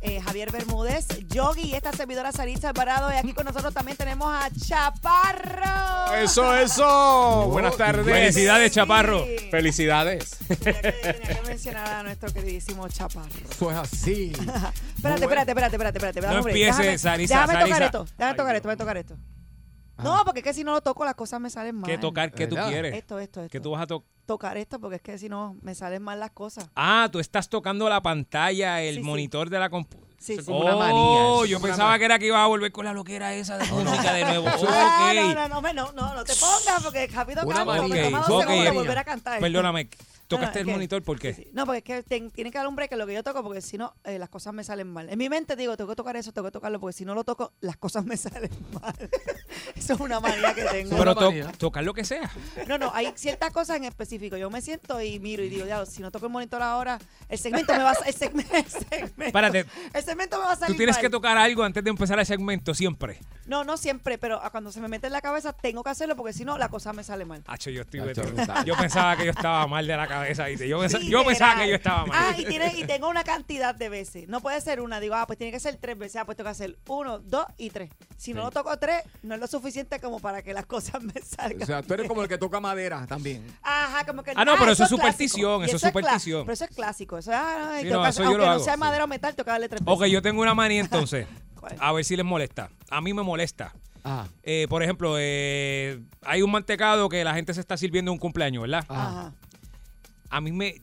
[SPEAKER 5] eh, Javier Bermúdez, Yogi y esta servidora Sarita Alvarado. Y aquí con nosotros también tenemos a Chaparro.
[SPEAKER 12] Eso, eso.
[SPEAKER 4] Oh,
[SPEAKER 12] Buenas tardes.
[SPEAKER 6] Felicidades, Chaparro.
[SPEAKER 12] Felicidades.
[SPEAKER 5] Tenía que mencionar a nuestro queridísimo Chaparro.
[SPEAKER 4] Eso es así.
[SPEAKER 5] Espérate, espérate, espérate, espérate, espérate.
[SPEAKER 6] No
[SPEAKER 5] dame un break.
[SPEAKER 6] empieces,
[SPEAKER 5] Déjame-
[SPEAKER 6] Sarisa,
[SPEAKER 5] Déjame tocar
[SPEAKER 6] Sarisa.
[SPEAKER 5] esto, déjame tocar esto, déjame tocar esto. No, porque es que si no lo toco las cosas me salen mal.
[SPEAKER 6] ¿Qué tocar? ¿Qué tú
[SPEAKER 5] ¿Verdad?
[SPEAKER 6] quieres?
[SPEAKER 5] Esto, esto, esto.
[SPEAKER 6] ¿Qué tú vas a tocar?
[SPEAKER 5] Tocar esto porque es que si no me salen mal las cosas.
[SPEAKER 6] Ah, tú estás tocando la pantalla, el
[SPEAKER 5] Sí, sí.
[SPEAKER 6] monitor de la computadora.
[SPEAKER 5] Sí,
[SPEAKER 6] Eso es
[SPEAKER 5] sí.
[SPEAKER 6] como
[SPEAKER 5] Oh,
[SPEAKER 6] una manía.
[SPEAKER 5] yo
[SPEAKER 6] Yo
[SPEAKER 5] pensaba
[SPEAKER 6] pensaba que era que iba a volver con la loquera esa de música de nuevo.
[SPEAKER 5] Ah, no, no, no, hombre, no, no, no te pongas porque rápido
[SPEAKER 6] Una
[SPEAKER 5] canto,
[SPEAKER 6] manía.
[SPEAKER 5] me toma dos
[SPEAKER 6] Ok,
[SPEAKER 5] segundos
[SPEAKER 6] Erika.
[SPEAKER 5] volver a cantar.
[SPEAKER 6] Perdóname, tocaste
[SPEAKER 5] es
[SPEAKER 6] el
[SPEAKER 5] que-
[SPEAKER 6] monitor, ¿por qué?
[SPEAKER 5] No, porque es que ten- tiene que dar un break en lo que yo toco porque si no eh, las cosas me salen mal. En mi mente digo, tengo que tocar eso, tengo que tocarlo porque si no lo toco las cosas me salen mal. eso es una manía que tengo.
[SPEAKER 6] Pero to- tocar lo que sea.
[SPEAKER 5] No, no, hay ciertas cosas en específico. Yo me siento y miro y digo, ya, si no toco el monitor ahora, el segmento me va a sa- el segmento, el segmento,
[SPEAKER 6] Espérate,
[SPEAKER 5] el segmento me va a salir
[SPEAKER 6] tú tienes
[SPEAKER 5] mal.
[SPEAKER 6] que tocar algo antes de empezar el segmento, siempre.
[SPEAKER 5] No, no siempre, pero a cuando se me mete en la cabeza tengo que hacerlo porque si no la cosa me sale mal.
[SPEAKER 6] Hacho, yo, estoy
[SPEAKER 12] Hacho,
[SPEAKER 6] metido.
[SPEAKER 12] brutal.
[SPEAKER 6] yo pensaba que yo estaba mal de la cabeza. ¿viste? Yo, pensaba,
[SPEAKER 5] Sí,
[SPEAKER 6] yo pensaba
[SPEAKER 5] literal.
[SPEAKER 6] que yo estaba
[SPEAKER 5] Ah,
[SPEAKER 6] mal.
[SPEAKER 5] y, tiene, y tengo una cantidad de veces. No puede ser una. Digo, ah, pues tiene que ser tres veces. Ah, pues tengo que hacer uno, dos y tres. Si no
[SPEAKER 4] Sí.
[SPEAKER 5] lo toco tres, no es lo suficiente como para que las cosas me salgan.
[SPEAKER 4] O sea, tú eres como el que toca madera también.
[SPEAKER 5] Ajá, como que
[SPEAKER 4] Ah, no, pero eso es
[SPEAKER 5] clásico.
[SPEAKER 4] superstición,
[SPEAKER 5] Y
[SPEAKER 4] eso es
[SPEAKER 5] cla-
[SPEAKER 4] superstición.
[SPEAKER 5] Pero eso es clásico. Eso, ah, ay,
[SPEAKER 6] Sí,
[SPEAKER 5] tengo
[SPEAKER 6] no,
[SPEAKER 5] que-
[SPEAKER 6] eso yo
[SPEAKER 5] aunque
[SPEAKER 6] lo
[SPEAKER 5] no
[SPEAKER 6] hago,
[SPEAKER 5] sea
[SPEAKER 6] sí.
[SPEAKER 5] madera o metal, tengo que darle tres veces.
[SPEAKER 6] Ok, yo tengo una manía entonces. A ver si les molesta. A mí me molesta.
[SPEAKER 4] Ah.
[SPEAKER 6] Eh, por ejemplo, eh, hay un mantecado que la gente se está sirviendo en un cumpleaños, ¿verdad? A mí me.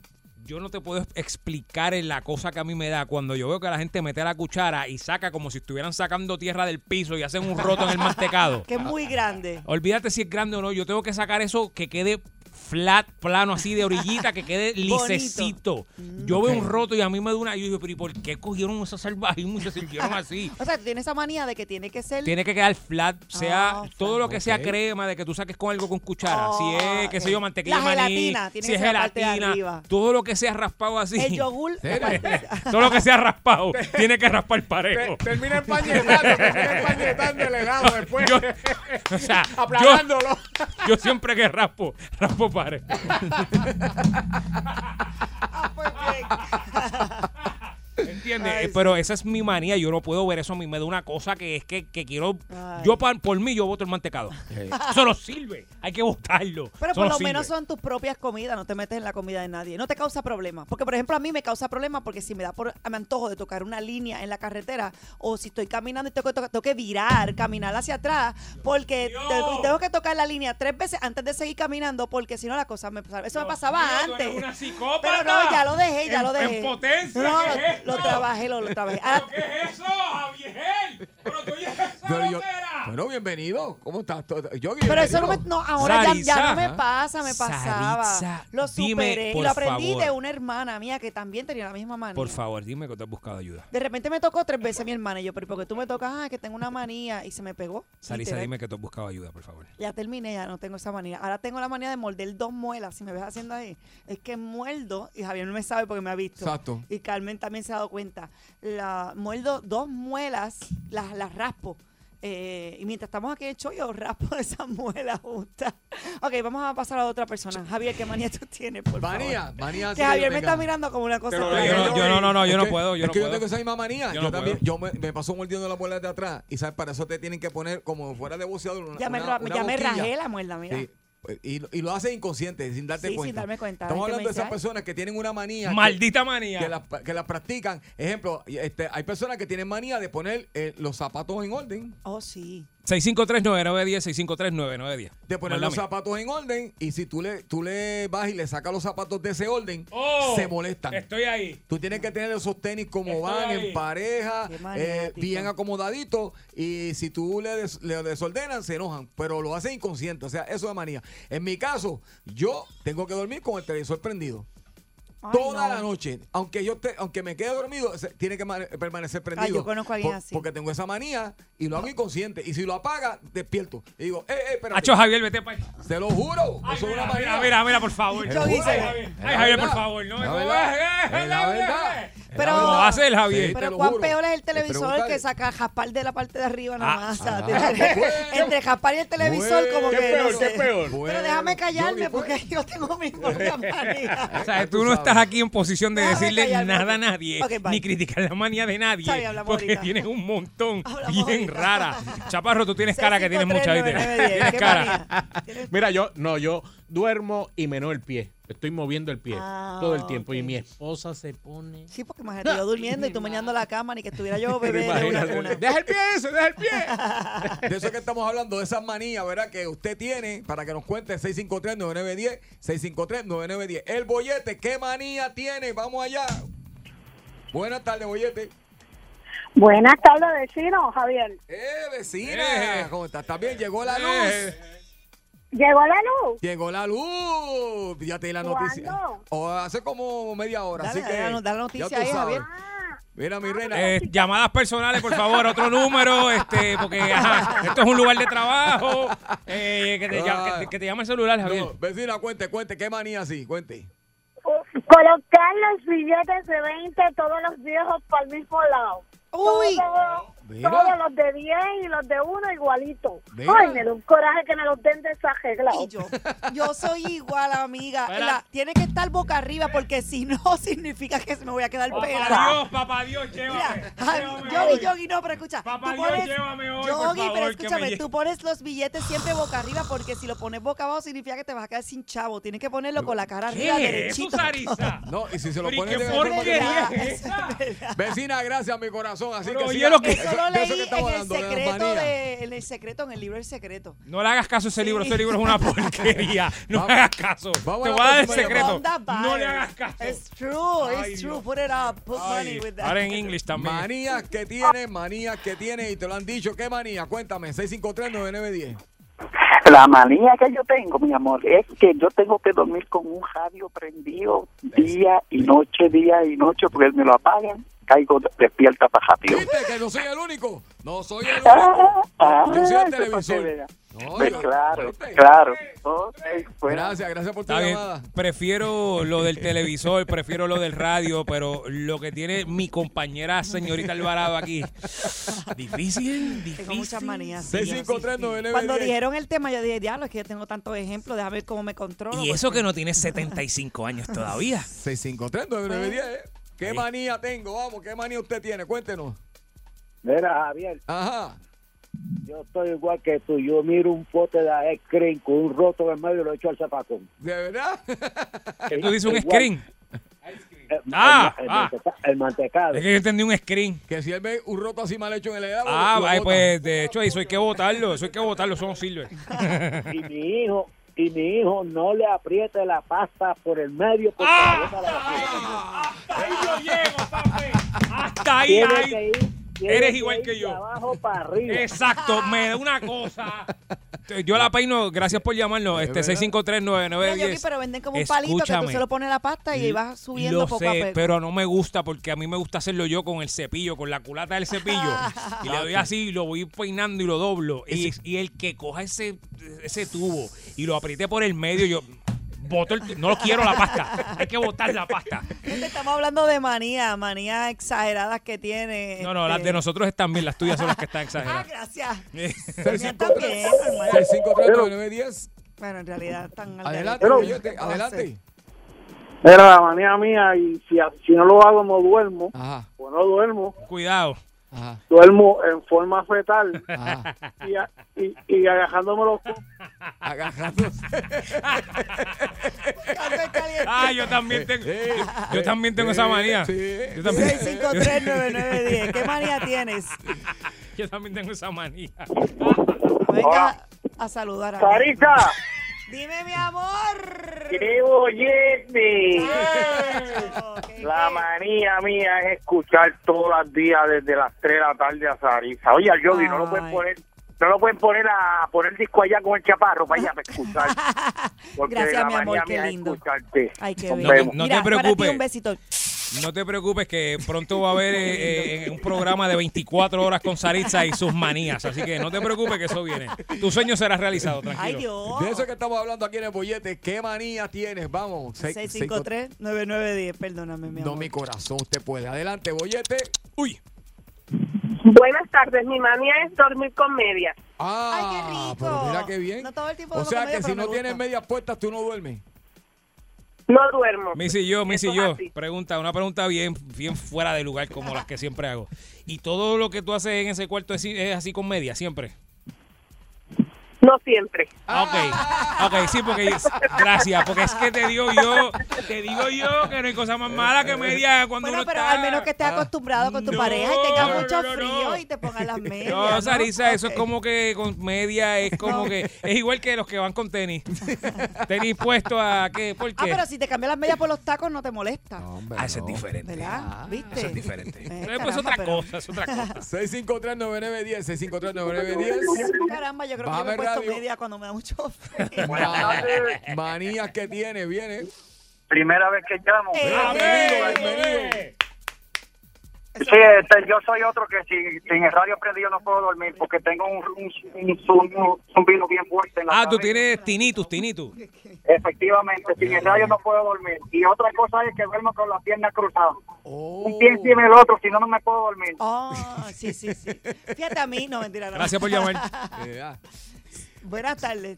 [SPEAKER 6] Yo no te puedo explicar la cosa que a mí me da cuando yo veo que la gente mete la cuchara y saca como si estuvieran sacando tierra del piso y hacen un roto en el mantecado.
[SPEAKER 5] Que es muy grande.
[SPEAKER 6] Olvídate si es grande o no. Yo tengo que sacar eso que quede flat, plano, así de orillita, que quede
[SPEAKER 5] Bonito. Mm.
[SPEAKER 6] lisecito. Yo veo un roto y a mí me da una. Yo digo, pero ¿y por qué cogieron esos salvajismos y se sirvieron así?
[SPEAKER 5] O sea, tú tienes esa manía de que tiene que ser.
[SPEAKER 6] Tiene que quedar flat, sea todo lo que sea
[SPEAKER 5] Ah, Ok.
[SPEAKER 6] crema, de que tú saques con algo con cuchara.
[SPEAKER 5] Oh,
[SPEAKER 6] si es, qué sé yo, mantequilla
[SPEAKER 5] La
[SPEAKER 6] de maní,
[SPEAKER 5] gelatina, tiene
[SPEAKER 6] si
[SPEAKER 5] que
[SPEAKER 6] es
[SPEAKER 5] ser la parte de
[SPEAKER 6] gelatina,
[SPEAKER 5] arriba.
[SPEAKER 6] todo lo que sea raspado así.
[SPEAKER 5] El yogur.
[SPEAKER 6] todo lo que sea raspado, tiene que raspar parejo.
[SPEAKER 4] Termina empañetando, termina empañetando el helado después.
[SPEAKER 6] Yo- o sea, yo-
[SPEAKER 4] Aplanándolo.
[SPEAKER 6] Yo siempre que raspo, raspo parejo.
[SPEAKER 5] Ah, pues
[SPEAKER 6] ¿Entiendes? Eh, Pero esa es mi manía. Yo no puedo ver eso. A mí me da una cosa que es que, que quiero.
[SPEAKER 5] Ay.
[SPEAKER 6] Yo, pa- por mí, yo voto el mantecado. Eso no sirve. Hay que botarlo.
[SPEAKER 5] Pero
[SPEAKER 6] Eso
[SPEAKER 5] por
[SPEAKER 6] no
[SPEAKER 5] lo
[SPEAKER 6] sirve.
[SPEAKER 5] menos son tus propias comidas, no te metes en la comida de nadie. No te causa problema. Porque, por ejemplo, a mí me causa problema porque si me da por me antojo de tocar una línea en la carretera o si estoy caminando y tengo que, to- tengo que virar, caminar hacia atrás, porque te- tengo que tocar la línea tres veces antes de seguir caminando porque si no las cosas me pasaban. Eso me pasaba antes. Pero no, ya lo dejé, ya
[SPEAKER 6] En-
[SPEAKER 5] lo dejé.
[SPEAKER 6] en potencia,
[SPEAKER 5] No,
[SPEAKER 6] ¿qué es
[SPEAKER 5] lo, lo
[SPEAKER 6] esto?
[SPEAKER 5] trabajé, lo, lo trabajé. Ahora-
[SPEAKER 4] Pero yo- bueno, bienvenido. ¿Cómo estás? Todo- Yo,
[SPEAKER 5] Pero eso no me.
[SPEAKER 4] bienvenido.
[SPEAKER 5] No, ahora ya, ya no me
[SPEAKER 4] Sarisa.
[SPEAKER 5] pasa, me pasaba.
[SPEAKER 6] Sarisa,
[SPEAKER 5] lo
[SPEAKER 6] dime,
[SPEAKER 5] superé. y
[SPEAKER 6] por
[SPEAKER 5] lo aprendí
[SPEAKER 6] favor.
[SPEAKER 5] de una hermana mía que también tenía la misma manía.
[SPEAKER 6] Por favor, dime que te has buscado ayuda.
[SPEAKER 5] De repente me tocó tres veces mi hermana. Y yo, pero porque tú me tocas, ah, que tengo una manía. Y se me pegó.
[SPEAKER 6] Sarisa,
[SPEAKER 5] literal.
[SPEAKER 6] dime que tú has buscado ayuda, por favor.
[SPEAKER 5] Ya terminé, ya no tengo esa manía. Ahora tengo la manía de morder dos muelas. Si me ves haciendo ahí, es que muerdo, y Javier no me sabe porque me ha visto.
[SPEAKER 4] Exacto.
[SPEAKER 5] Y Carmen también se ha dado cuenta. La, muerdo dos muelas, las, las raspo. Eh, y mientras estamos aquí en el show, yo raspo esas muelas justas. Ok, vamos a pasar a otra persona. Javier, ¿qué manía tú tienes, por
[SPEAKER 4] Manía,
[SPEAKER 5] favor?
[SPEAKER 4] manía
[SPEAKER 5] Que
[SPEAKER 4] sí
[SPEAKER 5] Javier
[SPEAKER 4] que
[SPEAKER 5] me
[SPEAKER 4] tenga.
[SPEAKER 5] está mirando como una cosa.
[SPEAKER 4] Pero
[SPEAKER 5] rara.
[SPEAKER 6] yo no- yo no- no, no, yo
[SPEAKER 4] Es
[SPEAKER 6] no
[SPEAKER 4] que-
[SPEAKER 6] puedo, yo
[SPEAKER 4] es
[SPEAKER 6] no
[SPEAKER 4] que
[SPEAKER 6] puedo.
[SPEAKER 4] yo tengo esa misma manía.
[SPEAKER 6] Yo
[SPEAKER 4] Yo,
[SPEAKER 6] no
[SPEAKER 4] también, yo me, me pasó mordiendo la muela de atrás. Y sabes, para eso te tienen que poner como fuera de boxeador. Una,
[SPEAKER 5] ya me,
[SPEAKER 4] una-
[SPEAKER 5] ra-
[SPEAKER 4] una
[SPEAKER 5] ya me
[SPEAKER 4] boquilla.
[SPEAKER 5] rajé la muerda, mira.
[SPEAKER 4] Sí, pues, Y, lo- y lo haces inconsciente, sin darte
[SPEAKER 5] Sí, sin
[SPEAKER 4] cuenta.
[SPEAKER 5] darme cuenta.
[SPEAKER 4] Estamos
[SPEAKER 5] Gente
[SPEAKER 4] hablando
[SPEAKER 5] me
[SPEAKER 4] de
[SPEAKER 5] dice,
[SPEAKER 4] esas
[SPEAKER 5] "Ay".
[SPEAKER 4] personas que tienen una manía. que-
[SPEAKER 6] Maldita manía.
[SPEAKER 4] Que la, que la practican. Ejemplo, y, este, hay personas que tienen manía de poner eh, los zapatos en orden.
[SPEAKER 5] Oh, sí.
[SPEAKER 6] 653-9910, 653-9910.
[SPEAKER 4] De poner
[SPEAKER 6] Mándame.
[SPEAKER 4] los zapatos en orden. Y si tú le, tú le vas y le sacas los zapatos de ese orden,
[SPEAKER 6] Oh,
[SPEAKER 4] se molestan.
[SPEAKER 6] Estoy ahí.
[SPEAKER 4] Tú tienes que tener esos tenis como
[SPEAKER 6] Estoy
[SPEAKER 4] van,
[SPEAKER 6] ahí.
[SPEAKER 4] en pareja,
[SPEAKER 6] Qué
[SPEAKER 4] eh,
[SPEAKER 6] maniático.
[SPEAKER 4] bien acomodaditos. Y si tú le, des- le desordenas, se enojan. Pero lo hacen inconsciente. O sea, eso es manía. En mi caso, yo tengo que dormir con el televisor prendido.
[SPEAKER 5] Ay,
[SPEAKER 4] Toda
[SPEAKER 5] no.
[SPEAKER 4] la noche, aunque yo te, aunque me quede dormido, se- tiene que ma- permanecer prendido.
[SPEAKER 5] yo conozco a alguien
[SPEAKER 4] Por-
[SPEAKER 5] así.
[SPEAKER 4] Porque tengo esa manía y lo hago inconsciente. Y si lo apaga, despierto. Y digo, eh, eh, espérate.
[SPEAKER 6] Hacho Javier, vete para allá.
[SPEAKER 4] Se lo juro. eso es una
[SPEAKER 6] Mira,
[SPEAKER 4] manía.
[SPEAKER 6] mira, mira, por favor.
[SPEAKER 4] Te lo juro.
[SPEAKER 6] Ay, Javier, por favor, no
[SPEAKER 4] La
[SPEAKER 6] me
[SPEAKER 4] verdad. Es la verdad.
[SPEAKER 5] Pero,
[SPEAKER 6] Lo hace el Javier.
[SPEAKER 5] pero cuán peor es el televisor el que saca jaspar de la parte de arriba nada más. o sea, entre, entre jaspar y el televisor, como
[SPEAKER 6] Qué
[SPEAKER 5] que.
[SPEAKER 6] peor,
[SPEAKER 5] no
[SPEAKER 6] qué
[SPEAKER 5] sé.
[SPEAKER 6] peor.
[SPEAKER 5] Pero déjame callarme porque yo tengo mi propia manía.
[SPEAKER 6] O sea, tú no estás aquí en posición de decirle
[SPEAKER 5] callarme.
[SPEAKER 6] nada a nadie,
[SPEAKER 5] Ok, bye.
[SPEAKER 6] ni criticar la manía de nadie,
[SPEAKER 5] Está bien, hablamos
[SPEAKER 6] porque
[SPEAKER 5] ahorita.
[SPEAKER 6] tienes un montón bien rara. Chaparro, tú tienes cara que tienes mucha vida.
[SPEAKER 5] 6539910,
[SPEAKER 6] Tienes
[SPEAKER 5] ¿qué
[SPEAKER 6] cara.
[SPEAKER 12] Mira, yo no, yo duermo y meneo el pie. Estoy moviendo el pie
[SPEAKER 5] Ah,
[SPEAKER 12] todo el tiempo. Y
[SPEAKER 5] ok.
[SPEAKER 12] mi esposa se pone.
[SPEAKER 5] Sí, porque imagínate, yo durmiendo y tú meneando la cama, ni que estuviera yo
[SPEAKER 12] Pero
[SPEAKER 5] bebé. de una
[SPEAKER 12] imagínate,
[SPEAKER 5] cuna.
[SPEAKER 12] Deja el pie ese, deja el pie.
[SPEAKER 4] De eso que estamos hablando, de esas manías, ¿verdad? Que usted tiene para que nos cuente 653-9910, 653-9910. El bollete, ¿qué manía tiene? Vamos allá. Buenas tardes, bollete.
[SPEAKER 14] Buenas tardes, vecino, Javier.
[SPEAKER 4] Eh, vecina, ¿cómo estás? ¿Estás bien? Llegó
[SPEAKER 6] Eh.
[SPEAKER 4] la luz.
[SPEAKER 14] ¿Llegó la luz?
[SPEAKER 4] Llegó la luz. Ya te di la noticia. O hace como media hora, así que. ya tú sabes. Mira, mi reina.
[SPEAKER 6] Eh, llamadas personales, por favor, otro número, este, porque ajá, esto es un lugar de trabajo, eh, que, te, llama- que te- que te llama el celular, Javier.
[SPEAKER 4] Ah. No, vecina, cuente, cuente, ¿qué manía así? Cuente.
[SPEAKER 14] Colocar los billetes de 20 todos los viejos para el mismo lado.
[SPEAKER 5] Uy.
[SPEAKER 14] Todos,
[SPEAKER 4] Mira.
[SPEAKER 14] todos los de 10 y los de 1 igualito.
[SPEAKER 5] Mira.
[SPEAKER 14] Ay, me da un coraje que me los den desarreglados.
[SPEAKER 5] Yo soy igual, amiga.
[SPEAKER 14] Espera.
[SPEAKER 5] La- tiene que estar boca arriba porque si no, significa que me voy a quedar
[SPEAKER 6] Papá
[SPEAKER 5] pegada.
[SPEAKER 6] Dios, papá Dios, llévame.
[SPEAKER 5] Ay,
[SPEAKER 6] llévame hoy.
[SPEAKER 5] Yogi, Yogi, no, pero escucha.
[SPEAKER 6] Papá
[SPEAKER 5] tú
[SPEAKER 6] Dios,
[SPEAKER 5] pones,
[SPEAKER 6] llévame hoy, por
[SPEAKER 5] Yogi,
[SPEAKER 6] favor, que
[SPEAKER 5] pero
[SPEAKER 6] me
[SPEAKER 5] escúchame,
[SPEAKER 6] lle-
[SPEAKER 5] tú pones los billetes siempre boca arriba porque si lo pones boca abajo significa que te vas a quedar sin chavo. Tienes que ponerlo con la cara arriba
[SPEAKER 4] ¿Qué es eso,
[SPEAKER 5] derechito.
[SPEAKER 4] No, y si se lo
[SPEAKER 6] Pero, ¿y
[SPEAKER 4] ponen
[SPEAKER 6] qué
[SPEAKER 4] de la forma que-
[SPEAKER 6] porquería
[SPEAKER 5] es
[SPEAKER 4] Vecina, gracias, mi corazón. Así
[SPEAKER 6] Pero
[SPEAKER 4] que
[SPEAKER 6] oye
[SPEAKER 4] siga-
[SPEAKER 6] lo que-
[SPEAKER 4] de
[SPEAKER 5] Eso lo
[SPEAKER 4] de
[SPEAKER 5] leí
[SPEAKER 4] que
[SPEAKER 5] en
[SPEAKER 4] estamos
[SPEAKER 5] el
[SPEAKER 4] hablando, de las
[SPEAKER 5] secreto
[SPEAKER 4] manías.
[SPEAKER 5] de, en el secreto, en el libro El Secreto.
[SPEAKER 6] No le hagas caso a ese libro, ese libro es una porquería. No
[SPEAKER 4] Vamos-
[SPEAKER 6] le hagas caso.
[SPEAKER 4] vamos
[SPEAKER 6] Te
[SPEAKER 4] a la
[SPEAKER 6] voy a dar el
[SPEAKER 4] próxima
[SPEAKER 6] secreto.
[SPEAKER 5] Bond
[SPEAKER 6] pues, No le
[SPEAKER 5] Buyer.
[SPEAKER 6] hagas caso.
[SPEAKER 5] It's true,
[SPEAKER 6] Ay,
[SPEAKER 5] it's true. Put it up, put money with that.
[SPEAKER 6] Ahora en inglés también.
[SPEAKER 4] Manías que tiene, manías que tiene y te lo han dicho. ¿Qué manía? Cuéntame, 653-9910.
[SPEAKER 15] La manía que yo tengo, mi amor, es que yo tengo que dormir con un radio prendido día y noche, día y noche, porque me lo apagan, caigo de- despierta para rápido.
[SPEAKER 4] ¿Viste que no soy el único? No soy el único.
[SPEAKER 15] Ah,
[SPEAKER 4] Yo soy el
[SPEAKER 15] eso para que
[SPEAKER 4] televisor.
[SPEAKER 15] vea.
[SPEAKER 4] No,
[SPEAKER 15] Pues
[SPEAKER 4] yo-
[SPEAKER 15] claro,
[SPEAKER 4] ¿viste?
[SPEAKER 15] claro. Ok, bueno.
[SPEAKER 4] Gracias, gracias por tu
[SPEAKER 6] Está bien.
[SPEAKER 4] llamada.
[SPEAKER 6] Prefiero lo del televisor, prefiero lo del radio, pero lo que tiene mi compañera señorita Alvarado aquí. Difícil, difícil.
[SPEAKER 5] Tengo muchas manías. sí,
[SPEAKER 6] Seis,
[SPEAKER 5] yo
[SPEAKER 6] cinco,
[SPEAKER 5] sí,
[SPEAKER 6] tres,
[SPEAKER 5] sí.
[SPEAKER 6] nueve, nueve,
[SPEAKER 5] Cuando
[SPEAKER 6] diez.
[SPEAKER 5] dijeron el tema, yo dije, diablo, es que yo tengo tantos ejemplos, déjame ver cómo me controlo. pues".
[SPEAKER 6] Y eso que no tiene 75 años todavía.
[SPEAKER 4] 653-9910. eh. ¿Qué manía tengo? Vamos, ¿qué manía usted tiene? Cuéntenos.
[SPEAKER 16] Mira, Javier.
[SPEAKER 4] Ajá.
[SPEAKER 16] Yo estoy igual que tú. Yo miro un pote de ice cream con un roto en medio y lo echo al zapacón.
[SPEAKER 4] ¿De verdad?
[SPEAKER 6] Tú dices un
[SPEAKER 16] Igual.
[SPEAKER 6] screen.
[SPEAKER 16] Ah,
[SPEAKER 15] Eh,
[SPEAKER 6] Ah,
[SPEAKER 16] el,
[SPEAKER 6] ah.
[SPEAKER 16] manteca- el mantecado.
[SPEAKER 6] Es que yo entendí un screen.
[SPEAKER 4] Que si él ve un roto así mal hecho en el helado.
[SPEAKER 6] Ah,
[SPEAKER 4] lo
[SPEAKER 6] ay,
[SPEAKER 4] bota.
[SPEAKER 6] pues de hecho eso hay que votarlo, eso hay que votarlo, eso no sirve.
[SPEAKER 16] Y mi hijo, y mi hijo no le apriete la pasta por el medio porque le bota la
[SPEAKER 6] Hasta ahí,
[SPEAKER 16] Tiene
[SPEAKER 6] ahí.
[SPEAKER 16] que ir- tiene
[SPEAKER 6] Eres
[SPEAKER 16] que
[SPEAKER 6] igual
[SPEAKER 16] ir
[SPEAKER 6] que
[SPEAKER 16] de
[SPEAKER 6] yo.
[SPEAKER 16] abajo para arriba.
[SPEAKER 6] Exacto, me da una cosa. Yo la peino, gracias por llamarnos, este
[SPEAKER 4] verdad.
[SPEAKER 6] 6539910.
[SPEAKER 5] Mira, Yogi, pero venden como un palito que tú
[SPEAKER 6] Escúchame.
[SPEAKER 5] se lo pones la pasta y ahí vas subiendo
[SPEAKER 6] Lo
[SPEAKER 5] poco
[SPEAKER 6] sé,
[SPEAKER 5] a poco.
[SPEAKER 6] pero no me gusta porque a mí me gusta hacerlo yo con el cepillo, con la culata del cepillo. y le doy así, y lo voy peinando y lo doblo. Y, y el que coja ese, ese tubo y lo apriete por el medio, yo boto el, no lo quiero la pasta. Hay que botar la pasta.
[SPEAKER 5] Gente, estamos hablando de manías, manías exageradas que tiene.
[SPEAKER 6] No, no,
[SPEAKER 5] este. Ah,
[SPEAKER 6] las de nosotros están bien, las tuyas son las que están exageradas.
[SPEAKER 5] Gracias. Mías
[SPEAKER 4] 653-9910.
[SPEAKER 5] también, hermano.
[SPEAKER 4] 653-9910.
[SPEAKER 5] Bueno, en realidad están al
[SPEAKER 4] Adelante,
[SPEAKER 5] garete.
[SPEAKER 4] bollete, adelante.
[SPEAKER 17] Era la manía mía y si, si no lo hago no duermo. O no duermo.
[SPEAKER 6] Cuidado.
[SPEAKER 17] Duermo en forma fetal
[SPEAKER 5] Ah.
[SPEAKER 17] y, a- y, y agajándome los co-
[SPEAKER 6] Ah, yo también tengo, yo también tengo esa manía. Yo también,
[SPEAKER 5] 6539910, ¿qué manía tienes?
[SPEAKER 6] Yo también tengo esa manía.
[SPEAKER 5] Venga a saludar a
[SPEAKER 17] Sarita.
[SPEAKER 5] Dime, mi amor.
[SPEAKER 17] ¡Qué bollete!
[SPEAKER 5] Ah, La
[SPEAKER 17] manía mía es escuchar todos los días desde las 3 de la tarde a Sarisa. Oye, al Yogi, no lo pueden poner. No lo pueden poner a poner disco allá con el chaparro para allá para escuchar. Porque
[SPEAKER 5] Gracias,
[SPEAKER 17] la
[SPEAKER 5] mi amor,
[SPEAKER 17] manía
[SPEAKER 5] qué
[SPEAKER 17] mía es
[SPEAKER 5] lindo.
[SPEAKER 17] escucharte.
[SPEAKER 5] Ay, qué
[SPEAKER 17] Nos
[SPEAKER 5] bello.
[SPEAKER 17] vemos.
[SPEAKER 6] No te
[SPEAKER 5] Mira, para ti
[SPEAKER 6] preocupes.
[SPEAKER 5] un besito.
[SPEAKER 6] No te preocupes que pronto va a haber eh, eh, un programa de 24 horas con Saritza y sus manías. Así que no te preocupes que eso viene. Tu sueño será realizado, tranquilo.
[SPEAKER 4] De eso que estamos hablando aquí en el bollete, ¿qué manía tienes? Vamos. seis- seis-
[SPEAKER 5] 653-9910, perdóname, mi
[SPEAKER 4] No,
[SPEAKER 5] amor.
[SPEAKER 4] mi corazón, usted puede. Adelante, bollete. Uy.
[SPEAKER 18] Buenas tardes, mi manía es dormir con media.
[SPEAKER 4] Ah, pero mira qué bien.
[SPEAKER 5] No todo el tiempo
[SPEAKER 4] O
[SPEAKER 5] duermo
[SPEAKER 4] sea
[SPEAKER 5] con media,
[SPEAKER 4] que si
[SPEAKER 5] pero me
[SPEAKER 4] no
[SPEAKER 5] gusta.
[SPEAKER 4] tienes medias puestas, tú no duermes.
[SPEAKER 18] No duermo.
[SPEAKER 6] Missy yo, Missy
[SPEAKER 18] Eso es
[SPEAKER 6] yo,
[SPEAKER 18] así.
[SPEAKER 6] pregunta, una pregunta bien, bien fuera de lugar como las que siempre hago. ¿Y todo lo que tú haces en ese cuarto es, es así con media, siempre?
[SPEAKER 18] No siempre.
[SPEAKER 6] Ah, ok, ok, sí, porque gracias, porque es que te digo yo, te digo yo que no hay cosa más mala que media cuando uno
[SPEAKER 5] Pero
[SPEAKER 6] está... Ah.
[SPEAKER 5] al menos que estés acostumbrado con tu pareja y tengas mucho frío y te pongas las medias.
[SPEAKER 6] No,
[SPEAKER 5] ¿no?
[SPEAKER 6] Sarisa, eso es como que con media es como que es igual que los que van con tenis. tenis puesto a qué, ¿por
[SPEAKER 5] Ah,
[SPEAKER 6] qué?
[SPEAKER 5] pero si te cambias las medias por los tacos no te molesta.
[SPEAKER 6] Ah, eso es diferente.
[SPEAKER 5] ¿Verdad? Ah, ¿Viste?
[SPEAKER 6] Eso es diferente.
[SPEAKER 5] Eh,
[SPEAKER 6] Pero
[SPEAKER 5] caramba,
[SPEAKER 6] Pues es otra
[SPEAKER 5] pero-
[SPEAKER 6] cosa, es otra cosa.
[SPEAKER 4] 653-9910, 653-9910.
[SPEAKER 5] Caramba, yo creo que yo
[SPEAKER 4] Bájame
[SPEAKER 5] me he puesto
[SPEAKER 4] radio.
[SPEAKER 5] media cuando me da mucho frío.
[SPEAKER 4] Mani- Manías que tiene, viene.
[SPEAKER 19] Primera vez que llamo.
[SPEAKER 5] Eh,
[SPEAKER 4] Bienvenido, bienvenido.
[SPEAKER 19] Sí, este, yo soy otro que si, sin el radio prendido no puedo dormir porque tengo un, un, un zumbido- zumbido bien fuerte en la
[SPEAKER 6] Ah, tú
[SPEAKER 19] cabeza.
[SPEAKER 6] tienes tinnitus, tinnitus.
[SPEAKER 19] Efectivamente, sin el radio no puedo dormir. Y otra cosa es que duermo con las piernas cruzadas. Un pie encima del otro, si no, no me puedo dormir.
[SPEAKER 5] Oh. Ah, sí, sí, sí. Fíjate a mí, no, mentira. no.
[SPEAKER 6] Gracias por llamar.
[SPEAKER 5] Buenas tardes.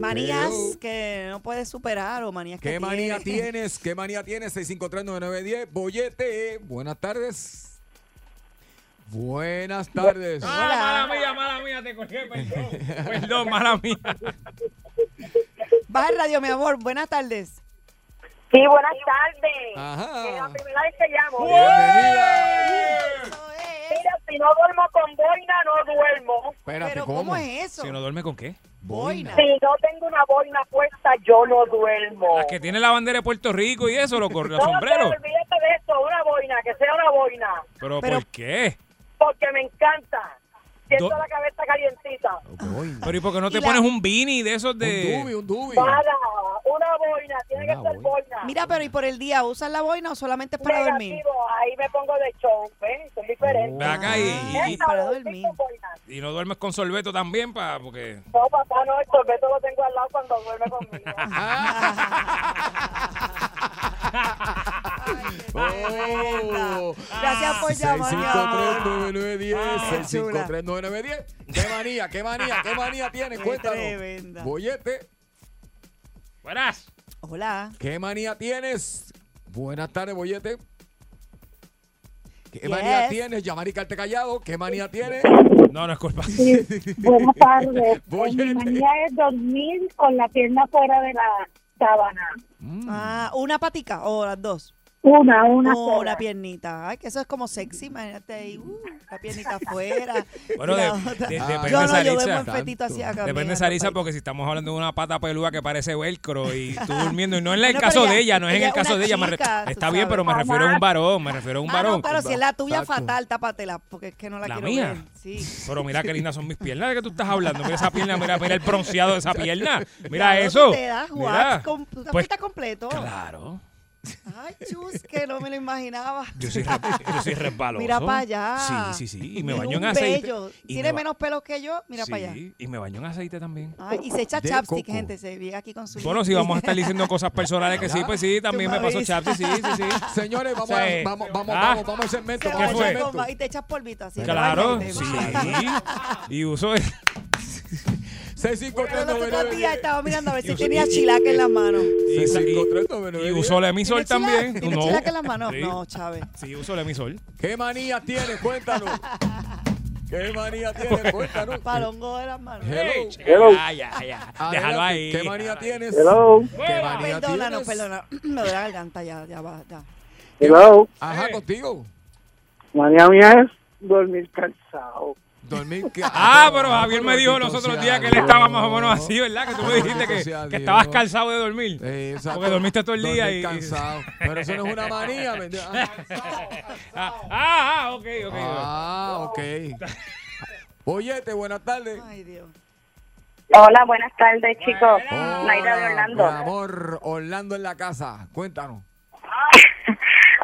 [SPEAKER 5] Manías que no puedes superar o manías que
[SPEAKER 4] ¿Qué manía
[SPEAKER 5] tienes.
[SPEAKER 4] tienes? ¿Qué manía tienes? 653-9910. Bollete. Buenas tardes. Buenas tardes.
[SPEAKER 6] Ah, mala mía, mala mía, te colgué, perdón. Perdón, mala mía.
[SPEAKER 5] Baja el radio, mi amor. Buenas tardes.
[SPEAKER 18] Sí, buenas
[SPEAKER 7] Ah.
[SPEAKER 18] tardes.
[SPEAKER 4] Ajá.
[SPEAKER 18] Es la primera vez que llamo. Mira, si no duermo con boina, no duermo.
[SPEAKER 6] Espérate, Si uno duerme con qué?
[SPEAKER 5] Boina.
[SPEAKER 18] Si no tengo una boina puesta, yo no duermo.
[SPEAKER 6] Las que tiene la bandera de Puerto Rico y eso, los, cor- los
[SPEAKER 18] No, pero
[SPEAKER 6] sombreros.
[SPEAKER 18] olvídate de eso, una boina, que sea una boina,
[SPEAKER 6] Pero,
[SPEAKER 18] Pero-
[SPEAKER 6] ¿por qué?
[SPEAKER 18] porque me encanta. Siento
[SPEAKER 6] Do-
[SPEAKER 18] la cabeza calientita.
[SPEAKER 6] Pero ¿y por qué no te pones un beanie de esos de
[SPEAKER 4] un dubi.
[SPEAKER 18] Nada, una boina, tiene
[SPEAKER 6] Ah,
[SPEAKER 18] que ser boina.
[SPEAKER 5] Mira, pero ¿y por el día usas la boina o solamente es para dormir?
[SPEAKER 18] Negativo, ahí me pongo de show, ¿eh? ¿ves? Son diferentes.
[SPEAKER 6] Ve acá y- y-
[SPEAKER 18] Esta,
[SPEAKER 5] para
[SPEAKER 18] los
[SPEAKER 5] dormir.
[SPEAKER 18] cinco boinas.
[SPEAKER 6] y no duermes con sorbeto también pa porque
[SPEAKER 18] No, papá, no, el sorbeto lo tengo al lado cuando duerme conmigo.
[SPEAKER 4] Oh.
[SPEAKER 5] Gracias por llamar, mi amor.
[SPEAKER 4] 653-9910.
[SPEAKER 5] chula.
[SPEAKER 4] 653-9910. ¿Qué manía? ¿Qué manía? ¿Qué manía tienes?
[SPEAKER 5] Qué tremenda.
[SPEAKER 4] Cuéntanos. Bollete.
[SPEAKER 6] Buenas.
[SPEAKER 5] Hola.
[SPEAKER 4] ¿Qué manía tienes? Buenas tardes, Bollete. ¿Qué
[SPEAKER 5] Yes.
[SPEAKER 4] manía tienes? Llamar y carte callado. ¿Qué manía tienes?
[SPEAKER 6] No, no es culpa.
[SPEAKER 14] Buenas tardes. Pues, mi manía es dormir con la pierna fuera de la sábana.
[SPEAKER 6] Mm.
[SPEAKER 5] Ah, ¿Una patica o las dos?
[SPEAKER 14] Una, una
[SPEAKER 5] Oh,
[SPEAKER 14] sola.
[SPEAKER 5] una piernita. Ay, que eso es como sexy, imagínate ahí. Uh, la piernita afuera.
[SPEAKER 6] Bueno,
[SPEAKER 5] Y
[SPEAKER 6] de,
[SPEAKER 5] la otra-
[SPEAKER 6] de-
[SPEAKER 5] Yo
[SPEAKER 6] depende
[SPEAKER 5] no, yo
[SPEAKER 6] Sarisa.
[SPEAKER 5] duermo en fetito así acá,
[SPEAKER 6] Depende
[SPEAKER 5] mira,
[SPEAKER 6] de Sarisa, porque si estamos hablando de una pata peluda que parece velcro y tú durmiendo, y no en la- el
[SPEAKER 5] No, pero
[SPEAKER 6] caso
[SPEAKER 5] ella-
[SPEAKER 6] de ella, no es en
[SPEAKER 5] ella
[SPEAKER 6] el
[SPEAKER 5] es
[SPEAKER 6] caso
[SPEAKER 5] una
[SPEAKER 6] de ella. me re-
[SPEAKER 5] chica, tú
[SPEAKER 6] está bien,
[SPEAKER 5] sabes.
[SPEAKER 6] pero me refiero a un varón, me refiero a un
[SPEAKER 5] Ah,
[SPEAKER 6] varón.
[SPEAKER 5] no, claro, si es la tuya
[SPEAKER 6] Exacto.
[SPEAKER 5] fatal, tápatela, porque es que no la,
[SPEAKER 6] La
[SPEAKER 5] quiero
[SPEAKER 6] mía.
[SPEAKER 5] ver. Sí.
[SPEAKER 6] Pero mira qué lindas son mis piernas de que tú estás hablando. Mira esa pierna, mira, mira el bronceado de esa pierna. Mira
[SPEAKER 5] Claro,
[SPEAKER 6] eso.
[SPEAKER 5] tú Te das
[SPEAKER 6] Mira.
[SPEAKER 5] guac, Ah, com- tú
[SPEAKER 6] Pues,
[SPEAKER 5] estás completo.
[SPEAKER 6] claro.
[SPEAKER 5] Ay, chus, que no me lo imaginaba.
[SPEAKER 6] Yo soy, re- yo soy resbaloso.
[SPEAKER 5] Mira para allá.
[SPEAKER 6] Sí, sí, sí. Y me
[SPEAKER 5] Tiene
[SPEAKER 6] baño en
[SPEAKER 5] un
[SPEAKER 6] aceite.
[SPEAKER 5] vello.
[SPEAKER 6] Y
[SPEAKER 5] Tiene
[SPEAKER 6] me ba-
[SPEAKER 5] menos pelos que yo, mira para allá.
[SPEAKER 6] Sí, y me baño en aceite también.
[SPEAKER 5] Ay, y se echa
[SPEAKER 6] De
[SPEAKER 5] chapstick,
[SPEAKER 6] coco.
[SPEAKER 5] gente, se viene aquí con su...
[SPEAKER 6] Bueno, si vamos a estar diciendo cosas personales que sí, pues sí, también
[SPEAKER 5] Tú
[SPEAKER 6] me
[SPEAKER 5] me
[SPEAKER 6] paso
[SPEAKER 5] avisas.
[SPEAKER 6] chapstick, sí, sí, sí.
[SPEAKER 4] Señores, vamos,
[SPEAKER 6] Sí.
[SPEAKER 4] a- vamos, vamos,
[SPEAKER 6] Ah.
[SPEAKER 4] vamos, vamos al segmento.
[SPEAKER 5] Se
[SPEAKER 6] ¿Qué
[SPEAKER 5] va a
[SPEAKER 6] fue?
[SPEAKER 5] echar con- Y te echas polvito así.
[SPEAKER 6] Claro,
[SPEAKER 5] te bañas,
[SPEAKER 6] sí.
[SPEAKER 5] te bañas.
[SPEAKER 6] Y uso el...
[SPEAKER 5] Yo los otros días estaba mirando a ver si
[SPEAKER 6] Yo-
[SPEAKER 5] tenía chilaca en las manos.
[SPEAKER 6] Y, y, y uso el emisor también.
[SPEAKER 5] ¿Tiene
[SPEAKER 6] No.
[SPEAKER 5] chilaca en las manos?
[SPEAKER 6] Sí.
[SPEAKER 5] No, Chávez.
[SPEAKER 6] Sí, uso el emisor.
[SPEAKER 4] ¿Qué manía tienes? Cuéntanos. ¿Qué manía tienes? Cuéntanos.
[SPEAKER 5] Palongo de las manos.
[SPEAKER 4] Hello.
[SPEAKER 6] Ya, ya, ya. Déjalo ahí.
[SPEAKER 4] Ah,
[SPEAKER 6] pues,
[SPEAKER 4] ¿Qué manía tienes?
[SPEAKER 6] Hello.
[SPEAKER 4] ¿Qué manía
[SPEAKER 5] Perdónanos,
[SPEAKER 4] tienes?
[SPEAKER 5] perdona. Me duele la garganta ya, ya va, ya.
[SPEAKER 4] Hello. Ajá,
[SPEAKER 5] Eh.
[SPEAKER 4] contigo.
[SPEAKER 17] Manía mía es dormir cansado.
[SPEAKER 4] Dormir
[SPEAKER 6] Ah, pero Javier me dijo los otros días que él estaba más o menos así, ¿verdad? Que tú me dijiste que, que estabas cansado de dormir. Porque dormiste todo el día
[SPEAKER 4] Dormir
[SPEAKER 6] y...
[SPEAKER 4] cansado. Pero eso no es una manía, ¿me entiendes?
[SPEAKER 6] Ah, ah, ah, ok, ok.
[SPEAKER 4] Ah, ok. Bollete, buenas tardes.
[SPEAKER 5] Ay, Dios.
[SPEAKER 18] Hola, buenas tardes, chicos. Naira de
[SPEAKER 4] Hola,
[SPEAKER 18] Orlando.
[SPEAKER 4] Mi amor, Orlando en la casa. Cuéntanos.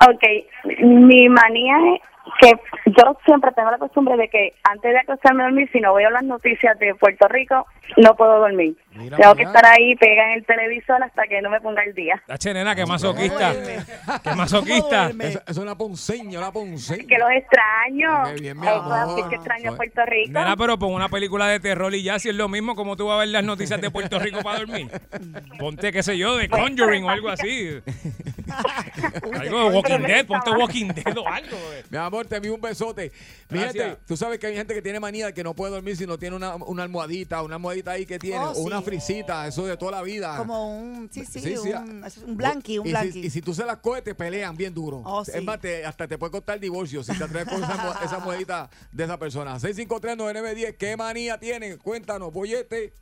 [SPEAKER 14] Ok, mi manía es que yo siempre tengo la costumbre de que antes de acostarme a dormir, si no veo las noticias de Puerto Rico, no puedo dormir.
[SPEAKER 6] Mira
[SPEAKER 14] tengo
[SPEAKER 6] para
[SPEAKER 14] que
[SPEAKER 6] allá.
[SPEAKER 14] estar ahí pega en el televisor hasta que no me ponga el día.
[SPEAKER 6] La chenena, que masoquista. Que masoquista.
[SPEAKER 4] Es, es una ponceña, una ponceña.
[SPEAKER 14] Que los extraño.
[SPEAKER 4] Qué bien, mi
[SPEAKER 14] Eso,
[SPEAKER 4] amor.
[SPEAKER 14] así que extraño Puerto Rico.
[SPEAKER 6] Nena, pero pon una película de terror y ya, si es lo mismo como tú vas a ver las noticias de Puerto Rico para dormir. Ponte, qué sé yo, de Conjuring o algo así. Algo de Walking Dead, ponte Walking Dead o algo.
[SPEAKER 4] Mi amor, te envío un besote. Mi
[SPEAKER 6] Gracias.
[SPEAKER 4] gente, tú sabes que hay gente que tiene manía de que no puede dormir si no tiene una, una almohadita, una almohadita ahí que tiene,
[SPEAKER 5] Oh,
[SPEAKER 4] o una
[SPEAKER 5] sí.
[SPEAKER 4] frisita, eso de toda la vida.
[SPEAKER 5] Como un, sí, sí,
[SPEAKER 4] Sí, sí,
[SPEAKER 5] un, un blanqui, un
[SPEAKER 4] y
[SPEAKER 5] blanqui.
[SPEAKER 4] Si, y si tú se las coges, te pelean bien duro.
[SPEAKER 5] Oh, sí.
[SPEAKER 4] Es más, te- hasta te puede costar el divorcio si te atreves con esa, mo- esa monedita de esa persona. 653-9910, ¿qué manía tienen? Cuéntanos, este, bollete.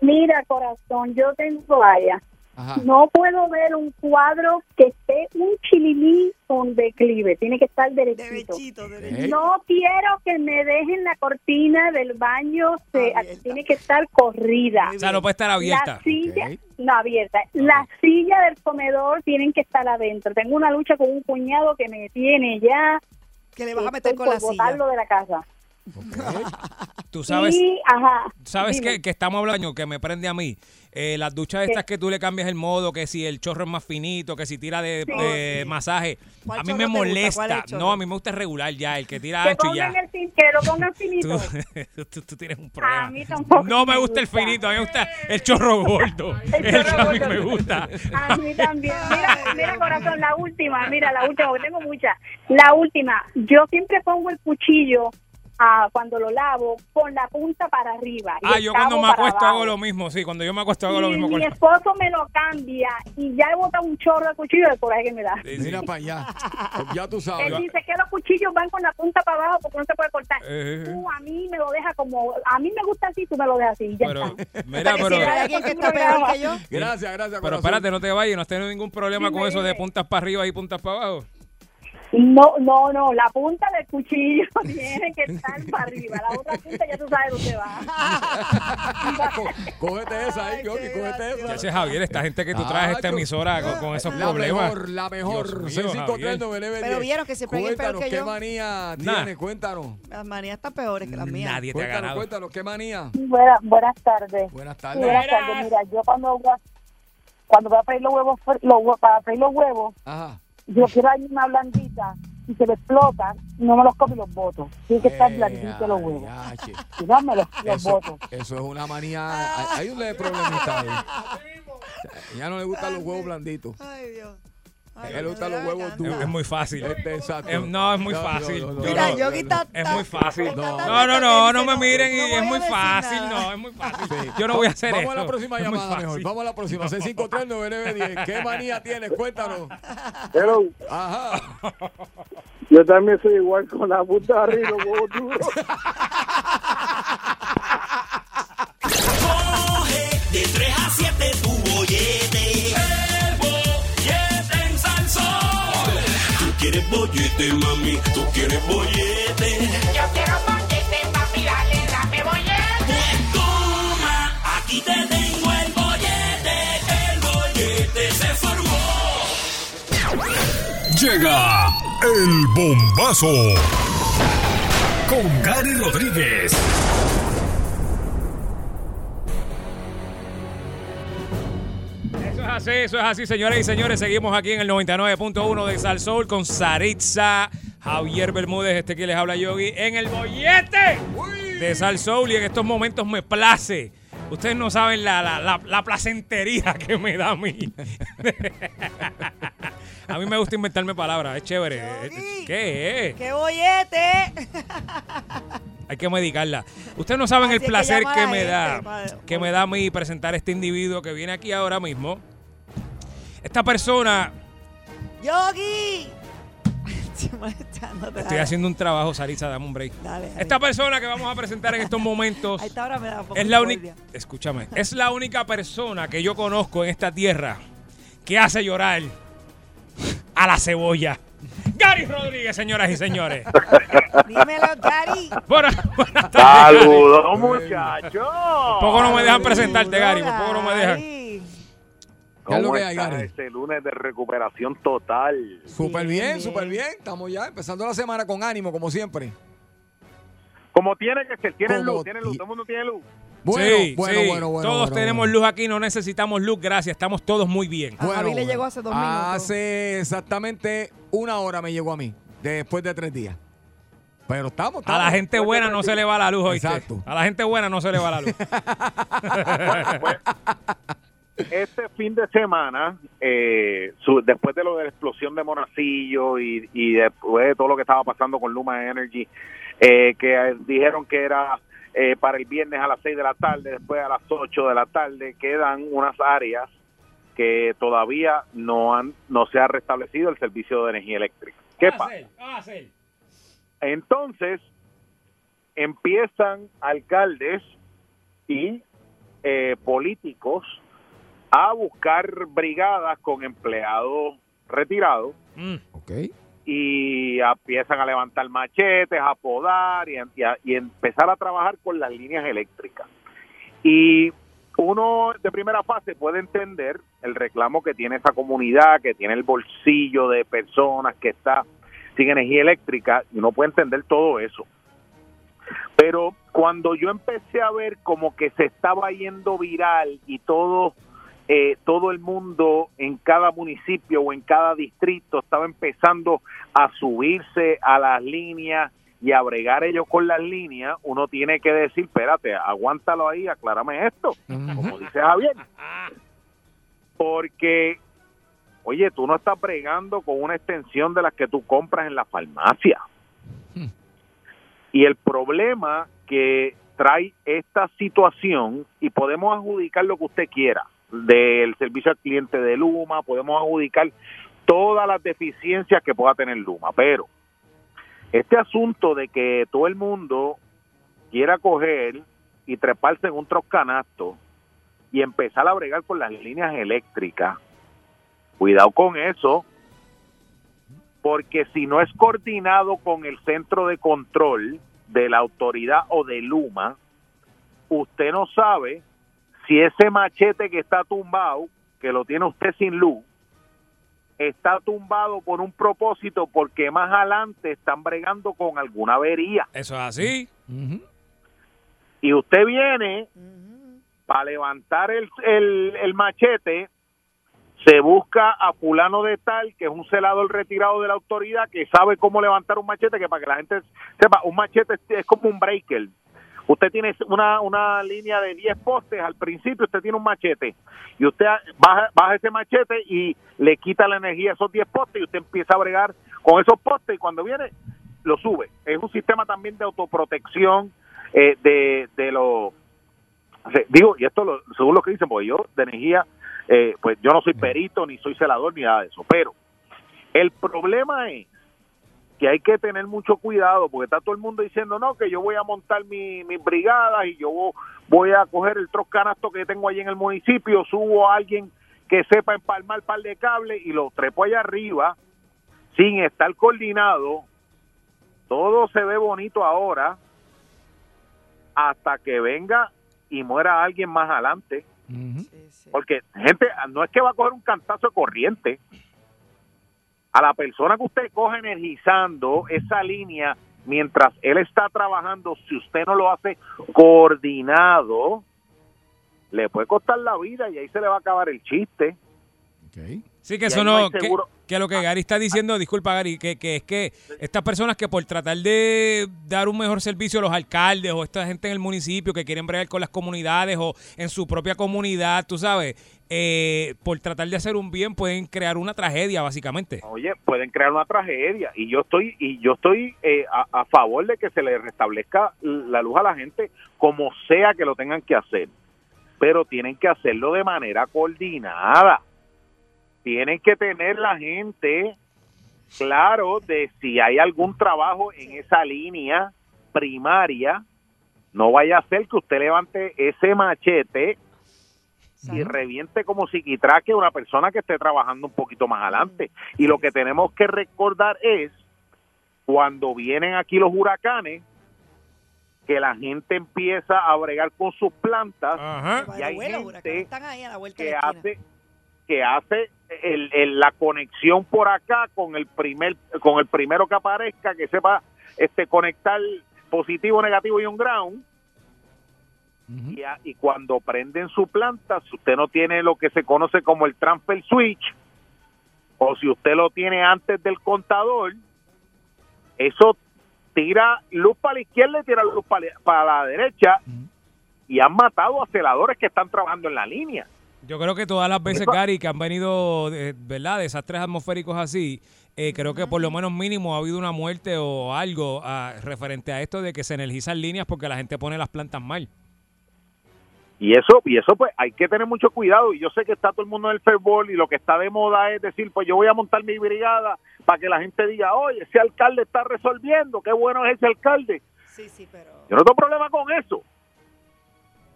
[SPEAKER 14] Mira, corazón, yo tengo vaya.
[SPEAKER 4] Ajá.
[SPEAKER 14] No puedo ver un cuadro que esté un chililí con declive. Tiene que estar derechito. No quiero que me dejen la cortina del baño. se- tiene que estar corrida.
[SPEAKER 6] O sea, no puede estar abierta.
[SPEAKER 14] La silla, no abierta. La silla del comedor tienen que estar adentro. Tengo una lucha con un cuñado que me tiene ya.
[SPEAKER 5] Que le vas a meter
[SPEAKER 14] Estoy
[SPEAKER 5] con
[SPEAKER 14] por
[SPEAKER 5] la silla.
[SPEAKER 14] botarlo de la casa.
[SPEAKER 6] Tú sabes.
[SPEAKER 14] Y, ajá.
[SPEAKER 6] ¿Sabes
[SPEAKER 14] dime.
[SPEAKER 6] qué? Que estamos hablando, que me prende a mí. Eh, las duchas estas que tú le cambias el modo, que si el chorro es más finito, que si tira de,
[SPEAKER 14] Sí.
[SPEAKER 6] de masaje.
[SPEAKER 14] ¿Cuál
[SPEAKER 6] A mí
[SPEAKER 14] chorro
[SPEAKER 6] me
[SPEAKER 14] te gusta? ¿Cuál es el
[SPEAKER 6] molesta.
[SPEAKER 14] chorro?
[SPEAKER 6] No, a mí me gusta el regular ya, el que tira
[SPEAKER 14] Que
[SPEAKER 6] ancho y ya.
[SPEAKER 14] pongan el fin- que lo pongan finito.
[SPEAKER 6] Tú, tú- tú tienes un problema.
[SPEAKER 14] A mí tampoco
[SPEAKER 6] no me
[SPEAKER 14] me
[SPEAKER 6] gusta el
[SPEAKER 14] gusta.
[SPEAKER 6] finito, a mí me gusta el chorro gordo.
[SPEAKER 14] El
[SPEAKER 6] el que
[SPEAKER 14] chorro
[SPEAKER 6] a mí
[SPEAKER 14] gordo.
[SPEAKER 6] me gusta.
[SPEAKER 14] A mí también. Mira, mira, corazón, la última, mira, la última, porque tengo muchas. La última, yo siempre pongo el cuchillo ah, cuando lo lavo con la punta para arriba. y
[SPEAKER 6] Ah,
[SPEAKER 14] el
[SPEAKER 6] yo cuando
[SPEAKER 14] cabo
[SPEAKER 6] me
[SPEAKER 14] para
[SPEAKER 6] acuesto
[SPEAKER 14] abajo.
[SPEAKER 6] hago lo mismo, sí, cuando yo me acuesto hago lo
[SPEAKER 14] Y
[SPEAKER 6] mismo. con
[SPEAKER 14] mi
[SPEAKER 6] la-
[SPEAKER 14] esposo me lo cambia y ya he botado un chorro de cuchillo de coraje que me da.
[SPEAKER 4] Mira para allá. Ya tú sabes.
[SPEAKER 14] Él dice que los cuchillos van con la punta para abajo porque no se puede cortar.
[SPEAKER 6] Eh.
[SPEAKER 14] Tú a mí me lo deja como. A mí me gusta así, tú me lo dejas así. y Ya
[SPEAKER 6] Pero-
[SPEAKER 14] está.
[SPEAKER 6] Mira, pero.
[SPEAKER 14] Hay alguien que está peor que yo.
[SPEAKER 4] Gracias, gracias.
[SPEAKER 6] Pero espérate, no te vayas, no has tenido ningún problema con eso de puntas para arriba y puntas para abajo.
[SPEAKER 14] No, no, no, la punta del cuchillo tiene que estar para arriba. La otra punta ya tú sabes dónde va.
[SPEAKER 4] Cógete esa ahí, Yogi, cógete
[SPEAKER 6] Ya
[SPEAKER 4] esa.
[SPEAKER 6] sé, Javier, esta gente que tú traes a esta emisora con, con esos
[SPEAKER 4] La
[SPEAKER 6] problemas.
[SPEAKER 4] mejor, la mejor.
[SPEAKER 6] Dios mío,
[SPEAKER 4] 653-9910.
[SPEAKER 5] Ah, Pero vieron que siempre hay peor
[SPEAKER 4] Cuéntanos,
[SPEAKER 5] que
[SPEAKER 4] ¿qué
[SPEAKER 5] yo.
[SPEAKER 4] manía
[SPEAKER 6] Nah.
[SPEAKER 4] tiene? Cuéntanos.
[SPEAKER 5] Las manías están peores que las mías.
[SPEAKER 6] Nadie te ha
[SPEAKER 4] Cuéntanos,
[SPEAKER 6] ganado.
[SPEAKER 4] cuéntanos, ¿qué manía?
[SPEAKER 14] Buena- buenas tardes.
[SPEAKER 4] Buenas
[SPEAKER 14] Sí,
[SPEAKER 4] tardes.
[SPEAKER 14] buenas tardes. Mira, yo cuando voy a, cuando voy a freír los huevos, fr- los hue- para freír los huevos,
[SPEAKER 4] Ajá.
[SPEAKER 14] yo quiero darle una blandita y se me explotan, no me los como y los boto. Tiene que estar blandito los huevos. Si no, me los, los
[SPEAKER 4] Eso,
[SPEAKER 14] boto.
[SPEAKER 4] eso es una manía. hay- Hay un leve problemita ahí. Ya no le gustan los huevos blanditos.
[SPEAKER 5] Ay, Dios.
[SPEAKER 4] A ella le gustan los huevos duros.
[SPEAKER 6] Es, es muy fácil.
[SPEAKER 4] Este, exacto.
[SPEAKER 6] Es- no, es muy
[SPEAKER 4] No, no,
[SPEAKER 6] fácil.
[SPEAKER 4] no, no,
[SPEAKER 6] Yo
[SPEAKER 4] Mira,
[SPEAKER 6] no-
[SPEAKER 4] Yogi está-
[SPEAKER 6] Es muy fácil.
[SPEAKER 4] No.
[SPEAKER 6] No, no, no, no,
[SPEAKER 4] no
[SPEAKER 6] me miren y es muy
[SPEAKER 4] decir
[SPEAKER 6] fácil. No, es muy fácil. Yo no voy a hacer
[SPEAKER 4] Vamos
[SPEAKER 6] eso.
[SPEAKER 4] a la próxima
[SPEAKER 6] Es muy
[SPEAKER 4] llamada mejor.
[SPEAKER 6] fácil.
[SPEAKER 4] Vamos a la próxima.
[SPEAKER 6] No.
[SPEAKER 4] 653-9910. ¿Qué manía tienes? Cuéntanos.
[SPEAKER 2] Pero
[SPEAKER 4] Ajá.
[SPEAKER 2] yo también soy igual con la puta arriba, como tú.
[SPEAKER 9] Coge de 3 a 7 tu bollete. El bollete en salsón.
[SPEAKER 3] Tú quieres bollete, mami, tú quieres bollete.
[SPEAKER 9] Yo quiero bollete, papi, dale, dame bollete. Pues toma, aquí te tengo el bollete. El bollete se formó.
[SPEAKER 1] Llega el bombazo con Gary Rodríguez.
[SPEAKER 6] Eso es así, eso es así, señores y señores. Seguimos aquí en el 99.1 de Sal Soul con Saritza, Javier Bermúdez, este que les habla Yogi, en el bollete de Sal Soul. Y en estos momentos me place. Ustedes no saben la, la- la- la placentería que me da a mí. a mí me gusta inventarme palabras, es chévere. ¿Qué es?
[SPEAKER 5] ¡Qué bollete!
[SPEAKER 6] Hay que medicarla. Ustedes no saben el
[SPEAKER 5] Así es que
[SPEAKER 6] placer
[SPEAKER 5] llama
[SPEAKER 6] que,
[SPEAKER 5] la
[SPEAKER 6] me
[SPEAKER 5] gente,
[SPEAKER 6] da,
[SPEAKER 5] madre.
[SPEAKER 6] que me da a mí presentar a este individuo que viene aquí ahora mismo. Esta persona,
[SPEAKER 5] ¡Yogi! Estoy molestándote.
[SPEAKER 6] estoy haciendo un trabajo, Sarisa, dame un break. Esta persona que vamos a presentar en estos momentos
[SPEAKER 5] Ahí está, ahora me da un poco
[SPEAKER 6] es
[SPEAKER 5] de
[SPEAKER 6] la
[SPEAKER 5] cordia.
[SPEAKER 6] única, escúchame, es la única persona que yo conozco en esta tierra que hace llorar a la cebolla. Gary Rodríguez, señoras y señores.
[SPEAKER 5] Dímelo, Gary.
[SPEAKER 6] Buenas, buenas tardes. Gary.
[SPEAKER 2] Saludos, muchachos.
[SPEAKER 6] Por poco no me dejan presentarte, Gary. Por poco no me dejan.
[SPEAKER 4] ¿Qué es lo
[SPEAKER 10] ¿Cómo
[SPEAKER 4] que hay,
[SPEAKER 10] estás
[SPEAKER 4] Gary?
[SPEAKER 10] este lunes de recuperación total?
[SPEAKER 4] Súper bien, súper bien. Estamos ya empezando la semana con ánimo, como siempre.
[SPEAKER 10] Como tiene que ser, tiene
[SPEAKER 4] Como
[SPEAKER 10] luz, tiene luz, todo el mundo tiene luz.
[SPEAKER 4] Bueno,
[SPEAKER 6] Sí,
[SPEAKER 4] bueno,
[SPEAKER 6] sí.
[SPEAKER 4] bueno, bueno,
[SPEAKER 6] Todos
[SPEAKER 4] bueno,
[SPEAKER 6] tenemos luz aquí, no necesitamos luz, gracias. Estamos todos muy bien.
[SPEAKER 4] Bueno, bueno.
[SPEAKER 5] llegó hace dos
[SPEAKER 4] Hace exactamente una hora me llegó a mí, después de tres días. Pero estamos,
[SPEAKER 6] A
[SPEAKER 4] estamos.
[SPEAKER 6] la gente buena no se le va la luz, hoy.
[SPEAKER 4] Exacto.
[SPEAKER 6] A la gente buena no se le va la luz.
[SPEAKER 10] Pues, Este fin de semana, eh, su- después de lo de la explosión de Monacillo y, y después de todo lo que estaba pasando con Luma Energy, eh, que eh, dijeron que era eh, para el viernes a las 6 de la tarde, después a las 8 de la tarde, quedan unas áreas que todavía no, han, no se ha restablecido el servicio de energía eléctrica. ¿Qué
[SPEAKER 6] Ah,
[SPEAKER 10] pasa? Entonces, empiezan alcaldes y eh, políticos a buscar brigadas con empleados retirados
[SPEAKER 6] Mm.
[SPEAKER 10] y empiezan a levantar machetes, a podar y, a- y a- y empezar a trabajar con las líneas eléctricas. Y uno de primera fase puede entender el reclamo que tiene esa comunidad, que tiene el bolsillo de personas que está sin energía eléctrica, y uno puede entender todo eso. Pero cuando yo empecé a ver como que se estaba yendo viral y todo, eh, todo el mundo en cada municipio o en cada distrito estaba empezando a subirse a las líneas y a bregar ellos con las líneas, uno tiene que decir, espérate, aguántalo ahí, aclárame esto, como dice Javier.
[SPEAKER 6] Ah.
[SPEAKER 10] Porque, oye, tú no estás bregando con una extensión de las que tú compras en la farmacia. Y el problema que trae esta situación, y podemos adjudicar lo que usted quiera, del servicio al cliente de Luma, podemos adjudicar todas las deficiencias que pueda tener Luma, pero este asunto de que todo el mundo quiera coger y treparse en un trocanasto y empezar a bregar con las líneas eléctricas, cuidado con eso, porque si no es coordinado con el centro de control de la autoridad o de Luma, usted no sabe si ese machete que está tumbado, que lo tiene usted sin luz, está tumbado por un propósito porque más adelante están bregando con alguna avería.
[SPEAKER 6] Eso es así.
[SPEAKER 10] Y usted viene para levantar el, el- el machete, se busca a fulano de tal, que es un celador retirado de la autoridad, que sabe cómo levantar un machete, que para que la gente sepa, un machete es- es como un breaker. Usted tiene una, una línea de 10 postes al principio, usted tiene un machete. Y usted baja, baja ese machete y le quita la energía a esos 10 postes y usted empieza a bregar con esos postes y cuando viene lo sube. Es un sistema también de autoprotección eh, de, de los... se- Digo, y esto lo- según lo que dicen, porque yo de energía, eh, pues yo no soy perito, ni soy celador, ni nada de eso. Pero el problema es que hay que tener mucho cuidado porque está todo el mundo diciendo no que yo voy a montar mi, mis brigadas y yo vo- voy a coger el troz canasto que tengo allí en el municipio subo a alguien que sepa empalmar par de cables y lo trepo allá arriba sin estar coordinado todo se ve bonito ahora hasta que venga y muera alguien más adelante porque gente no es que va a coger un cantazo de corriente a la persona que usted coge energizando esa línea mientras él está trabajando, si usted no lo hace coordinado, le puede costar la vida y ahí se le va a acabar el chiste.
[SPEAKER 6] Sí, que
[SPEAKER 10] Y
[SPEAKER 6] eso
[SPEAKER 10] ahí no hay
[SPEAKER 6] no. que,
[SPEAKER 10] seguro. Ah.
[SPEAKER 6] que lo que Gary está diciendo, disculpa Gary, que, que es que estas personas que por tratar de dar un mejor servicio a los alcaldes o esta gente en el municipio que quieren bregar con las comunidades o en su propia comunidad, tú sabes, eh, por tratar de hacer un bien pueden crear una tragedia, básicamente.
[SPEAKER 10] Oye, pueden crear una tragedia y yo estoy y yo estoy eh, a, a favor de que se le restablezca la luz a la gente como sea que lo tengan que hacer, pero tienen que hacerlo de manera coordinada. Tienen que tener la gente claro de si hay algún trabajo en esa línea primaria, no vaya a ser que usted levante ese machete y reviente como psiquitraque a una persona que esté trabajando un poquito más adelante. Y lo que tenemos que recordar es cuando vienen aquí los huracanes, que la gente empieza a bregar con sus plantas y hay gente
[SPEAKER 5] Están ahí a la vuelta de
[SPEAKER 10] que
[SPEAKER 5] la esquina.
[SPEAKER 10] hace que hace el- el- la conexión por acá con el primer con el primero que aparezca que sepa este conectar positivo, negativo y un ground. y, a- y cuando prenden su planta, si usted no tiene lo que se conoce como el transfer switch o si usted lo tiene antes del contador, eso tira luz para la izquierda y tira luz para la- para la derecha y han matado a celadores que están trabajando en la línea.
[SPEAKER 6] Yo creo que todas las veces, Gary, que han venido, eh, ¿verdad?, desastres atmosféricos así, eh, creo que por lo menos mínimo ha habido una muerte o algo ah, referente a esto de que se energizan líneas porque la gente pone las plantas mal.
[SPEAKER 10] Y eso, y eso pues hay que tener mucho cuidado. Y yo sé que está todo el mundo en el fervor y lo que está de moda es decir, pues yo voy a montar mi brigada para que la gente diga, oye, ese alcalde está resolviendo, qué bueno es ese alcalde.
[SPEAKER 5] Sí, sí, pero...
[SPEAKER 10] Yo no tengo problema con eso.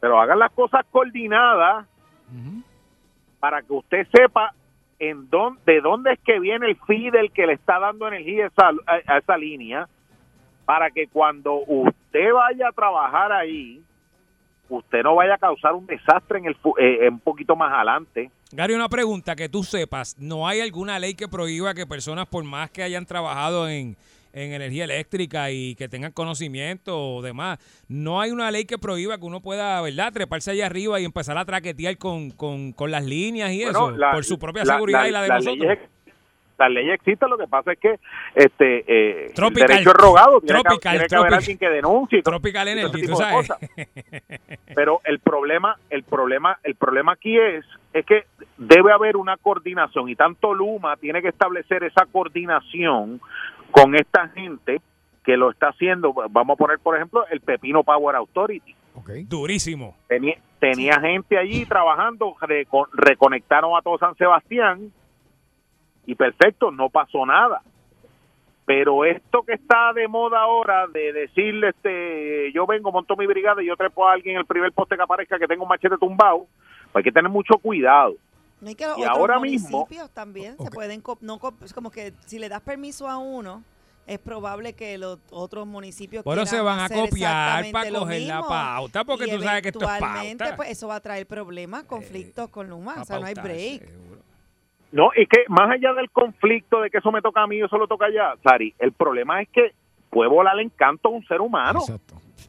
[SPEAKER 10] Pero hagan las cosas coordinadas para que usted sepa en dónde, de dónde es que viene el Fidel que le está dando energía a esa, a- a esa línea, para que cuando usted vaya a trabajar ahí, usted no vaya a causar un desastre en el fu- eh, eh, un poquito más adelante.
[SPEAKER 6] Gary, una pregunta que tú sepas, ¿no hay alguna ley que prohíba que personas, por más que hayan trabajado en, en energía eléctrica y que tengan conocimiento o demás, no hay una ley que prohíba que uno pueda, ¿verdad?, treparse allá arriba y empezar a traquetear con, con, con las líneas y
[SPEAKER 10] Bueno,
[SPEAKER 6] eso,
[SPEAKER 10] la-
[SPEAKER 6] por su propia
[SPEAKER 10] la-
[SPEAKER 6] seguridad y la de
[SPEAKER 10] las
[SPEAKER 6] nosotros.
[SPEAKER 10] leyes ex- las leyes existen, lo que pasa es que este eh, el
[SPEAKER 6] Tropical.
[SPEAKER 10] derecho es rogado, tiene, que-
[SPEAKER 6] Tropical,
[SPEAKER 10] tiene que,
[SPEAKER 6] tropical.
[SPEAKER 10] haber alguien que denuncie. y todo-
[SPEAKER 6] Tropical
[SPEAKER 10] y todo ese
[SPEAKER 6] Energy, tú
[SPEAKER 10] tipo de
[SPEAKER 6] sabes.
[SPEAKER 10] cosas. Pero el problema, el problema, el problema aquí es, es que debe haber una coordinación y tanto Luma tiene que establecer esa coordinación con esta gente que lo está haciendo. Vamos a poner, por ejemplo, el Pepino Power Authority.
[SPEAKER 6] Durísimo.
[SPEAKER 10] Tenía, tenía gente allí trabajando, reco- reconectaron a todo San Sebastián y perfecto, no pasó nada. Pero esto que está de moda ahora de decirle, este, yo vengo, monto mi brigada y yo trepo a alguien en el primer poste que aparezca que tengo un machete tumbado, pues hay que tener mucho cuidado.
[SPEAKER 5] No hay que los
[SPEAKER 10] Y
[SPEAKER 5] otros
[SPEAKER 10] ahora mismo-
[SPEAKER 5] municipios también se pueden co- no co- es como que si le das permiso a uno es probable que los otros municipios
[SPEAKER 6] Bueno,
[SPEAKER 5] quieran
[SPEAKER 6] se van a
[SPEAKER 5] hacer
[SPEAKER 6] copiar
[SPEAKER 5] exactamente
[SPEAKER 6] para
[SPEAKER 5] lo
[SPEAKER 6] coger la
[SPEAKER 5] mismo.
[SPEAKER 6] pauta, porque
[SPEAKER 5] Y
[SPEAKER 6] tú sabes que esto es
[SPEAKER 5] eventualmente,
[SPEAKER 6] pauta. Eh,
[SPEAKER 5] pues eso va a traer problemas, conflictos con Luma, o sea, no hay break.
[SPEAKER 10] No, y que más allá del conflicto de que eso me toca a mí, eso lo toca allá, Sari, el problema es que puede volar en canto a un ser humano.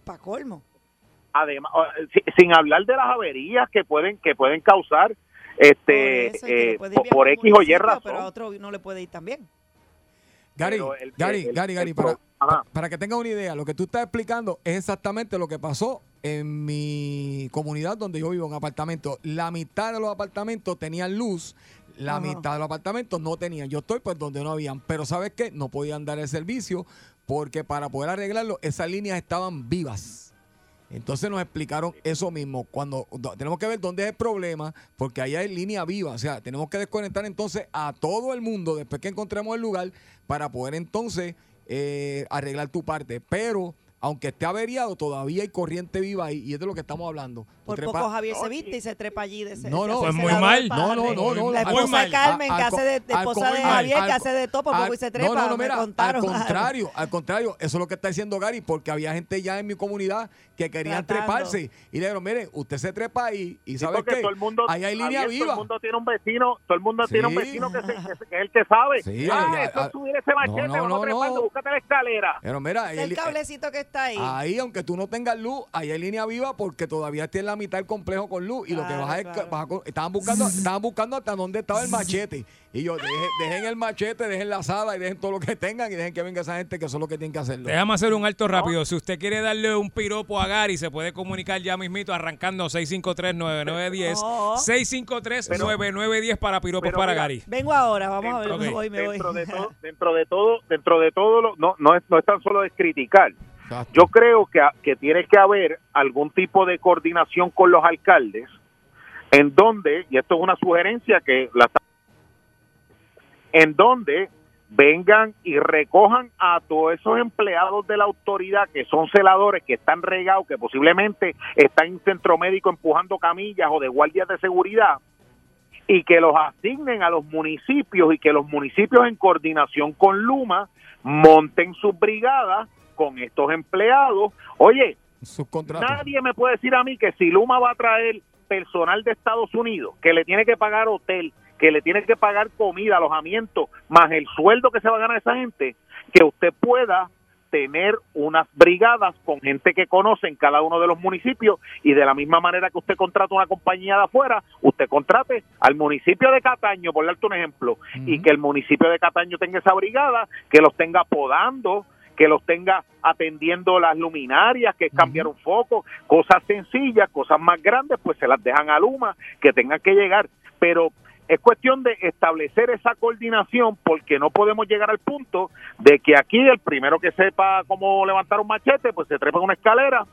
[SPEAKER 5] Para colmo.
[SPEAKER 10] además o- eh, si- sin hablar de las averías que pueden que pueden causar este
[SPEAKER 5] Eso, y que le
[SPEAKER 10] eh,
[SPEAKER 5] puede ir
[SPEAKER 10] po-
[SPEAKER 5] bien a
[SPEAKER 10] por
[SPEAKER 5] un
[SPEAKER 10] X o Y
[SPEAKER 5] municipio,
[SPEAKER 10] razón
[SPEAKER 5] Pero a otro no le puede ir también.
[SPEAKER 4] Gary,
[SPEAKER 10] Pero el-
[SPEAKER 4] Gary,
[SPEAKER 10] el-
[SPEAKER 4] Gary,
[SPEAKER 10] el
[SPEAKER 4] Gary, para, pa- para que tenga una idea, lo que tú estás explicando es exactamente lo que pasó en mi comunidad donde yo vivo en apartamento. La mitad de los apartamentos tenían luz, la
[SPEAKER 8] Ajá.
[SPEAKER 4] mitad de los apartamentos no tenían. Yo estoy pues donde no habían, pero ¿sabes qué? No podían dar el servicio porque para poder arreglarlo esas líneas estaban vivas. Entonces nos explicaron eso mismo. Cuando do- tenemos que ver dónde es el problema, porque ahí hay línea viva. O sea, tenemos que desconectar entonces a todo el mundo después que encontremos el lugar para poder entonces eh, arreglar tu parte. Pero aunque esté averiado, todavía hay corriente viva ahí y es de lo que estamos hablando. Tú
[SPEAKER 5] Por
[SPEAKER 4] trepas-
[SPEAKER 5] poco Javier se viste y se trepa allí. De ese-
[SPEAKER 4] No,
[SPEAKER 5] se
[SPEAKER 4] no,
[SPEAKER 5] hace
[SPEAKER 4] Pues muy
[SPEAKER 5] celador
[SPEAKER 4] mal.
[SPEAKER 5] para
[SPEAKER 4] No, no,
[SPEAKER 5] darle.
[SPEAKER 4] no, no,
[SPEAKER 5] La
[SPEAKER 4] al-
[SPEAKER 5] esposa
[SPEAKER 4] muy
[SPEAKER 5] de Carmen,
[SPEAKER 4] mal.
[SPEAKER 5] que
[SPEAKER 4] Al-
[SPEAKER 5] hace de, de
[SPEAKER 4] al-
[SPEAKER 5] esposa de
[SPEAKER 4] al-
[SPEAKER 5] Javier, que
[SPEAKER 4] al-
[SPEAKER 5] hace de todo, por poco
[SPEAKER 4] al-
[SPEAKER 5] y se trepa.
[SPEAKER 4] No, no, no,
[SPEAKER 5] me
[SPEAKER 4] mira,
[SPEAKER 5] contaron.
[SPEAKER 4] al contrario, al contrario, eso es lo que está diciendo Gary, porque había gente ya en mi comunidad que querían
[SPEAKER 10] Tratando.
[SPEAKER 4] treparse y le dijeron, mire, usted se trepa ahí y
[SPEAKER 10] Sí,
[SPEAKER 4] sabe
[SPEAKER 10] porque
[SPEAKER 4] qué,
[SPEAKER 10] todo el mundo
[SPEAKER 4] ahí hay línea
[SPEAKER 10] Javier, todo
[SPEAKER 4] viva.
[SPEAKER 10] el mundo tiene un vecino todo el mundo tiene un
[SPEAKER 4] Sí.
[SPEAKER 10] vecino que, se- que se- que es el que sabe
[SPEAKER 4] Sí,
[SPEAKER 10] ah
[SPEAKER 4] a-
[SPEAKER 10] eso
[SPEAKER 4] a-
[SPEAKER 10] es subir ese
[SPEAKER 4] no,
[SPEAKER 10] machete
[SPEAKER 4] no,
[SPEAKER 10] vamos trepando
[SPEAKER 4] no.
[SPEAKER 10] búscate la escalera
[SPEAKER 4] Pero mira, eh,
[SPEAKER 5] el
[SPEAKER 4] él-
[SPEAKER 5] cablecito que está ahí.
[SPEAKER 4] Ahí, aunque tú no tengas luz, ahí hay línea viva porque todavía está en la mitad del complejo con luz. Y lo que
[SPEAKER 5] Claro,
[SPEAKER 4] vas a,
[SPEAKER 5] claro.
[SPEAKER 4] vas a co- estaban buscando, estaban buscando hasta dónde estaba el machete. Y yo, deje- dejen el machete, dejen la sala y dejen todo lo que tengan y dejen que venga esa gente que eso es lo que tienen que hacerlo.
[SPEAKER 6] Déjame hacer un alto rápido. Si usted quiere darle un piropo a Gary, se puede comunicar ya mismito arrancando 653-9910.
[SPEAKER 5] Oh.
[SPEAKER 6] 653-9910 para piropos para Gary.
[SPEAKER 5] Vengo ahora, vamos a ver, me
[SPEAKER 10] Ok.
[SPEAKER 5] voy, me voy.
[SPEAKER 10] dentro de todo dentro de todo dentro de todo lo- no no es no es tan solo de criticar yo creo que a- que tiene que haber algún tipo de coordinación con los alcaldes en donde y esto es una sugerencia que la está- en donde vengan y recojan a todos esos empleados de la autoridad que son celadores, que están regados, que posiblemente están en centro médico empujando camillas o de guardias de seguridad, y que los asignen a los municipios y que los municipios en coordinación con Luma monten sus brigadas con estos empleados. Oye,
[SPEAKER 4] Subcontrato.
[SPEAKER 10] nadie me puede decir a mí que si Luma va a traer personal de Estados Unidos, que le tiene que pagar hotel, que le tiene que pagar comida, alojamiento, más el sueldo que se va a ganar esa gente, que usted pueda tener unas brigadas con gente que conoce en cada uno de los municipios y de la misma manera que usted contrata una compañía de afuera, usted contrate al municipio de Cataño, por darte un ejemplo, y que el municipio de Cataño tenga esa brigada, que los tenga podando, que los tenga atendiendo las luminarias, que es cambiar un foco, cosas sencillas, cosas más grandes, pues se las dejan a Luma, que tengan que llegar, pero es cuestión de establecer esa coordinación porque no podemos llegar al punto de que aquí el primero que sepa cómo levantar un machete, pues se trepa en una escalera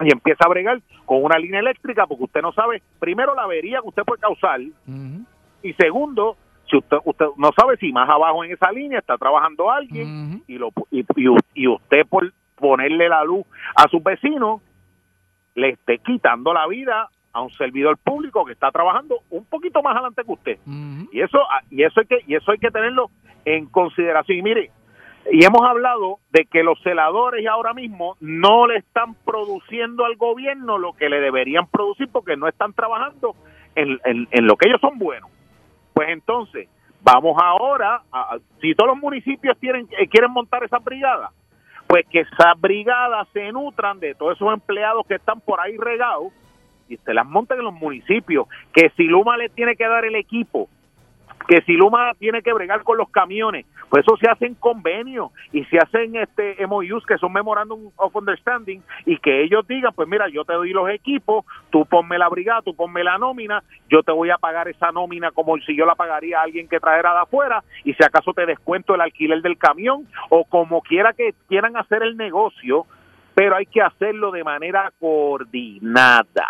[SPEAKER 10] y empieza a bregar con una línea eléctrica porque usted no sabe, primero la avería que usted puede causar y segundo, si usted, usted no sabe si más abajo en esa línea está trabajando alguien y, lo, y, y u- y usted por ponerle la luz a sus vecinos, le esté quitando la vida a un servidor público que está trabajando un poquito más adelante que usted. Y eso ah, y eso hay que y eso hay que tenerlo en consideración. Y mire, y hemos hablado de que los celadores ahora mismo no le están produciendo al gobierno lo que le deberían producir porque no están trabajando en, en- en lo que ellos son buenos. Pues entonces, vamos ahora, a- a- si todos los municipios tienen, eh, quieren montar esas brigadas, pues que esas brigadas se nutran de todos esos empleados que están por ahí regados y se las montan en los municipios, que si Luma le tiene que dar el equipo, que si Luma tiene que bregar con los camiones, pues eso se hace en convenio y se hacen este MOUs que son Memorandum of Understanding y que ellos digan, pues mira, yo te doy los equipos, tú ponme la brigada, tú ponme la nómina, yo te voy a pagar esa nómina como si yo la pagaría a alguien que trajera de afuera y si acaso te descuento el alquiler del camión o como quiera que quieran hacer el negocio, pero hay que hacerlo de manera coordinada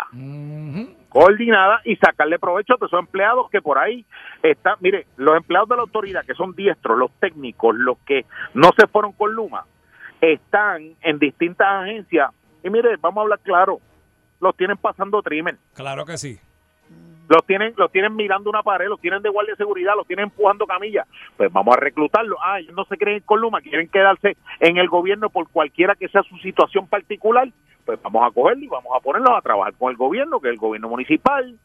[SPEAKER 10] coordinada y sacarle provecho a todos esos empleados que por ahí están. Mire, los empleados de la autoridad, que son diestros, los técnicos, los que no se fueron con Luma, están en distintas agencias. Y mire, vamos a hablar claro, los tienen pasando trimen,
[SPEAKER 6] Claro que sí.
[SPEAKER 10] los tienen, los tienen mirando una pared, los tienen de guardia de seguridad, los tienen empujando camillas. Pues vamos a reclutarlos. Ah, ellos no se creen con Luma, quieren quedarse en el gobierno por cualquiera que sea su situación particular. Pues vamos a cogerlos y vamos a ponerlos a trabajar con el gobierno, que es el gobierno municipal,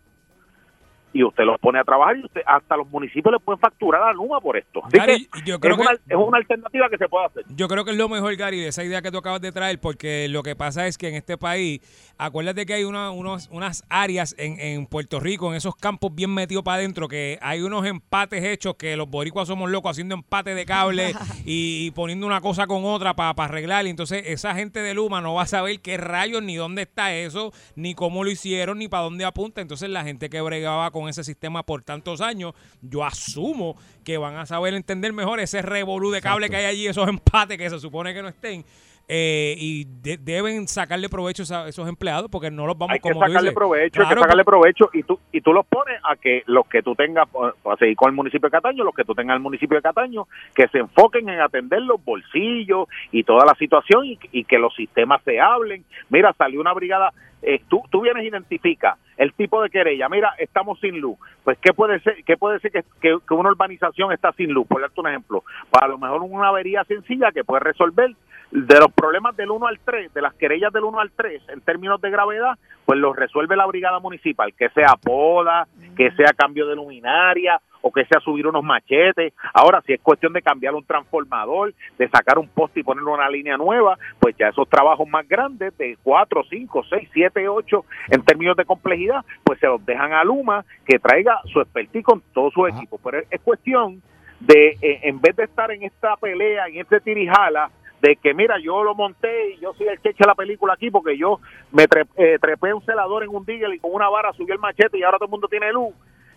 [SPEAKER 10] y usted los pone a trabajar y usted, hasta los municipios le pueden facturar a Luma por esto. Así
[SPEAKER 6] Gary,
[SPEAKER 10] que
[SPEAKER 6] yo creo
[SPEAKER 10] es, una,
[SPEAKER 6] que-
[SPEAKER 10] es una alternativa que se puede hacer.
[SPEAKER 6] Yo creo que es lo mejor, Gary, de esa idea que tú acabas de traer, porque lo que pasa es que en este país, acuérdate que hay una- unos- unas áreas en, en Puerto Rico, en esos campos bien metidos para adentro, que hay unos empates hechos que los boricuas somos locos haciendo empate de cable y, y poniendo una cosa con otra para arreglar. Y entonces esa gente de Luma no va a saber qué rayos, ni dónde está eso, ni cómo lo hicieron, ni para dónde apunta. Entonces la gente que bregaba con ese sistema por tantos años, yo asumo que van a saber entender mejor ese revolú de cable que hay allí, esos empates que se supone que no estén. eh, y de- deben sacarle provecho a esos empleados porque no los vamos
[SPEAKER 10] Hay que
[SPEAKER 6] como tú
[SPEAKER 10] sacarle
[SPEAKER 6] dices.
[SPEAKER 10] provecho, hay que
[SPEAKER 6] Claro,
[SPEAKER 10] sacarle provecho y tú, y tú los pones a que los que tú tengas, eh, a seguir con el municipio de Cataño, los que tú tengas en el municipio de Cataño, que se enfoquen en atender los bolsillos y toda la situación y, y que los sistemas se hablen. Mira, salió una brigada, eh, tú, tú vienes, identifica el tipo de querella, mira, estamos sin luz. Pues, ¿qué puede ser, qué puede ser que, que- que una urbanización está sin luz? Por darte un ejemplo, para lo mejor una avería sencilla que puede resolver de los problemas del 1 al 3, de las querellas del 1 al 3 en términos de gravedad, pues los resuelve la brigada municipal, que sea poda, que sea cambio de luminaria o que sea subir unos machetes. Ahora, si es cuestión de cambiar un transformador, de sacar un poste y ponerle una línea nueva, pues ya esos trabajos más grandes de 4, 5, 6, 7, 8 en términos de complejidad, pues se los dejan a Luma que traiga su expertise con todo su equipo. Pero es- es cuestión de eh, en vez de estar en esta pelea, en este tirijala, de que mira, yo lo monté y yo soy el que echa la película aquí porque yo me tre- eh, trepé un celador en un digel y con una vara subí el machete y ahora todo el mundo tiene luz.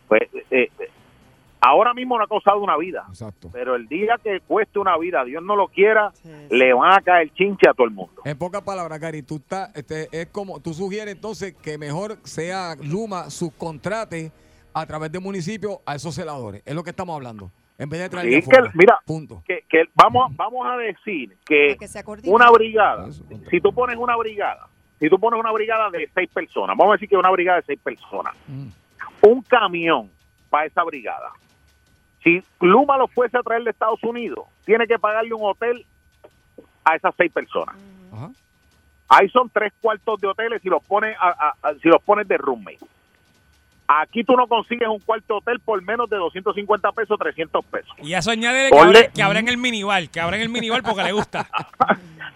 [SPEAKER 10] Pues eh, eh, ahora mismo no ha causado una vida,
[SPEAKER 4] Exacto.
[SPEAKER 10] pero el día que cueste una vida, Dios no lo quiera, le van a caer chinche a todo el mundo.
[SPEAKER 4] En pocas palabras, Gary, tú estás, este, es como, tú sugieres entonces que mejor sea Luma subcontrate a través de municipios a esos celadores. Es lo que estamos hablando. En vez de traer de
[SPEAKER 10] Sí, que-
[SPEAKER 4] afuera.
[SPEAKER 10] mira,
[SPEAKER 4] Punto.
[SPEAKER 10] que, que vamos, a- vamos a decir que, una brigada, si tú pones una brigada, si tú pones una brigada de seis personas, vamos a decir que una brigada de seis personas,
[SPEAKER 6] Mm.
[SPEAKER 10] un camión para esa brigada. Si Luma lo fuese a traer de Estados Unidos, tiene que pagarle un hotel a esas seis personas. Ahí son tres cuartos de hoteles si los pones a- a- a- si los pones de roommate. Aquí tú no consigues un cuarto hotel por menos de 250 pesos, 300 pesos.
[SPEAKER 6] pues, Y eso añade que,
[SPEAKER 10] Ponle-
[SPEAKER 6] abra- que abran el minibar, que abran el minibar porque le gusta.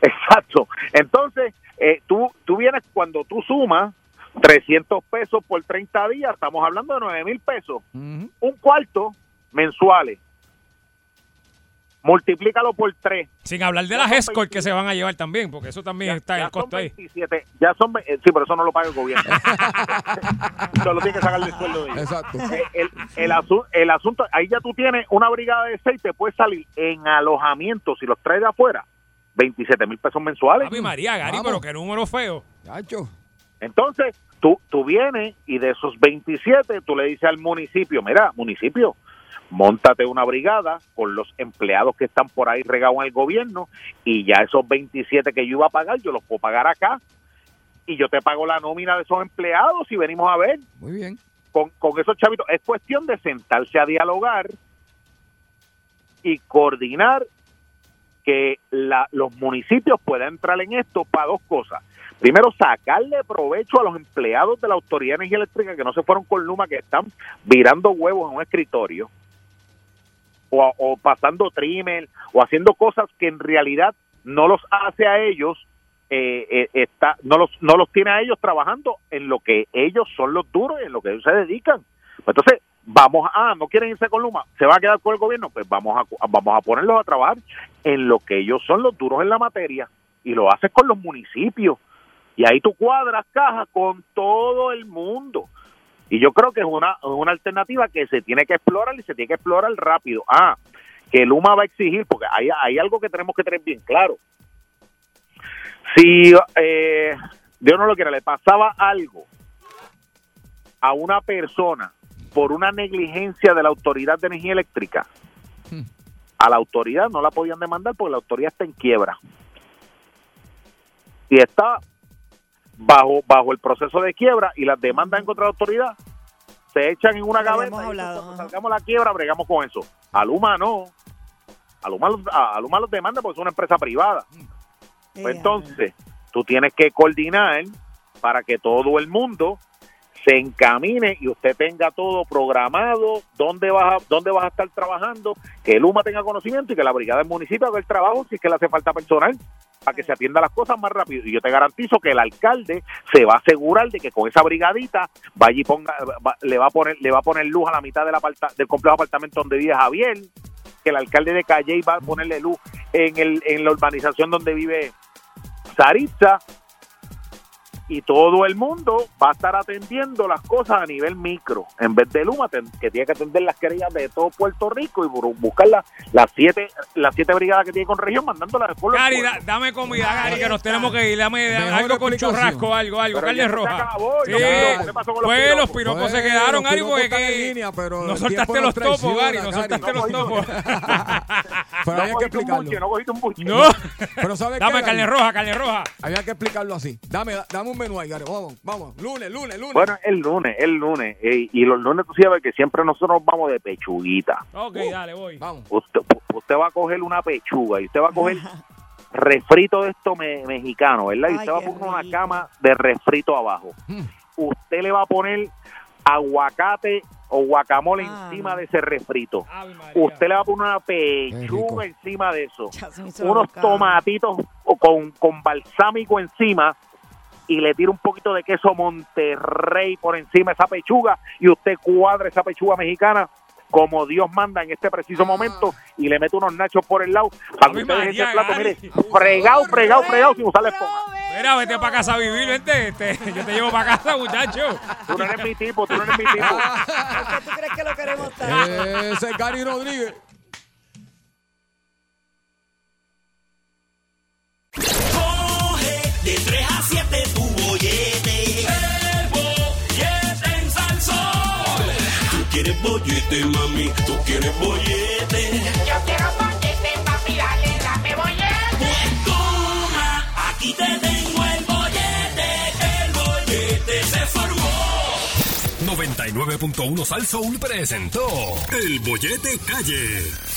[SPEAKER 10] Exacto. Entonces, eh, tú, tú vienes cuando tú sumas 300 pesos por 30 días, estamos hablando de 9 mil pesos. Un cuarto mensuales. Multiplícalo por 3.
[SPEAKER 6] Sin hablar de las escort que se van a llevar también, porque eso también está en el costo ahí.
[SPEAKER 10] Ya son. ve- eh, sí, pero eso no lo paga el gobierno. eso lo tiene que sacar del sueldo de ellos. Eh,
[SPEAKER 4] Exacto.
[SPEAKER 10] El, el asu- el asunto. Ahí ya tú tienes una brigada de seis, te puedes salir en alojamiento si los traes de afuera. 27 mil pesos mensuales.
[SPEAKER 6] Papi María, Gary, pero qué número feo.
[SPEAKER 10] Entonces, tú, tú vienes y de esos 27, tú le dices al municipio, mira, municipio, montate una brigada con los empleados que están por ahí regados en el gobierno y ya esos 27 que yo iba a pagar, yo los puedo pagar acá y yo te pago la nómina de esos empleados y venimos a ver.
[SPEAKER 4] Muy bien.
[SPEAKER 10] Con, con esos chavitos. Es cuestión de sentarse a dialogar y coordinar que la- los municipios puedan entrar en esto para dos cosas. Primero, sacarle provecho a los empleados de la Autoridad de Energía Eléctrica que no se fueron con Luma, que están virando huevos en un escritorio, o, o pasando trimel, o haciendo cosas que en realidad no los hace a ellos, eh, eh, está, no, los, no los tiene a ellos trabajando en lo que ellos son los duros y en lo que ellos se dedican. Pues entonces, vamos a, ah, no quieren irse con Luma, se va a quedar con el gobierno, pues vamos a, vamos a ponerlos a trabajar en lo que ellos son los duros en la materia y lo haces con los municipios. Y ahí tú cuadras caja con todo el mundo. Y yo creo que es una, es una alternativa que se tiene que explorar y se tiene que explorar rápido. Ah, que Luma va a exigir, porque hay, hay algo que tenemos que tener bien claro. Si eh, Dios no lo quiera, le pasaba algo a una persona por una negligencia de la Autoridad de Energía Eléctrica, a la autoridad no la podían demandar porque la autoridad está en quiebra. Y está bajo, bajo el proceso de quiebra y las demandas en contra de la autoridad se echan en una gaveta. y cuando salgamos la quiebra, bregamos con eso. Aluma no. Aluma, los- a- Aluma los demanda porque es una empresa privada. Pues entonces, tú tienes que coordinar para que todo el mundo se encamine y usted tenga todo programado, dónde vas a, dónde vas a estar trabajando, que el UMA tenga conocimiento y que la brigada del municipio haga el trabajo si es que le hace falta personal para que se atienda las cosas más rápido. Y yo te garantizo que el alcalde se va a asegurar de que con esa brigadita vaya y ponga, va- le va a poner, le va a poner luz a la mitad del, aparta- del complejo de apartamento donde vive Javier, que el alcalde de Calle va a ponerle luz en, el, en la urbanización donde vive Saritza y todo el mundo va a estar atendiendo las cosas a nivel micro. En vez de Luma, ten- que tiene que atender las querellas de todo Puerto Rico y bu- buscar las, las, siete, las siete brigadas que tiene con región, mandándolas de pueblo. a
[SPEAKER 6] Gary,
[SPEAKER 10] pueblo.
[SPEAKER 6] da- dame comida, Gary, que nos tenemos que ir. Dame dame
[SPEAKER 10] Mejor
[SPEAKER 6] algo con
[SPEAKER 10] explicación.
[SPEAKER 6] churrasco, algo, algo.
[SPEAKER 10] Pero
[SPEAKER 6] Carne
[SPEAKER 10] ya se
[SPEAKER 6] roja.
[SPEAKER 10] acabó,
[SPEAKER 6] sí,
[SPEAKER 10] los piropos, ¿qué pasó con los
[SPEAKER 6] pues los
[SPEAKER 10] piropos?
[SPEAKER 6] piropos se
[SPEAKER 4] Pues,
[SPEAKER 6] quedaron,
[SPEAKER 4] los
[SPEAKER 6] Gary,
[SPEAKER 4] piropos
[SPEAKER 6] porque
[SPEAKER 4] están en
[SPEAKER 6] que-
[SPEAKER 4] línea, pero
[SPEAKER 6] no
[SPEAKER 4] el
[SPEAKER 6] soltaste
[SPEAKER 4] tiempo
[SPEAKER 6] los
[SPEAKER 4] nos
[SPEAKER 6] topos, Gary,
[SPEAKER 4] traiciona,
[SPEAKER 6] no
[SPEAKER 4] Gary.
[SPEAKER 6] soltaste los topos.
[SPEAKER 4] Pero había que explicarlo.
[SPEAKER 10] no cogiste un buche.
[SPEAKER 6] No.
[SPEAKER 4] Pero ¿sabes
[SPEAKER 6] Dame
[SPEAKER 4] qué,
[SPEAKER 6] carne
[SPEAKER 4] Gary?
[SPEAKER 6] roja, carne roja.
[SPEAKER 4] Había que explicarlo así. Dame, dame un menú ahí, Gary. Vamos, vamos. Lunes, lunes, lunes.
[SPEAKER 10] Bueno, el lunes, el lunes. eh, y los lunes tú sabes que siempre nosotros vamos de pechuguita.
[SPEAKER 6] Ok, dale, voy.
[SPEAKER 4] Vamos.
[SPEAKER 10] Usted, usted va a coger una pechuga y usted va a coger refrito de esto me- mexicano, ¿verdad? Y usted va a poner una cama de refrito abajo. Usted le va a poner aguacate o guacamole encima de ese refrito. Usted le va a poner una pechuga encima de eso.
[SPEAKER 5] hizo la
[SPEAKER 10] Unos
[SPEAKER 5] boca agua.
[SPEAKER 10] tomatitos o con, con balsámico encima y le tira un poquito de queso Monterrey por encima de esa pechuga y usted cuadra esa pechuga mexicana como Dios manda en este preciso momento y le mete unos nachos por el lado para
[SPEAKER 6] Ave
[SPEAKER 10] que usted deje
[SPEAKER 6] María,
[SPEAKER 10] ese plato,
[SPEAKER 6] Gary.
[SPEAKER 10] mire, fregado, fregado, fregado sin usar la esponja.
[SPEAKER 6] Mira, vete para casa a vivir, vente. este, yo te llevo para casa, muchacho.
[SPEAKER 10] Tú no eres mi tipo, tú no eres mi tipo.
[SPEAKER 5] ¿Tú crees que lo queremos
[SPEAKER 4] Ese es Gary Rodríguez.
[SPEAKER 9] Coge de 3 a 7 tu bollete. El bollete en salsón.
[SPEAKER 3] Tú quieres bollete, mami, tú quieres bollete.
[SPEAKER 9] Yo quiero bollete, papi, dale, dame bollete. Pues toma, aquí te tengo el bollete. El bollete se formó.
[SPEAKER 1] 99.1 Sal Soul presentó El Bollete Calle.